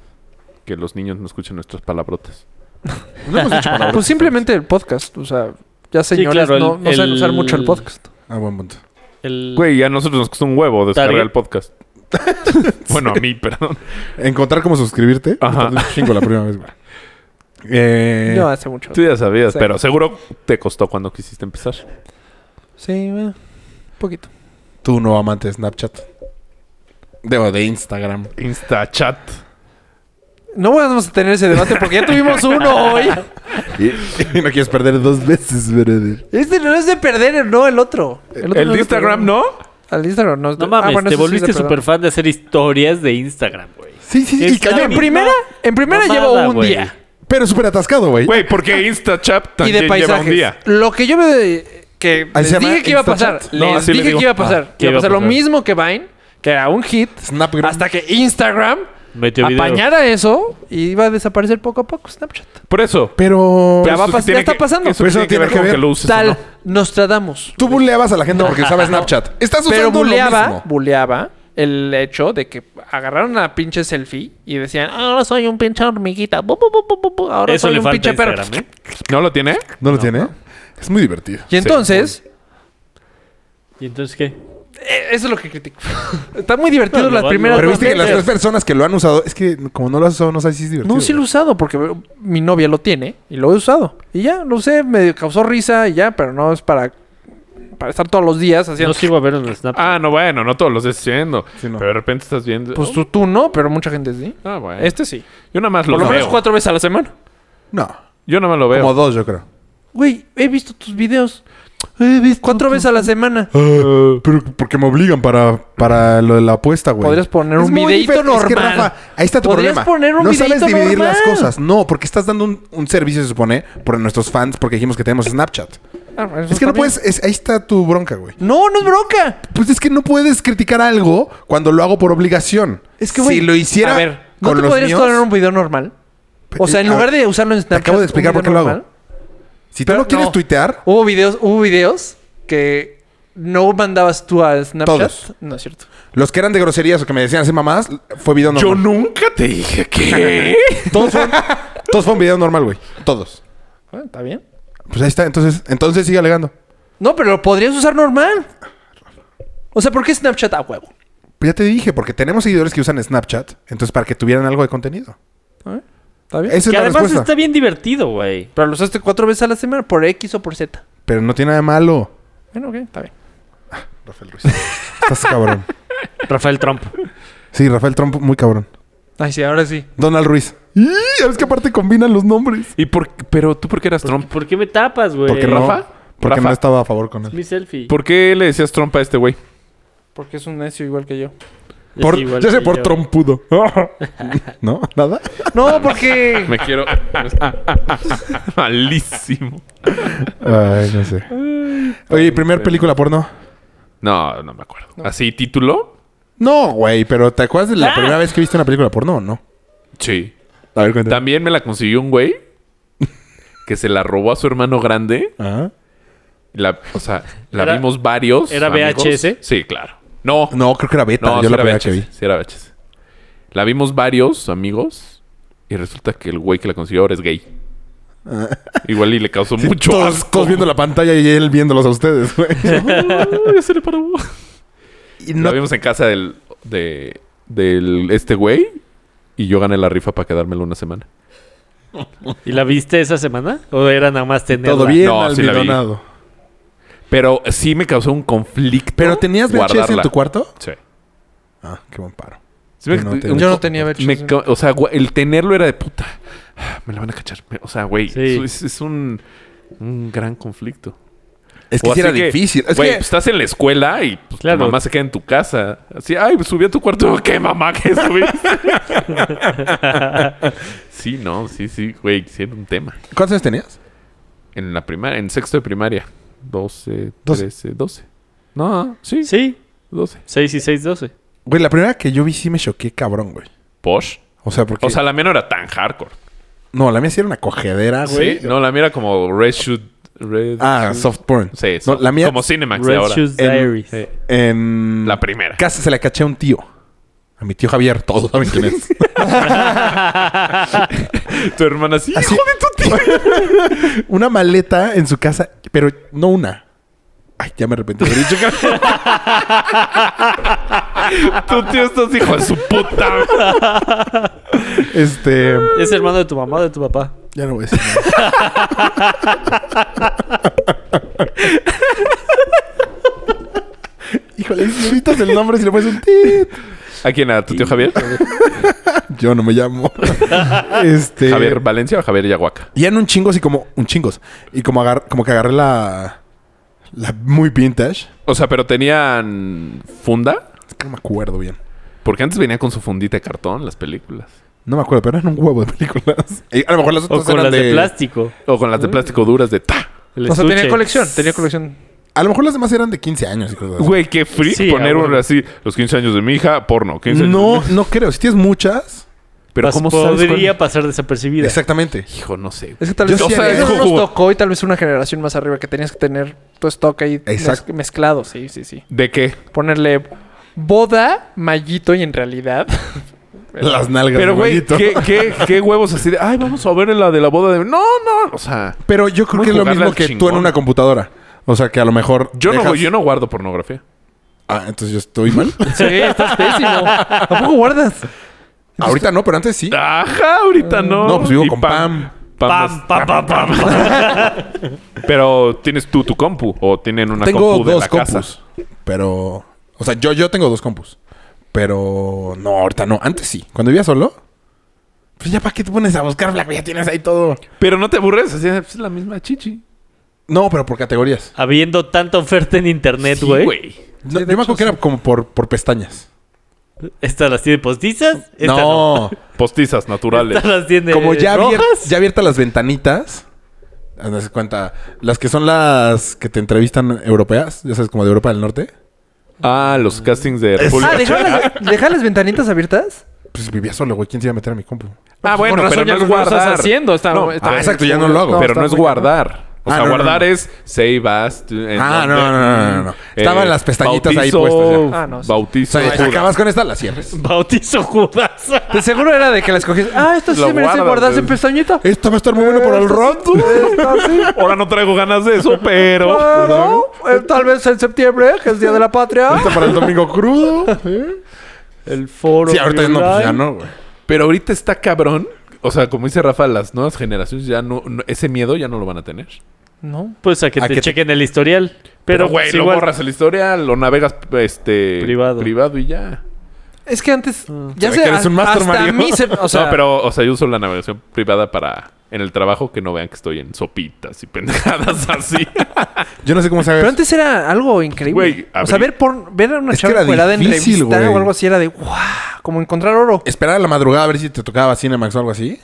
[SPEAKER 4] que los niños no escuchen nuestras palabrotas.
[SPEAKER 6] Ah, No hemos dicho palabras.
[SPEAKER 5] Pues simplemente el podcast. O sea, ya señores
[SPEAKER 2] claro, el-
[SPEAKER 5] no, no saben
[SPEAKER 2] el-
[SPEAKER 5] usar mucho el podcast.
[SPEAKER 6] Ah, buen punto.
[SPEAKER 2] El...
[SPEAKER 4] Güey, a nosotros nos costó un huevo descargar
[SPEAKER 2] Target.
[SPEAKER 4] el podcast. bueno, a mí, perdón.
[SPEAKER 6] Encontrar cómo suscribirte.
[SPEAKER 4] Ajá.
[SPEAKER 6] Un chingo la primera vez, güey. Eh,
[SPEAKER 5] No hace mucho.
[SPEAKER 4] Tú ya sabías,
[SPEAKER 5] Sí.
[SPEAKER 4] pero seguro te costó cuando quisiste empezar.
[SPEAKER 5] Sí, eh, un poquito.
[SPEAKER 6] Tú no amante de Snapchat. Debo de Instagram.
[SPEAKER 4] Instachat.
[SPEAKER 5] No vamos a tener ese debate porque ya tuvimos uno hoy.
[SPEAKER 6] Y, y no quieres perder dos veces, brother.
[SPEAKER 5] Este no es de perder, no el otro.
[SPEAKER 4] El,
[SPEAKER 5] otro no es
[SPEAKER 4] de
[SPEAKER 5] de
[SPEAKER 4] Instagram,
[SPEAKER 5] perder.
[SPEAKER 4] ¿no?
[SPEAKER 5] Al Instagram no es
[SPEAKER 2] No
[SPEAKER 5] de-
[SPEAKER 2] mames,
[SPEAKER 5] Ah, bueno,
[SPEAKER 2] te
[SPEAKER 5] eso sí es
[SPEAKER 2] volviste
[SPEAKER 5] de perder.
[SPEAKER 2] súper fan de hacer historias de Instagram, güey.
[SPEAKER 6] Sí, sí, sí.
[SPEAKER 2] Es la
[SPEAKER 6] cañón.
[SPEAKER 5] En primera, en primera
[SPEAKER 2] Mamada,
[SPEAKER 5] llevo un
[SPEAKER 2] güey.
[SPEAKER 5] día.
[SPEAKER 6] Pero súper atascado, güey.
[SPEAKER 4] Güey, porque Instachat
[SPEAKER 5] y
[SPEAKER 4] también
[SPEAKER 5] de
[SPEAKER 4] lleva un
[SPEAKER 5] paisajes.
[SPEAKER 4] día.
[SPEAKER 5] Lo que yo me de- que
[SPEAKER 6] Ahí
[SPEAKER 5] les
[SPEAKER 6] se llama
[SPEAKER 5] dije que iba a pasar,
[SPEAKER 6] Instachat.
[SPEAKER 4] No,
[SPEAKER 5] les
[SPEAKER 4] así le
[SPEAKER 5] dije
[SPEAKER 4] digo.
[SPEAKER 5] que iba a pasar,
[SPEAKER 2] ¿qué
[SPEAKER 5] que iba a pasar lo
[SPEAKER 2] pasar?
[SPEAKER 5] mismo que Vine, que era un hit,
[SPEAKER 6] Snapgram.
[SPEAKER 5] hasta que Instagram
[SPEAKER 2] Metió video.
[SPEAKER 5] apañara eso y iba a desaparecer poco a poco Snapchat.
[SPEAKER 4] Por eso.
[SPEAKER 6] Pero...
[SPEAKER 5] Ya va
[SPEAKER 4] eso
[SPEAKER 5] a pas-
[SPEAKER 4] tiene
[SPEAKER 5] ya está pasando.
[SPEAKER 4] Eso
[SPEAKER 6] Pero eso
[SPEAKER 4] tiene
[SPEAKER 6] no
[SPEAKER 4] que
[SPEAKER 6] tiene
[SPEAKER 4] ver
[SPEAKER 6] que
[SPEAKER 4] con
[SPEAKER 6] ver.
[SPEAKER 4] que lo uses o
[SPEAKER 5] Tal
[SPEAKER 4] no.
[SPEAKER 5] nos tradamos.
[SPEAKER 6] Tú buleabas a la gente porque usaba Snapchat. Estás usando
[SPEAKER 5] Pero
[SPEAKER 6] lo
[SPEAKER 5] buleaba,
[SPEAKER 6] mismo.
[SPEAKER 5] buleaba el hecho de que agarraron a pinche selfie y decían, "Ah, ahora soy un pinche hormiguita, bu, bu, bu, bu, bu, bu, ahora
[SPEAKER 2] Eso
[SPEAKER 5] soy
[SPEAKER 2] le
[SPEAKER 5] un
[SPEAKER 2] falta
[SPEAKER 5] pinche perro.
[SPEAKER 2] Instagram, ¿eh?
[SPEAKER 4] ¿No lo tiene?
[SPEAKER 6] ¿No lo tiene? Es muy divertido.
[SPEAKER 5] Y entonces,
[SPEAKER 2] ¿Y entonces qué?
[SPEAKER 5] Eh, Eso es lo que critico. Está muy divertido
[SPEAKER 2] No, lo
[SPEAKER 5] las
[SPEAKER 2] va-
[SPEAKER 5] primeras
[SPEAKER 6] Pero
[SPEAKER 5] dos
[SPEAKER 6] viste que las
[SPEAKER 5] veces.
[SPEAKER 6] tres personas que lo han usado, es que como no lo has usado, no sabes si es divertido.
[SPEAKER 5] No, sí lo he usado porque mi novia lo tiene y lo he usado. Y ya, lo usé, me causó risa y ya, pero no es para, para estar todos los días haciendo...
[SPEAKER 2] No sigo a ver en Snap.
[SPEAKER 4] Ah, no, bueno, no todos los estás viendo.
[SPEAKER 6] Sí, no.
[SPEAKER 4] Pero de repente estás viendo.
[SPEAKER 5] Pues tú, tú no, pero mucha gente sí.
[SPEAKER 4] Ah, bueno.
[SPEAKER 5] Este sí.
[SPEAKER 4] Yo nada más
[SPEAKER 5] Por
[SPEAKER 4] lo,
[SPEAKER 5] lo menos
[SPEAKER 4] veo.
[SPEAKER 5] cuatro veces a la semana.
[SPEAKER 6] No,
[SPEAKER 4] Yo nada más lo veo.
[SPEAKER 6] como dos, yo creo.
[SPEAKER 5] Güey, he visto tus videos. He visto cuatro veces a la semana. Ah.
[SPEAKER 6] pero porque me obligan para, para lo de la apuesta, güey.
[SPEAKER 5] Podrías poner un
[SPEAKER 6] muy
[SPEAKER 5] videíto
[SPEAKER 6] difer-
[SPEAKER 5] normal.
[SPEAKER 6] ahí está tu
[SPEAKER 5] Podrías
[SPEAKER 6] problema.
[SPEAKER 5] poner un
[SPEAKER 6] no sabes
[SPEAKER 5] videíto
[SPEAKER 6] dividir
[SPEAKER 5] normal.
[SPEAKER 6] las cosas. No, porque estás dando un, un servicio, se supone, por nuestros fans, porque dijimos que tenemos Snapchat.
[SPEAKER 5] Ah, eso
[SPEAKER 6] Es que
[SPEAKER 5] está
[SPEAKER 6] no
[SPEAKER 5] bien.
[SPEAKER 6] puedes... es- ahí está tu bronca, güey.
[SPEAKER 5] No, no es bronca.
[SPEAKER 6] Pues es que no puedes criticar algo cuando lo hago por obligación.
[SPEAKER 5] Es que, güey,
[SPEAKER 6] Si lo hiciera
[SPEAKER 5] A ver, ¿no
[SPEAKER 6] con
[SPEAKER 5] te
[SPEAKER 6] los
[SPEAKER 5] podrías
[SPEAKER 6] míos, eh,
[SPEAKER 5] poner un video normal? O sea, en
[SPEAKER 6] A
[SPEAKER 5] lugar
[SPEAKER 6] ver,
[SPEAKER 5] de usarlo en Snapchat.
[SPEAKER 6] acabo de explicar
[SPEAKER 5] un
[SPEAKER 6] por qué
[SPEAKER 5] video
[SPEAKER 6] lo hago.
[SPEAKER 5] normal.
[SPEAKER 6] Si tú no quieres
[SPEAKER 5] no.
[SPEAKER 6] tuitear...
[SPEAKER 5] Hubo videos, hubo videos que no mandabas tú a Snapchat.
[SPEAKER 6] Todos.
[SPEAKER 5] No es cierto.
[SPEAKER 6] Los que eran de groserías o que me decían así mamás, fue video
[SPEAKER 4] Yo
[SPEAKER 6] normal.
[SPEAKER 4] nunca te dije que.
[SPEAKER 6] Todos fueron, todos fueron video normal, güey. Todos.
[SPEAKER 5] Bueno, Está bien.
[SPEAKER 6] Pues ahí está. Entonces, entonces sigue alegando.
[SPEAKER 5] No, pero lo podrías usar normal. O sea, ¿por qué Snapchat a huevo?
[SPEAKER 6] Pues ya te dije, porque tenemos seguidores que usan Snapchat. Entonces, para que tuvieran algo de contenido.
[SPEAKER 5] Está bien.
[SPEAKER 2] que
[SPEAKER 6] Esa es la
[SPEAKER 2] además
[SPEAKER 6] respuesta.
[SPEAKER 2] está bien divertido, güey.
[SPEAKER 5] Pero lo usaste cuatro veces a la semana por X o por Z.
[SPEAKER 6] Pero no tiene nada de malo.
[SPEAKER 5] Bueno, ok, está bien.
[SPEAKER 6] Rafael Ruiz. Estás cabrón.
[SPEAKER 2] Rafael Trump.
[SPEAKER 6] Sí, Rafael Trump, muy cabrón.
[SPEAKER 5] Ay, sí, ahora sí.
[SPEAKER 6] Donald Ruiz. ¡Y! Es que aparte combinan los nombres.
[SPEAKER 4] ¿Y por, pero tú por qué eras Trump?
[SPEAKER 2] ¿Por qué me tapas, güey?
[SPEAKER 6] Porque no-
[SPEAKER 4] Rafa?
[SPEAKER 6] Porque
[SPEAKER 4] Rafa.
[SPEAKER 6] no estaba a favor con él.
[SPEAKER 2] Mi selfie.
[SPEAKER 4] ¿Por qué le decías Trump a este güey?
[SPEAKER 5] Porque es un necio igual que yo.
[SPEAKER 2] Es
[SPEAKER 6] Por,
[SPEAKER 2] igual
[SPEAKER 6] ya sé,
[SPEAKER 2] que
[SPEAKER 6] por
[SPEAKER 2] yo.
[SPEAKER 6] trompudo. ¿No? ¿Nada?
[SPEAKER 5] No, porque.
[SPEAKER 4] Me quiero. Malísimo.
[SPEAKER 6] Ay, no sé. Oye, primer película porno.
[SPEAKER 4] No, no me acuerdo. ¿Así título?
[SPEAKER 6] No, güey, pero ¿te acuerdas
[SPEAKER 4] Ah.
[SPEAKER 6] de la primera vez que viste una película porno o no?
[SPEAKER 4] Sí.
[SPEAKER 6] A ver, cuéntame.
[SPEAKER 4] También me la consiguió un güey que se la robó a su hermano grande.
[SPEAKER 6] Ah.
[SPEAKER 4] La, o sea, la
[SPEAKER 2] Era-
[SPEAKER 4] vimos varios.
[SPEAKER 2] ¿era
[SPEAKER 4] amigos.
[SPEAKER 2] VHS?
[SPEAKER 4] Sí, claro. No,
[SPEAKER 6] No, creo que era beta.
[SPEAKER 4] no,
[SPEAKER 6] Yo
[SPEAKER 4] sí
[SPEAKER 6] la
[SPEAKER 4] era
[SPEAKER 6] primera
[SPEAKER 4] VHS.
[SPEAKER 6] que vi.
[SPEAKER 4] Sí, era VHS. La vimos varios amigos y resulta que el güey que la consiguió ahora es gay. Igual y le causó mucho
[SPEAKER 6] Todos,
[SPEAKER 4] asco.
[SPEAKER 6] todos viendo la pantalla y él viéndolos a ustedes, güey.
[SPEAKER 4] Ay, ya se le paró.
[SPEAKER 6] Y
[SPEAKER 4] La
[SPEAKER 6] no-
[SPEAKER 4] vimos en casa del, de, del este güey y yo gané la rifa para quedármela una semana.
[SPEAKER 2] ¿Y la viste esa semana? ¿O era nada más tenerla?
[SPEAKER 6] todo bien
[SPEAKER 4] No, sí la vi.
[SPEAKER 6] almidonado.
[SPEAKER 4] Pero sí me causó un conflicto.
[SPEAKER 6] ¿Pero tenías VHS en
[SPEAKER 4] guardarla.
[SPEAKER 6] tu cuarto?
[SPEAKER 4] Sí.
[SPEAKER 6] Ah, qué buen paro.
[SPEAKER 4] Sí me-
[SPEAKER 6] Yo no
[SPEAKER 4] un-
[SPEAKER 6] tenía.
[SPEAKER 5] Yo no tenía VHS.
[SPEAKER 4] me ca- o sea, gua- el tenerlo era de puta. Me la van a cachar. Me- O sea, güey,
[SPEAKER 2] Sí.
[SPEAKER 4] es, es un, un gran conflicto.
[SPEAKER 6] Es que
[SPEAKER 4] O
[SPEAKER 6] sí
[SPEAKER 4] así
[SPEAKER 6] era difícil. Es
[SPEAKER 4] güey,
[SPEAKER 6] que-
[SPEAKER 4] pues, estás en la escuela y pues,
[SPEAKER 2] Claro.
[SPEAKER 4] tu mamá se queda en tu casa. Así, ay, pues, subí a tu cuarto. ¿Qué mamá que subiste? sí, no, sí, sí, güey, sí era un tema.
[SPEAKER 6] ¿Cuántos años tenías?
[SPEAKER 4] En la primaria, en sexto de primaria. 12,
[SPEAKER 6] Doce.
[SPEAKER 4] 13, 12. No, sí,
[SPEAKER 2] Sí,
[SPEAKER 4] 12.
[SPEAKER 2] 6 y 6, 12.
[SPEAKER 6] Güey, la primera que yo vi sí me choqué cabrón, güey.
[SPEAKER 4] Posh.
[SPEAKER 6] O sea, porque...
[SPEAKER 4] O sea, la mía no era tan hardcore.
[SPEAKER 6] no, la mía sí era una cogedera, güey.
[SPEAKER 4] Sí, no, la mía era como Red Shoot. Red
[SPEAKER 6] Ah,
[SPEAKER 4] Shoot-
[SPEAKER 6] soft porn.
[SPEAKER 4] Sí,
[SPEAKER 6] No,
[SPEAKER 4] soft.
[SPEAKER 6] la mía...
[SPEAKER 4] como Cinemax de
[SPEAKER 2] Red
[SPEAKER 4] ahora.
[SPEAKER 2] Shoes
[SPEAKER 6] En-
[SPEAKER 2] Diaries.
[SPEAKER 6] en...
[SPEAKER 4] La primera.
[SPEAKER 6] Casi se la caché a un tío. A mi tío Javier. Todos saben quién es.
[SPEAKER 4] tu hermana sí.
[SPEAKER 6] Así- una maleta en su casa, pero no una. Ay, ya me arrepentí. de haber dicho que-
[SPEAKER 4] Tu tío estás hijo de su puta.
[SPEAKER 6] Este.
[SPEAKER 2] ¿Es hermano de tu mamá o de tu papá?
[SPEAKER 6] Ya no voy a decir nada. Híjole, si evitas el nombre, si le pones un tit.
[SPEAKER 4] ¿A quién era? ¿Tu tío Javier?
[SPEAKER 6] Yo no me llamo. Este.
[SPEAKER 4] ¿Javier Valencia o Javier Yaguaca?
[SPEAKER 6] Y en un chingos y como. Un chingos. Y como, agar- como que agarré la. La muy vintage.
[SPEAKER 4] O sea, pero tenían funda.
[SPEAKER 6] Es que no me acuerdo bien.
[SPEAKER 4] Porque antes venía con su fundita de cartón las películas.
[SPEAKER 6] No me acuerdo, pero eran un huevo de películas. Y a lo mejor las
[SPEAKER 2] O
[SPEAKER 6] otras
[SPEAKER 2] con
[SPEAKER 6] eran
[SPEAKER 2] las de,
[SPEAKER 6] de
[SPEAKER 2] plástico.
[SPEAKER 4] O con las de
[SPEAKER 6] Mm.
[SPEAKER 4] plástico duras de ta.
[SPEAKER 2] El
[SPEAKER 5] O sea, tenía
[SPEAKER 2] estuche.
[SPEAKER 5] colección. Tenía colección.
[SPEAKER 6] A lo mejor las demás eran de 15 años. y cosas así.
[SPEAKER 4] Güey, qué freak
[SPEAKER 2] Sí,
[SPEAKER 4] poner
[SPEAKER 2] ah,
[SPEAKER 4] un-
[SPEAKER 2] bueno.
[SPEAKER 4] así. Los 15 años de mi hija, porno. 15 años de mi
[SPEAKER 6] No,
[SPEAKER 4] hija.
[SPEAKER 6] no creo. Si tienes muchas.
[SPEAKER 4] Pero
[SPEAKER 2] Pas-
[SPEAKER 4] ¿cómo sabes cuál?
[SPEAKER 2] Podría pasar desapercibida.
[SPEAKER 6] Exactamente.
[SPEAKER 4] Hijo, no sé.
[SPEAKER 5] Es que tal
[SPEAKER 6] Yo
[SPEAKER 5] vez
[SPEAKER 6] sí
[SPEAKER 5] o sea,
[SPEAKER 6] haría
[SPEAKER 5] eso no
[SPEAKER 4] eso.
[SPEAKER 5] nos tocó y tal vez una generación más arriba que tenías que tener tu stock ahí mez-
[SPEAKER 6] Exacto.
[SPEAKER 5] mezclado. Sí, sí, sí.
[SPEAKER 4] ¿De qué?
[SPEAKER 5] Ponerle boda, mallito y en realidad.
[SPEAKER 6] Las nalgas.
[SPEAKER 4] Pero,
[SPEAKER 6] de
[SPEAKER 4] güey,
[SPEAKER 6] Mayito.
[SPEAKER 4] ¿qué, qué, qué huevos así de... Ay, vamos a ver la de la boda de... No, no. O sea...
[SPEAKER 6] Pero yo creo
[SPEAKER 4] Muy
[SPEAKER 6] que es lo
[SPEAKER 4] jugarle
[SPEAKER 6] mismo
[SPEAKER 4] al
[SPEAKER 6] que tú
[SPEAKER 4] chingón.
[SPEAKER 6] en una computadora. O sea, que a lo mejor.
[SPEAKER 4] Yo, no,
[SPEAKER 6] dejas-
[SPEAKER 4] yo no guardo pornografía.
[SPEAKER 6] Ah, entonces yo estoy mal.
[SPEAKER 5] Sí, estás pésimo. ¿A poco guardas?
[SPEAKER 6] Ahorita no, pero antes sí.
[SPEAKER 4] Ah, Ajá, ahorita no.
[SPEAKER 6] No, pues vivo
[SPEAKER 4] Y
[SPEAKER 6] con
[SPEAKER 4] Pam,
[SPEAKER 2] Pam, pam, pam, pam.
[SPEAKER 4] Pero tienes tú tu compu o tienen una
[SPEAKER 6] tengo
[SPEAKER 4] compu de
[SPEAKER 6] dos
[SPEAKER 4] la
[SPEAKER 6] compus.
[SPEAKER 4] casa.
[SPEAKER 6] Pero. O sea, yo, yo tengo dos compus. Pero no, ahorita no. Antes sí. Cuando vivía solo. Pues ya para qué te pones a buscar, Black, ya tienes ahí todo.
[SPEAKER 4] Pero no te aburres, así es la misma chichi.
[SPEAKER 6] No, pero por categorías.
[SPEAKER 2] Habiendo tanta oferta en internet,
[SPEAKER 4] Sí,
[SPEAKER 2] güey.
[SPEAKER 6] No, yo me acuerdo que era como por, por pestañas.
[SPEAKER 2] Estas las tiene postizas. Estas no.
[SPEAKER 6] No.
[SPEAKER 4] Postizas naturales.
[SPEAKER 2] Estas las tiene
[SPEAKER 6] Como ya, abier-
[SPEAKER 2] rojas.
[SPEAKER 6] ya abiertas las ventanitas. Hazte cuenta. Las que son las que te entrevistan europeas. Ya sabes, como de Europa del Norte.
[SPEAKER 4] Ah, los castings de República
[SPEAKER 5] Ah, ¿dejar
[SPEAKER 4] Checa.
[SPEAKER 5] las, dejar las ventanitas abiertas?
[SPEAKER 6] Pues vivía solo, güey. ¿Quién se iba a meter a mi compu?
[SPEAKER 4] Ah, bueno,
[SPEAKER 5] Con razón
[SPEAKER 4] pero
[SPEAKER 5] ya
[SPEAKER 4] no es
[SPEAKER 5] lo estás
[SPEAKER 4] guardar.
[SPEAKER 5] haciendo. Está,
[SPEAKER 4] No,
[SPEAKER 5] está
[SPEAKER 6] ah,
[SPEAKER 5] bien.
[SPEAKER 6] exacto, ya no lo hago.
[SPEAKER 4] pero
[SPEAKER 5] está
[SPEAKER 4] no es
[SPEAKER 5] muy cabrón.
[SPEAKER 4] guardar. O
[SPEAKER 6] Ah,
[SPEAKER 4] sea,
[SPEAKER 6] no, no,
[SPEAKER 4] guardar
[SPEAKER 6] no.
[SPEAKER 4] es save as. to- en
[SPEAKER 6] Ah, no,
[SPEAKER 4] donde- mm, eh,
[SPEAKER 6] no, no, no, no, no. Estaban las pestañitas ahí
[SPEAKER 4] bautizo-
[SPEAKER 6] puestas
[SPEAKER 5] ya. Ah, no, sí.
[SPEAKER 6] O
[SPEAKER 4] Bautizo.
[SPEAKER 6] sea,
[SPEAKER 4] Judas.
[SPEAKER 6] acabas con esta, la cierres.
[SPEAKER 2] Bautizo Judas.
[SPEAKER 5] De seguro era de que las cogías. Ah, esto sí
[SPEAKER 4] Lo
[SPEAKER 5] merece
[SPEAKER 4] guardas,
[SPEAKER 5] guardarse en
[SPEAKER 4] güey.
[SPEAKER 5] pestañita.
[SPEAKER 6] Esto va a estar muy eh. bueno por el rato.
[SPEAKER 5] Está así.
[SPEAKER 4] Ahora no traigo ganas de eso, pero.
[SPEAKER 6] Ah.
[SPEAKER 5] Pero, eh, tal vez en septiembre, que es Día de la Patria.
[SPEAKER 6] Esto para el domingo crudo. ¿eh?
[SPEAKER 2] El foro.
[SPEAKER 6] Sí, ahorita no, pues ya no, güey.
[SPEAKER 4] Pero ahorita está cabrón. O sea, como dice Rafa, las nuevas generaciones ya no, no- Ese miedo ya no lo van a tener.
[SPEAKER 5] No.
[SPEAKER 2] Pues a que
[SPEAKER 6] A
[SPEAKER 2] te
[SPEAKER 6] que te-
[SPEAKER 2] chequen el historial. Pero,
[SPEAKER 4] Pero, güey,
[SPEAKER 2] pues,
[SPEAKER 4] lo
[SPEAKER 2] igual-
[SPEAKER 4] borras el historial, lo navegas este,
[SPEAKER 2] Privado.
[SPEAKER 4] privado y ya.
[SPEAKER 5] Es que antes. Ya
[SPEAKER 6] Se
[SPEAKER 5] sé,
[SPEAKER 6] ve que eres
[SPEAKER 5] a-
[SPEAKER 6] un Master
[SPEAKER 5] hasta
[SPEAKER 6] Mario.
[SPEAKER 5] a mí se. O sea,
[SPEAKER 4] no, pero, o sea, yo uso la navegación privada para en el trabajo que no vean que estoy en sopitas y pendejadas así.
[SPEAKER 6] Yo no sé cómo se
[SPEAKER 5] pero
[SPEAKER 6] haga. eso.
[SPEAKER 5] antes era algo increíble.
[SPEAKER 4] Güey,
[SPEAKER 5] o sea,
[SPEAKER 4] abrí-
[SPEAKER 5] ver, por, ver a una
[SPEAKER 6] Es que
[SPEAKER 5] chava
[SPEAKER 6] era
[SPEAKER 5] encuerada en
[SPEAKER 6] difícil,
[SPEAKER 5] revista
[SPEAKER 6] güey.
[SPEAKER 5] o algo así era de ¡guau! Como encontrar oro.
[SPEAKER 6] Esperar a la madrugada a ver si te tocaba Cinemax o algo así.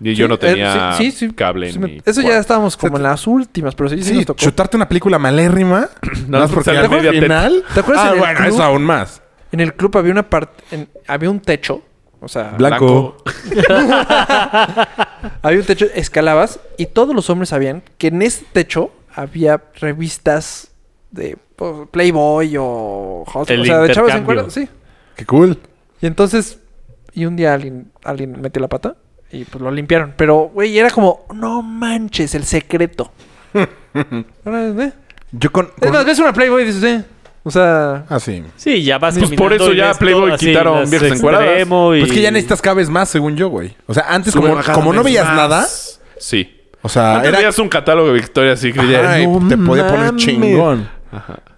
[SPEAKER 4] Y yo no
[SPEAKER 5] Sí, eh,
[SPEAKER 4] tenía
[SPEAKER 5] sí, sí, sí.
[SPEAKER 4] cable
[SPEAKER 5] Sí
[SPEAKER 4] en
[SPEAKER 5] me-
[SPEAKER 4] mi
[SPEAKER 5] Eso ya
[SPEAKER 4] cuarto.
[SPEAKER 5] estábamos como en las últimas, pero sí, sí,
[SPEAKER 6] Sí,
[SPEAKER 5] nos tocó.
[SPEAKER 6] chutarte una película malérrima. No,
[SPEAKER 4] pues,
[SPEAKER 6] más porque
[SPEAKER 4] sale
[SPEAKER 6] al
[SPEAKER 4] media teta.
[SPEAKER 6] final...
[SPEAKER 5] ¿Te acuerdas
[SPEAKER 6] Ah,
[SPEAKER 5] en el
[SPEAKER 6] bueno,
[SPEAKER 5] club?
[SPEAKER 6] eso aún más.
[SPEAKER 5] En el club había una parte. Había un techo. O sea,
[SPEAKER 6] Blanco.
[SPEAKER 5] había un techo, escalabas y todos los hombres sabían que en ese techo había revistas de pues, Playboy o Hot-
[SPEAKER 2] El
[SPEAKER 5] o sea, de chavas en
[SPEAKER 2] intercambio.
[SPEAKER 5] cuerda, sí.
[SPEAKER 6] Qué cool.
[SPEAKER 5] Y entonces, y un día alguien, alguien metió la pata y pues lo limpiaron. Pero, güey, era como, no manches, el secreto. Ahora, ¿eh?
[SPEAKER 6] Yo con...
[SPEAKER 5] Es
[SPEAKER 6] con-
[SPEAKER 5] más, ves una Playboy y dices, eh. O sea,
[SPEAKER 6] Ah, sí.
[SPEAKER 2] Sí, ya vas
[SPEAKER 4] Pues por
[SPEAKER 2] caminando
[SPEAKER 4] eso
[SPEAKER 2] y
[SPEAKER 4] ya
[SPEAKER 2] ves
[SPEAKER 4] Playboy
[SPEAKER 2] todo así,
[SPEAKER 4] quitaron
[SPEAKER 2] las
[SPEAKER 4] viejas encueradas.
[SPEAKER 2] extremo y-
[SPEAKER 6] Pues que ya necesitas cada vez más, según yo, güey. O sea, antes como,
[SPEAKER 4] Sube-
[SPEAKER 6] como no veías
[SPEAKER 4] más.
[SPEAKER 6] nada...
[SPEAKER 4] Sí.
[SPEAKER 6] O sea,
[SPEAKER 4] Antes
[SPEAKER 6] era...
[SPEAKER 4] veías un catálogo de Victoria Secret. y ya,
[SPEAKER 6] Ajá, y
[SPEAKER 4] Ah, no
[SPEAKER 6] te podía poner
[SPEAKER 4] mames.
[SPEAKER 6] chingón.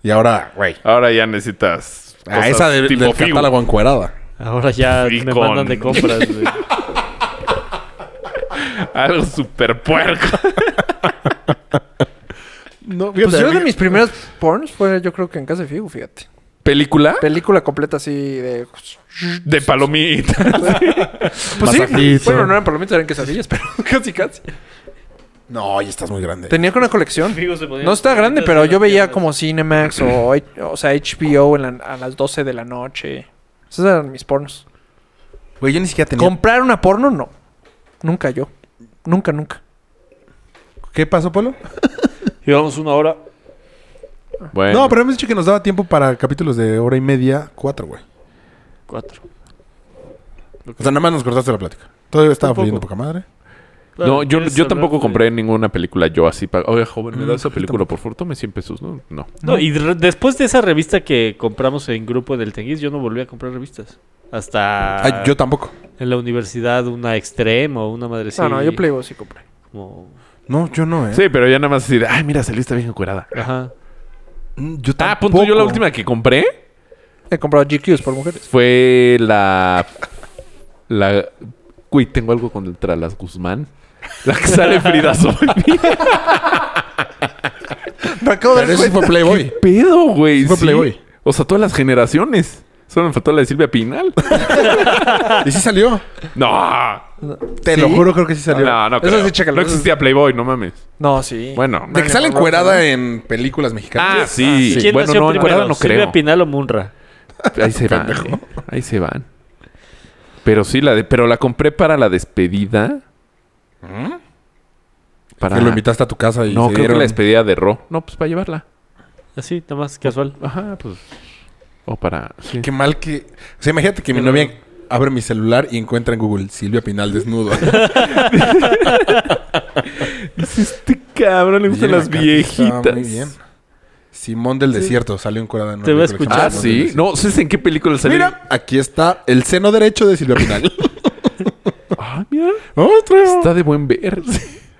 [SPEAKER 6] Y ahora, güey.
[SPEAKER 4] Ahora ya necesitas.
[SPEAKER 6] A esa de, del
[SPEAKER 4] figu.
[SPEAKER 6] catálogo encuerada.
[SPEAKER 2] Ahora ya
[SPEAKER 4] Y
[SPEAKER 2] me
[SPEAKER 4] con-
[SPEAKER 2] mandan de compras. güey.
[SPEAKER 4] Algo super puerco.
[SPEAKER 6] No,
[SPEAKER 5] pues yo de mis primeras porns fue, yo creo que en casa de Figu, fíjate.
[SPEAKER 4] ¿Película?
[SPEAKER 5] Película completa así de.
[SPEAKER 4] De palomita.
[SPEAKER 5] Pues sí,
[SPEAKER 6] Masajito.
[SPEAKER 5] bueno, no eran palomitas, eran quesadillas, pero casi casi.
[SPEAKER 6] No, ya estás muy grande.
[SPEAKER 5] Tenía una colección.
[SPEAKER 2] Figo se ponía
[SPEAKER 5] No está
[SPEAKER 2] las
[SPEAKER 5] grande,
[SPEAKER 2] patitas
[SPEAKER 5] pero
[SPEAKER 2] en
[SPEAKER 5] yo
[SPEAKER 2] las
[SPEAKER 5] veía
[SPEAKER 2] piernas.
[SPEAKER 5] como Cinemax o, H- o sea, HBO en la- a las 12 de la noche. Esos eran mis pornos.
[SPEAKER 6] Güey, yo ni siquiera tenía...
[SPEAKER 5] ¿Comprar una porno? No. Nunca yo. Nunca, nunca.
[SPEAKER 6] ¿Qué pasó, Polo?
[SPEAKER 2] Llevamos una hora.
[SPEAKER 4] Bueno,
[SPEAKER 6] No, pero hemos dicho que nos daba tiempo para capítulos de hora y media, cuatro, güey.
[SPEAKER 2] Cuatro.
[SPEAKER 6] O sea, nada más nos cortaste la plática. Todavía estaba
[SPEAKER 2] Un poco.
[SPEAKER 6] fluyendo poca madre.
[SPEAKER 4] No, yo,
[SPEAKER 2] ¿quieres
[SPEAKER 4] yo
[SPEAKER 2] hablar
[SPEAKER 4] tampoco
[SPEAKER 2] de-
[SPEAKER 4] compré ninguna película yo así para... Oye, joven, ¿me
[SPEAKER 6] Mm.
[SPEAKER 4] das esa película por favor? Tome 100 pesos, ¿no? No.
[SPEAKER 2] No, y re- después de esa revista que compramos en grupo del Tenguis, yo no volví a comprar revistas. Hasta
[SPEAKER 4] Ah,
[SPEAKER 6] Ay, yo tampoco.
[SPEAKER 2] en la universidad, una extremo, una madrecita.
[SPEAKER 5] No, no, yo Playboy sí compré.
[SPEAKER 2] como-
[SPEAKER 6] No, yo no, ¿eh?
[SPEAKER 4] Sí, pero ya nada más así de... Ay, mira, saliste bien encuerada.
[SPEAKER 2] Ajá.
[SPEAKER 6] Mm, Yo
[SPEAKER 4] Ah,
[SPEAKER 6] tampoco.
[SPEAKER 4] punto. Yo la última que compré
[SPEAKER 5] He comprado GQs por mujeres.
[SPEAKER 4] fue la... La... Güey, tengo algo contra las Guzmán. La que sale Frida Sofía.
[SPEAKER 5] Me acabo
[SPEAKER 6] Pero eso sí fue Playboy.
[SPEAKER 4] pedo, güey?
[SPEAKER 6] Sí fue Playboy.
[SPEAKER 4] O sea, todas las generaciones. Solo me faltó la de Silvia Pinal.
[SPEAKER 6] y sí salió.
[SPEAKER 4] no.
[SPEAKER 6] Te lo juro, creo que sí salió.
[SPEAKER 4] No, no
[SPEAKER 5] Eso
[SPEAKER 4] creo.
[SPEAKER 5] sí, chécalo.
[SPEAKER 4] No existía Playboy, no mames.
[SPEAKER 5] No, sí.
[SPEAKER 4] Bueno.
[SPEAKER 6] De que sale encuerada en películas mexicanas.
[SPEAKER 4] Ah, sí.
[SPEAKER 2] ¿Quién
[SPEAKER 4] Bueno,
[SPEAKER 2] nació
[SPEAKER 4] no, encuerada
[SPEAKER 2] primero?
[SPEAKER 4] no
[SPEAKER 2] ¿Silvia
[SPEAKER 4] creo.
[SPEAKER 2] Pinal o Munra?
[SPEAKER 4] Ahí se van. eh. Ahí se van. Pero sí, la de, pero la compré para la despedida. Para...
[SPEAKER 6] ¿Mm? Que lo invitaste a tu casa y
[SPEAKER 4] No,
[SPEAKER 6] se
[SPEAKER 4] creo que
[SPEAKER 6] dieron-
[SPEAKER 4] la despedida de Ro. No, pues para llevarla.
[SPEAKER 2] Así, nada más casual.
[SPEAKER 4] Ajá, pues. O para. sí.
[SPEAKER 6] Qué mal que... O sea, imagínate que mi novia abre mi celular y encuentra en Google Silvia Pinal desnudo.
[SPEAKER 4] Este cabrón le
[SPEAKER 6] Bien,
[SPEAKER 4] gustan las
[SPEAKER 6] acá, está
[SPEAKER 4] viejitas.
[SPEAKER 6] Ah, Muy bien. Simón del Desierto salió encuerada en una
[SPEAKER 2] Te voy a
[SPEAKER 6] película que se
[SPEAKER 2] escuchar.
[SPEAKER 4] Ah,
[SPEAKER 6] llama Simón del
[SPEAKER 4] sí.
[SPEAKER 6] Desierto.
[SPEAKER 4] No, ¿sabes en qué película salió?
[SPEAKER 6] Mira, aquí está el seno derecho de Silvia Pinal.
[SPEAKER 4] Ah, mira.
[SPEAKER 6] Otra.
[SPEAKER 4] Está de buen ver.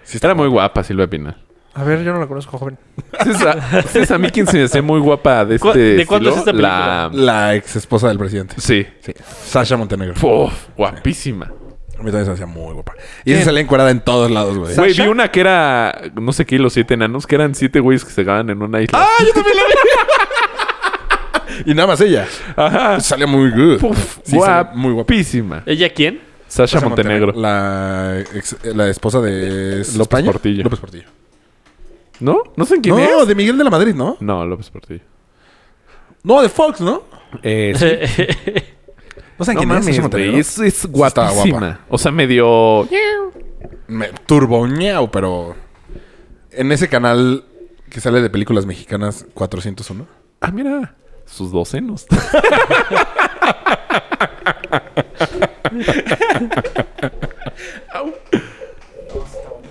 [SPEAKER 6] Sí, está
[SPEAKER 4] Era muy guapa Silvia Pinal.
[SPEAKER 5] A ver, yo no la conozco, joven.
[SPEAKER 4] César, César, a mí quien se me hace muy guapa de
[SPEAKER 2] ¿Cu-
[SPEAKER 4] este
[SPEAKER 2] de cuándo es
[SPEAKER 4] estilo?
[SPEAKER 2] esta película?
[SPEAKER 4] La...
[SPEAKER 6] La ex esposa del presidente.
[SPEAKER 4] Sí.
[SPEAKER 6] Sasha Montenegro.
[SPEAKER 4] Uf, guapísima.
[SPEAKER 6] A mí también se me hacía muy guapa. Y se salía encuerada en todos lados, güey.
[SPEAKER 4] Güey, vi una que era, no sé qué, los siete enanos, que eran siete güeyes que se gaban en una isla.
[SPEAKER 6] ¡Ah, yo también la vi! y nada más ella.
[SPEAKER 4] Ajá.
[SPEAKER 6] Salía muy good.
[SPEAKER 4] Uf,
[SPEAKER 6] Sí, salía muy guapa.
[SPEAKER 4] guapísima.
[SPEAKER 2] ¿Ella quién?
[SPEAKER 4] Sasha Montenegro.
[SPEAKER 6] La, ex- eh, la esposa de López
[SPEAKER 4] Portillo.
[SPEAKER 6] López Portillo.
[SPEAKER 4] ¿No? ¿No sé quién
[SPEAKER 6] no,
[SPEAKER 4] es?
[SPEAKER 6] de Miguel de la Madrid, ¿no?
[SPEAKER 4] No, López Portillo. Eh,
[SPEAKER 6] No, de Fox, ¿no?
[SPEAKER 2] Eh,
[SPEAKER 6] No Eh, saben
[SPEAKER 4] No
[SPEAKER 6] quién es.
[SPEAKER 4] mames,
[SPEAKER 6] Sasha Montenegro.
[SPEAKER 4] güey. Es, es
[SPEAKER 6] estaba
[SPEAKER 4] guapísima.
[SPEAKER 6] guapa.
[SPEAKER 4] O sea, medio...
[SPEAKER 6] Me turboñao, pero. En ese canal que sale de películas mexicanas 401.
[SPEAKER 4] Ah, mira. Sus dos senos.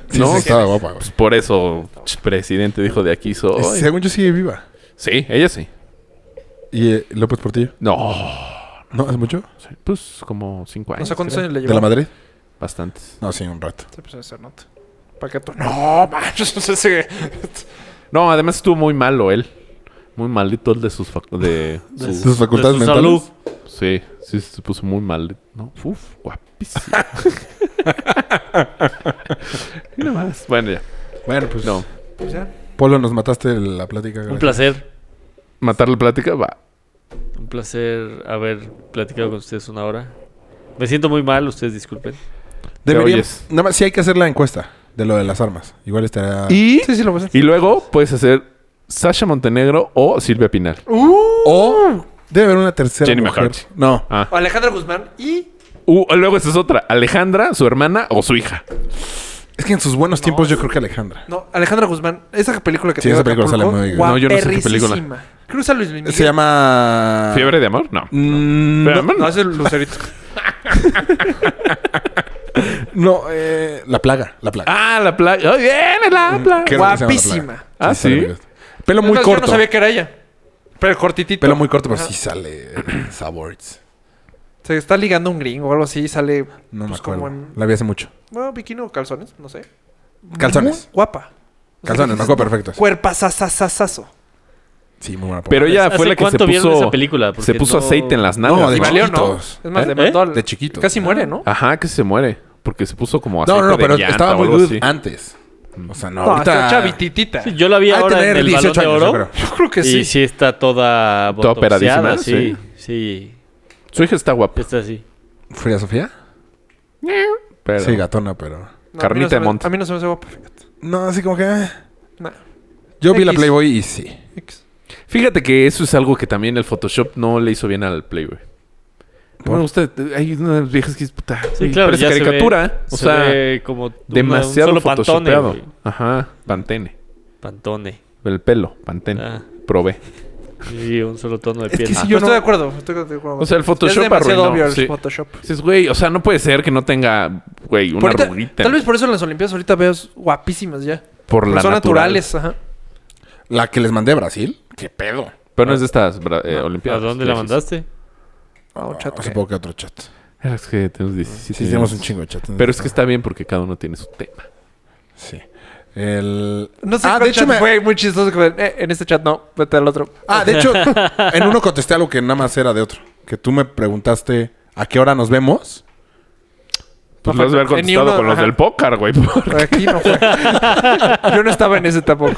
[SPEAKER 6] Sí,
[SPEAKER 4] No,
[SPEAKER 6] sí, estaba guapa, güey.
[SPEAKER 4] Pues por eso, ch, presidente dijo de aquí soy.
[SPEAKER 6] Es- Según yo sigue viva.
[SPEAKER 4] Sí, ella sí.
[SPEAKER 6] ¿Y eh, López Portillo?
[SPEAKER 4] No.
[SPEAKER 6] ¿No? ¿Hace mucho?
[SPEAKER 4] sí, Pues como cinco años.
[SPEAKER 5] No sé cuántos
[SPEAKER 4] creo.
[SPEAKER 5] años le
[SPEAKER 6] ¿De
[SPEAKER 5] llevó.
[SPEAKER 6] la Madrid?
[SPEAKER 4] Bastantes.
[SPEAKER 6] No, sí, un rato.
[SPEAKER 5] Sí, pues, esa nota. ¿Para qué tú? No, manches, pues, ese-
[SPEAKER 4] No, además estuvo muy malo él. Muy malito el de sus... fac- De su-
[SPEAKER 2] De
[SPEAKER 6] Sus facultades
[SPEAKER 2] de su
[SPEAKER 6] mentales.
[SPEAKER 2] salud.
[SPEAKER 4] Sí, sí se puso muy mal. ¿no? Uf, guapísimo. Mira más. Bueno, ya.
[SPEAKER 6] Bueno, pues.
[SPEAKER 4] No.
[SPEAKER 5] Pues ya.
[SPEAKER 6] Polo, nos mataste la plática.
[SPEAKER 2] Un
[SPEAKER 6] gracias.
[SPEAKER 2] placer.
[SPEAKER 4] Matar la plática, va.
[SPEAKER 2] Un placer haber platicado con ustedes una hora. Me siento muy mal, ustedes disculpen.
[SPEAKER 6] Debería-
[SPEAKER 4] oyes.
[SPEAKER 6] Nada más, sí hay que hacer la encuesta de lo de las armas. Igual estará.
[SPEAKER 4] Y,
[SPEAKER 5] Sí, sí, lo voy a hacer.
[SPEAKER 4] y luego puedes hacer Sasha Montenegro o Silvia Pinal.
[SPEAKER 5] Uh. Oh.
[SPEAKER 6] O debe haber una tercera.
[SPEAKER 4] Jenny
[SPEAKER 6] mujer.
[SPEAKER 4] McCarthy.
[SPEAKER 6] No.
[SPEAKER 4] Ah.
[SPEAKER 5] Alejandra Guzmán y...
[SPEAKER 4] Uh, luego esa es otra. Alejandra, su hermana o su hija.
[SPEAKER 6] Es que en sus buenos tiempos yo creo que Alejandra.
[SPEAKER 5] No, Alejandra Guzmán. Esa película que
[SPEAKER 6] Sí,
[SPEAKER 5] digo
[SPEAKER 6] esa película sale
[SPEAKER 5] Acapulco,
[SPEAKER 6] muy bien.
[SPEAKER 4] No, yo no sé qué película.
[SPEAKER 5] guaperricísima. Cruza Luis Miguel.
[SPEAKER 6] Se llama.
[SPEAKER 4] ¿Fiebre de amor? No.
[SPEAKER 6] Mm,
[SPEAKER 4] Fiebre de
[SPEAKER 6] no,
[SPEAKER 4] amor,
[SPEAKER 5] No,
[SPEAKER 4] no.
[SPEAKER 5] es el Lucerito.
[SPEAKER 6] no, eh, la plaga. La plaga.
[SPEAKER 4] Ah, la plaga. ¡Oh, viene la plaga!
[SPEAKER 6] Creo que se llama La Plaga.
[SPEAKER 5] Guapísima.
[SPEAKER 4] Ah,
[SPEAKER 6] sale
[SPEAKER 4] ¿sí?
[SPEAKER 6] bien. Pelo muy
[SPEAKER 5] Entonces, Yo
[SPEAKER 6] corto.
[SPEAKER 5] no sabía que era ella. Pero cortitito.
[SPEAKER 6] Pelo muy corto, pero sí sale eh, Sabores.
[SPEAKER 5] Se está ligando un gringo o algo así. Sale,
[SPEAKER 6] No me
[SPEAKER 5] pues,
[SPEAKER 6] acuerdo.
[SPEAKER 5] como en...
[SPEAKER 6] La vi hace mucho.
[SPEAKER 5] Bueno, bikini o calzones, no sé.
[SPEAKER 6] Calzones.
[SPEAKER 5] Muy guapa.
[SPEAKER 6] Calzones, me acuerdo perfecto.
[SPEAKER 5] Cuerpazazazazazo.
[SPEAKER 6] Sí, muy buena. película.
[SPEAKER 4] Pero ella
[SPEAKER 2] ¿Hace
[SPEAKER 4] fue la que se
[SPEAKER 2] cuánto vieron
[SPEAKER 4] puso.
[SPEAKER 2] esa película? Porque
[SPEAKER 4] Se puso
[SPEAKER 2] no-
[SPEAKER 4] aceite en las
[SPEAKER 6] No,
[SPEAKER 4] nalgas.
[SPEAKER 6] de
[SPEAKER 5] Y
[SPEAKER 4] ¿no?
[SPEAKER 5] valió, ¿no?
[SPEAKER 6] chiquitos.
[SPEAKER 5] Es más,
[SPEAKER 2] ¿Eh?
[SPEAKER 5] le mató al-
[SPEAKER 6] De chiquitos.
[SPEAKER 5] Casi muere, ¿no?
[SPEAKER 4] Ajá, que se muere. Porque se puso como aceite
[SPEAKER 6] No, no, no,
[SPEAKER 4] de
[SPEAKER 6] pero
[SPEAKER 4] llanta
[SPEAKER 6] estaba
[SPEAKER 4] o
[SPEAKER 6] muy
[SPEAKER 4] algo
[SPEAKER 6] good
[SPEAKER 4] así.
[SPEAKER 6] antes. O sea, no,
[SPEAKER 5] No,
[SPEAKER 6] ahorita...
[SPEAKER 5] está chavititita.
[SPEAKER 2] Sí, yo la vi
[SPEAKER 6] Ha de
[SPEAKER 2] ahora
[SPEAKER 6] tener
[SPEAKER 2] en el
[SPEAKER 6] 18
[SPEAKER 2] Balón de
[SPEAKER 6] años, yo
[SPEAKER 2] Oro.
[SPEAKER 6] creo.
[SPEAKER 5] Yo creo que
[SPEAKER 2] y
[SPEAKER 5] sí.
[SPEAKER 2] sí está toda botoxiada,
[SPEAKER 4] operadísima,
[SPEAKER 2] sí, sí.
[SPEAKER 4] Su hija está guapa.
[SPEAKER 2] Está así.
[SPEAKER 6] ¿Fría Sofía?
[SPEAKER 4] Pero...
[SPEAKER 6] Sí, gatona, pero...
[SPEAKER 5] No, a mí no
[SPEAKER 4] Carnita
[SPEAKER 5] se
[SPEAKER 4] de
[SPEAKER 5] me-
[SPEAKER 4] monte.
[SPEAKER 5] A mí no se me hace guapa, fíjate.
[SPEAKER 6] No, así como que... eh.
[SPEAKER 5] Nah,
[SPEAKER 6] Yo vi la
[SPEAKER 5] X.
[SPEAKER 6] Playboy y sí.
[SPEAKER 5] X.
[SPEAKER 4] Fíjate que eso es algo que también el Photoshop no le hizo bien al Playboy. No
[SPEAKER 6] ¿Por?
[SPEAKER 4] me gusta. Hay unas viejas que es puta.
[SPEAKER 2] Sí,
[SPEAKER 4] güey,
[SPEAKER 2] claro,
[SPEAKER 4] parece
[SPEAKER 2] ya se
[SPEAKER 4] caricatura.
[SPEAKER 2] ve-
[SPEAKER 4] o
[SPEAKER 2] se
[SPEAKER 4] sea,
[SPEAKER 2] ve como una- un
[SPEAKER 4] demasiado
[SPEAKER 2] solo pantone,
[SPEAKER 4] photoshopeado.
[SPEAKER 2] güey.
[SPEAKER 4] Ajá, pantene.
[SPEAKER 2] Pantone.
[SPEAKER 4] El pelo, pantene.
[SPEAKER 2] Ah,
[SPEAKER 4] Probé.
[SPEAKER 2] sí, un solo tono de
[SPEAKER 6] Es que
[SPEAKER 2] piel.
[SPEAKER 6] sí,
[SPEAKER 5] Yo
[SPEAKER 6] Yo
[SPEAKER 5] estoy
[SPEAKER 6] no-
[SPEAKER 5] de acuerdo. Estoy de acuerdo.
[SPEAKER 4] O sea, el
[SPEAKER 5] es
[SPEAKER 4] Photoshop
[SPEAKER 5] demasiado
[SPEAKER 4] arruinó,
[SPEAKER 5] obvio el
[SPEAKER 4] sí.
[SPEAKER 5] Photoshop.
[SPEAKER 4] Dices, güey, o sea, no puede ser que no tenga, güey, una
[SPEAKER 5] Por ahorita-
[SPEAKER 4] arruguita.
[SPEAKER 5] tal vez por eso en las Olimpiadas ahorita veo guapísimas ya.
[SPEAKER 4] por
[SPEAKER 5] Pero
[SPEAKER 4] la
[SPEAKER 5] son
[SPEAKER 4] natural.
[SPEAKER 5] naturales, ajá.
[SPEAKER 6] La que les mandé a Brasil. ¿Qué pedo?
[SPEAKER 4] Pero no es de estas bra- eh,
[SPEAKER 2] ¿A
[SPEAKER 4] Olimpiadas.
[SPEAKER 2] dónde la
[SPEAKER 4] Sí, sí.
[SPEAKER 2] mandaste?
[SPEAKER 5] Ah, un chato.
[SPEAKER 6] Ah,
[SPEAKER 5] que-
[SPEAKER 6] Supongo que otro chat.
[SPEAKER 4] Ah, Es que tenemos 17.
[SPEAKER 6] Sí, tenemos un
[SPEAKER 4] años.
[SPEAKER 6] chingo de chat.
[SPEAKER 4] Pero es que está bien porque cada uno tiene su tema.
[SPEAKER 6] Sí. El...
[SPEAKER 5] No sé
[SPEAKER 6] Ah,
[SPEAKER 5] cuál
[SPEAKER 6] de hecho
[SPEAKER 5] chat
[SPEAKER 6] me-
[SPEAKER 5] fue muy chistoso. que me- eh, en este chat no, vete al otro.
[SPEAKER 6] Ah, de hecho, en uno contesté algo que nada más era de otro. Que tú me preguntaste a qué hora nos vemos.
[SPEAKER 4] Pues
[SPEAKER 5] No
[SPEAKER 4] lo has de haber
[SPEAKER 5] fue- en ni
[SPEAKER 4] contestado
[SPEAKER 5] uno,
[SPEAKER 4] con los
[SPEAKER 5] ajá.
[SPEAKER 4] del pócar, güey. por-
[SPEAKER 5] Aquí no fue. Yo no estaba en ese tampoco.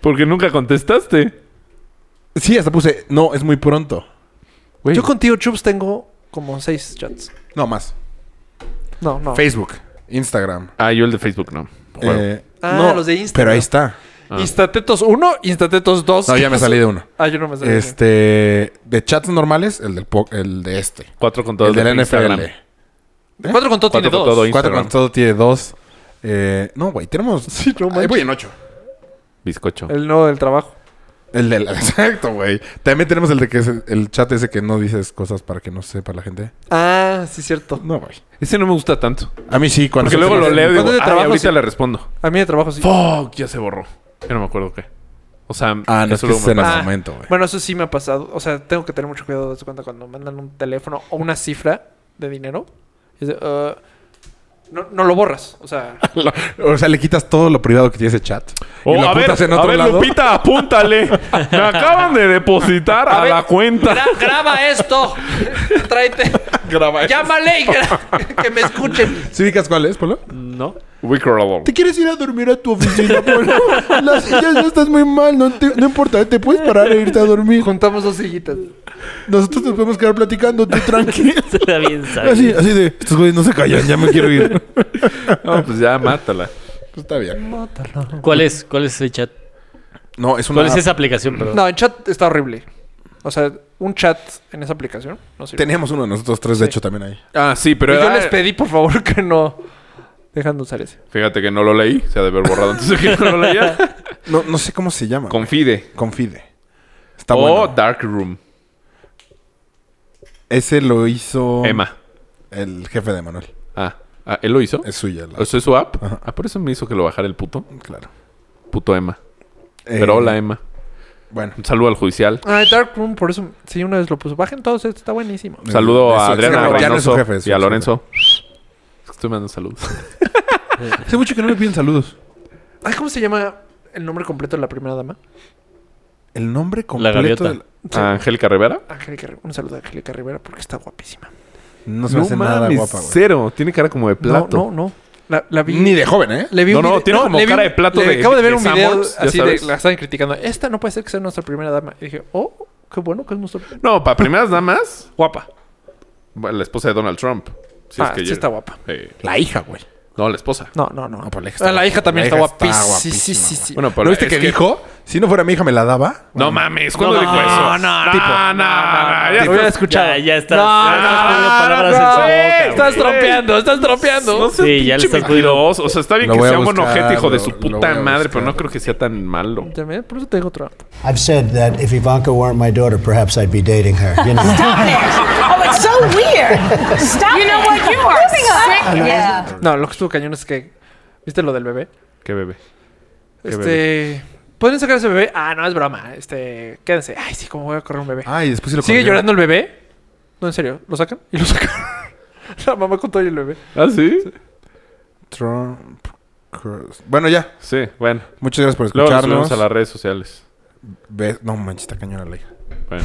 [SPEAKER 4] Porque nunca contestaste.
[SPEAKER 6] Sí, hasta puse, no, es muy pronto.
[SPEAKER 4] Güey.
[SPEAKER 5] Yo con Tío Chubbs tengo como seis chats.
[SPEAKER 6] No, más.
[SPEAKER 5] No, no.
[SPEAKER 6] Facebook, Instagram.
[SPEAKER 4] Ah, yo el de Facebook no. Juego.
[SPEAKER 6] eh,
[SPEAKER 5] Ah,
[SPEAKER 6] no,
[SPEAKER 5] los de Instagram.
[SPEAKER 6] Pero ahí está.
[SPEAKER 4] Ah.
[SPEAKER 5] Instatetos 1, Instatetos 2.
[SPEAKER 6] No, ya me salí de uno.
[SPEAKER 5] Ah, yo no me salí.
[SPEAKER 6] Este, de chats normales, el del po- el de este.
[SPEAKER 4] Cuatro con todo
[SPEAKER 6] El del
[SPEAKER 4] de Instagram.
[SPEAKER 6] NFL.
[SPEAKER 5] De ¿Eh? Cuatro con todo tiene
[SPEAKER 4] Cuatro con
[SPEAKER 5] dos.
[SPEAKER 4] todo.
[SPEAKER 6] Cuatro
[SPEAKER 4] Instagram.
[SPEAKER 6] con todo tiene dos. Eh, no, güey, tenemos.
[SPEAKER 5] Sí, no
[SPEAKER 6] Ahí
[SPEAKER 5] manches.
[SPEAKER 6] voy en ocho.
[SPEAKER 4] Bizcocho.
[SPEAKER 5] El no del trabajo.
[SPEAKER 6] El del exacto, güey. También tenemos el de que es el, el chat ese que no dices cosas para que no sepa la gente.
[SPEAKER 5] Ah, sí, cierto.
[SPEAKER 6] No, güey.
[SPEAKER 4] Ese no me gusta tanto.
[SPEAKER 6] A mí sí, cuando
[SPEAKER 4] Porque luego lo leo y digo,
[SPEAKER 5] cuando es de
[SPEAKER 4] "Ay,
[SPEAKER 5] trabajo,
[SPEAKER 4] ahorita
[SPEAKER 5] sí".
[SPEAKER 4] le respondo.
[SPEAKER 5] A mí de trabajo sí.
[SPEAKER 4] Fuck, ya se borró. Yo no me acuerdo qué. O sea,
[SPEAKER 6] Ah, no, es
[SPEAKER 4] eso
[SPEAKER 6] que
[SPEAKER 4] luego
[SPEAKER 6] ese
[SPEAKER 4] me
[SPEAKER 6] era
[SPEAKER 4] pasa.
[SPEAKER 6] el momento, güey.
[SPEAKER 5] Bueno, eso sí me ha pasado. O sea, tengo que tener mucho cuidado de cuenta cuando mandan un teléfono o una cifra de dinero. es de, "Ah, no, no lo borras. O sea,
[SPEAKER 6] Lo- o sea, le quitas todo lo privado que tiene ese chat.
[SPEAKER 4] Oh,
[SPEAKER 6] y lo
[SPEAKER 4] a ver,
[SPEAKER 6] apuntas en
[SPEAKER 4] a
[SPEAKER 6] otro
[SPEAKER 4] ver,
[SPEAKER 6] lado.
[SPEAKER 4] Lupita, apúntale. Me acaban de depositar a,
[SPEAKER 5] ver,
[SPEAKER 4] la cuenta.
[SPEAKER 5] gra- graba esto. Tráete.
[SPEAKER 4] Graba eso.
[SPEAKER 5] Llámale y gra- que me escuchen.
[SPEAKER 6] ¿Sí ubicas cuál es, Polo?
[SPEAKER 2] No.
[SPEAKER 4] Wickerable.
[SPEAKER 6] ¿Te quieres ir a dormir a tu oficina, Polo? Las sillas ya estás muy mal. No, te- no importa, te puedes parar e irte a dormir.
[SPEAKER 5] Juntamos dos sillitas.
[SPEAKER 6] Nosotros nos podemos quedar platicando, tú tranquilo.
[SPEAKER 2] Está bien sabio.
[SPEAKER 6] Así, así de, estos güeyes no se callan, ya me quiero ir.
[SPEAKER 4] No, pues ya, mátala.
[SPEAKER 6] Pues está bien.
[SPEAKER 2] ¿Cuál es? ¿Cuál es ese chat?
[SPEAKER 6] No, es una...
[SPEAKER 2] ¿Cuál es esa aplicación, perdón?
[SPEAKER 5] No, el chat está horrible. O sea, un chat en esa aplicación. No sirve.
[SPEAKER 6] Teníamos uno de nosotros tres, de hecho, también ahí.
[SPEAKER 4] Ah, sí, pero
[SPEAKER 5] Y yo
[SPEAKER 4] era-
[SPEAKER 5] les pedí, por favor, que no dejan de usar ese.
[SPEAKER 4] Fíjate que no lo leí. Se ha de haber borrado antes de que no lo leía.
[SPEAKER 6] No, no sé cómo se llama.
[SPEAKER 4] Confide. Oh,
[SPEAKER 6] Confide. Está
[SPEAKER 4] o
[SPEAKER 6] bueno.
[SPEAKER 4] Dark Room.
[SPEAKER 6] Ese lo hizo...
[SPEAKER 4] Emma.
[SPEAKER 6] El jefe de Manuel.
[SPEAKER 4] Ah, ah, ¿él lo hizo?
[SPEAKER 6] Es suya. la-
[SPEAKER 4] ¿Eso es su app?
[SPEAKER 6] Ajá.
[SPEAKER 4] Ah, por eso me hizo que lo bajara el puto.
[SPEAKER 6] Claro.
[SPEAKER 4] Puto Emma.
[SPEAKER 6] Eh,
[SPEAKER 4] Pero hola, Emma.
[SPEAKER 6] Bueno.
[SPEAKER 4] Un saludo al judicial.
[SPEAKER 5] Ah, Dark Room, por eso, sí, una vez lo puso. Bajen todos, esto está buenísimo.
[SPEAKER 4] Un saludo
[SPEAKER 6] Es
[SPEAKER 4] a
[SPEAKER 6] su- es
[SPEAKER 4] Adriana
[SPEAKER 6] que no, ya no es su
[SPEAKER 4] Reynoso
[SPEAKER 6] jefe, es
[SPEAKER 4] y a
[SPEAKER 6] su-
[SPEAKER 4] Lorenzo. Es que estoy mandando saludos.
[SPEAKER 6] Hace mucho que no me piden saludos.
[SPEAKER 5] Ay, ¿cómo se llama el nombre completo de la primera dama?
[SPEAKER 6] El nombre completo...
[SPEAKER 2] gaviota.
[SPEAKER 6] del-
[SPEAKER 4] A Angélica Rivera.
[SPEAKER 5] Angélica Ri- un saludo a Angélica Rivera porque está guapísima.
[SPEAKER 6] No se me hace nada
[SPEAKER 4] mames,
[SPEAKER 6] guapa, güey.
[SPEAKER 4] Cero. Tiene cara como de plato.
[SPEAKER 5] No, no, no. La, la vi.
[SPEAKER 6] Ni de joven, ¿eh?
[SPEAKER 5] le vi
[SPEAKER 4] No,
[SPEAKER 5] un
[SPEAKER 4] no,
[SPEAKER 5] vide-
[SPEAKER 4] tiene como
[SPEAKER 5] le vi
[SPEAKER 4] cara
[SPEAKER 5] un-
[SPEAKER 4] de plato
[SPEAKER 5] le
[SPEAKER 4] de-
[SPEAKER 5] acabo de ver
[SPEAKER 4] de
[SPEAKER 5] un video
[SPEAKER 4] Sanborns, ya
[SPEAKER 5] así de
[SPEAKER 4] sabes.
[SPEAKER 5] la estaban criticando. Esta no puede ser que sea nuestra primera dama. Y dije, oh, qué bueno que es nuestra
[SPEAKER 4] No, para primeras damas,
[SPEAKER 5] guapa.
[SPEAKER 4] la esposa de Donald Trump. Si
[SPEAKER 5] ah,
[SPEAKER 4] es que
[SPEAKER 5] sí
[SPEAKER 4] llega.
[SPEAKER 5] está guapa.
[SPEAKER 4] Eh,
[SPEAKER 6] La hija, güey.
[SPEAKER 4] no, la esposa.
[SPEAKER 5] No, no, no.
[SPEAKER 6] No, pues la hija
[SPEAKER 5] Ah,
[SPEAKER 6] está
[SPEAKER 5] la hija
[SPEAKER 6] guapa.
[SPEAKER 5] también está
[SPEAKER 6] La hija está
[SPEAKER 5] guapísima. Sí, sí,
[SPEAKER 6] guapísima,
[SPEAKER 5] sí, sí.
[SPEAKER 4] Bueno, pero
[SPEAKER 6] ¿No viste
[SPEAKER 4] es
[SPEAKER 6] que, dijo? Si no fuera mi hija, me la daba.
[SPEAKER 4] No mames, ¿cuándo
[SPEAKER 2] No,
[SPEAKER 4] dijo eso?
[SPEAKER 2] no,
[SPEAKER 4] no, no, no, ya
[SPEAKER 5] Lo hubiera
[SPEAKER 4] estás-
[SPEAKER 5] escuchado.
[SPEAKER 2] Ya, ya estás-
[SPEAKER 5] No,
[SPEAKER 2] ya estás
[SPEAKER 5] no,
[SPEAKER 2] poniendo
[SPEAKER 5] no,
[SPEAKER 2] palabras en
[SPEAKER 5] no,
[SPEAKER 2] su
[SPEAKER 5] güey,
[SPEAKER 2] boca,
[SPEAKER 5] Estás
[SPEAKER 4] güey.
[SPEAKER 5] tropeando, estás tropeando.
[SPEAKER 4] No
[SPEAKER 2] Sí,
[SPEAKER 4] seas
[SPEAKER 2] ya le
[SPEAKER 4] pinche
[SPEAKER 2] estás poniendo-
[SPEAKER 4] mentiroso. O sea, está bien
[SPEAKER 6] Lo
[SPEAKER 4] que
[SPEAKER 6] voy a
[SPEAKER 4] sea un
[SPEAKER 6] buscar,
[SPEAKER 4] monojete, hijo de
[SPEAKER 6] lo-
[SPEAKER 4] su
[SPEAKER 6] lo
[SPEAKER 4] puta
[SPEAKER 6] voy a
[SPEAKER 4] madre,
[SPEAKER 6] buscar.
[SPEAKER 4] pero no creo que sea tan malo.
[SPEAKER 5] También, Por eso te digo Trump.
[SPEAKER 7] I've said that if Ivanka weren't my daughter, perhaps I'd be dating her. You know.
[SPEAKER 8] Stop it. Oh, it's so weird. Stop You know what? You are sick. Yeah.
[SPEAKER 5] No, lo que estuvo cañón es que. ¿Viste lo del bebé?
[SPEAKER 4] Qué bebé. Qué
[SPEAKER 5] Este. ¿Pueden sacar ese bebé? Ah, no, es broma. Este. Quédense. Ay, sí, ¿cómo voy a correr un bebé?
[SPEAKER 6] Ay, después sí lo
[SPEAKER 5] ¿Sigue
[SPEAKER 6] corrió.
[SPEAKER 5] llorando el bebé? No, en serio. ¿Lo sacan? Y lo sacan. La mamá con todo y el bebé.
[SPEAKER 4] ¿Ah, sí?
[SPEAKER 6] Trump. Cruz. Bueno, ya.
[SPEAKER 4] Sí, bueno.
[SPEAKER 6] Muchas gracias por
[SPEAKER 4] Luego nos
[SPEAKER 6] escucharnos.
[SPEAKER 4] subimos a las redes sociales.
[SPEAKER 6] Ve- No manches, está cañona la hija.
[SPEAKER 4] Bueno.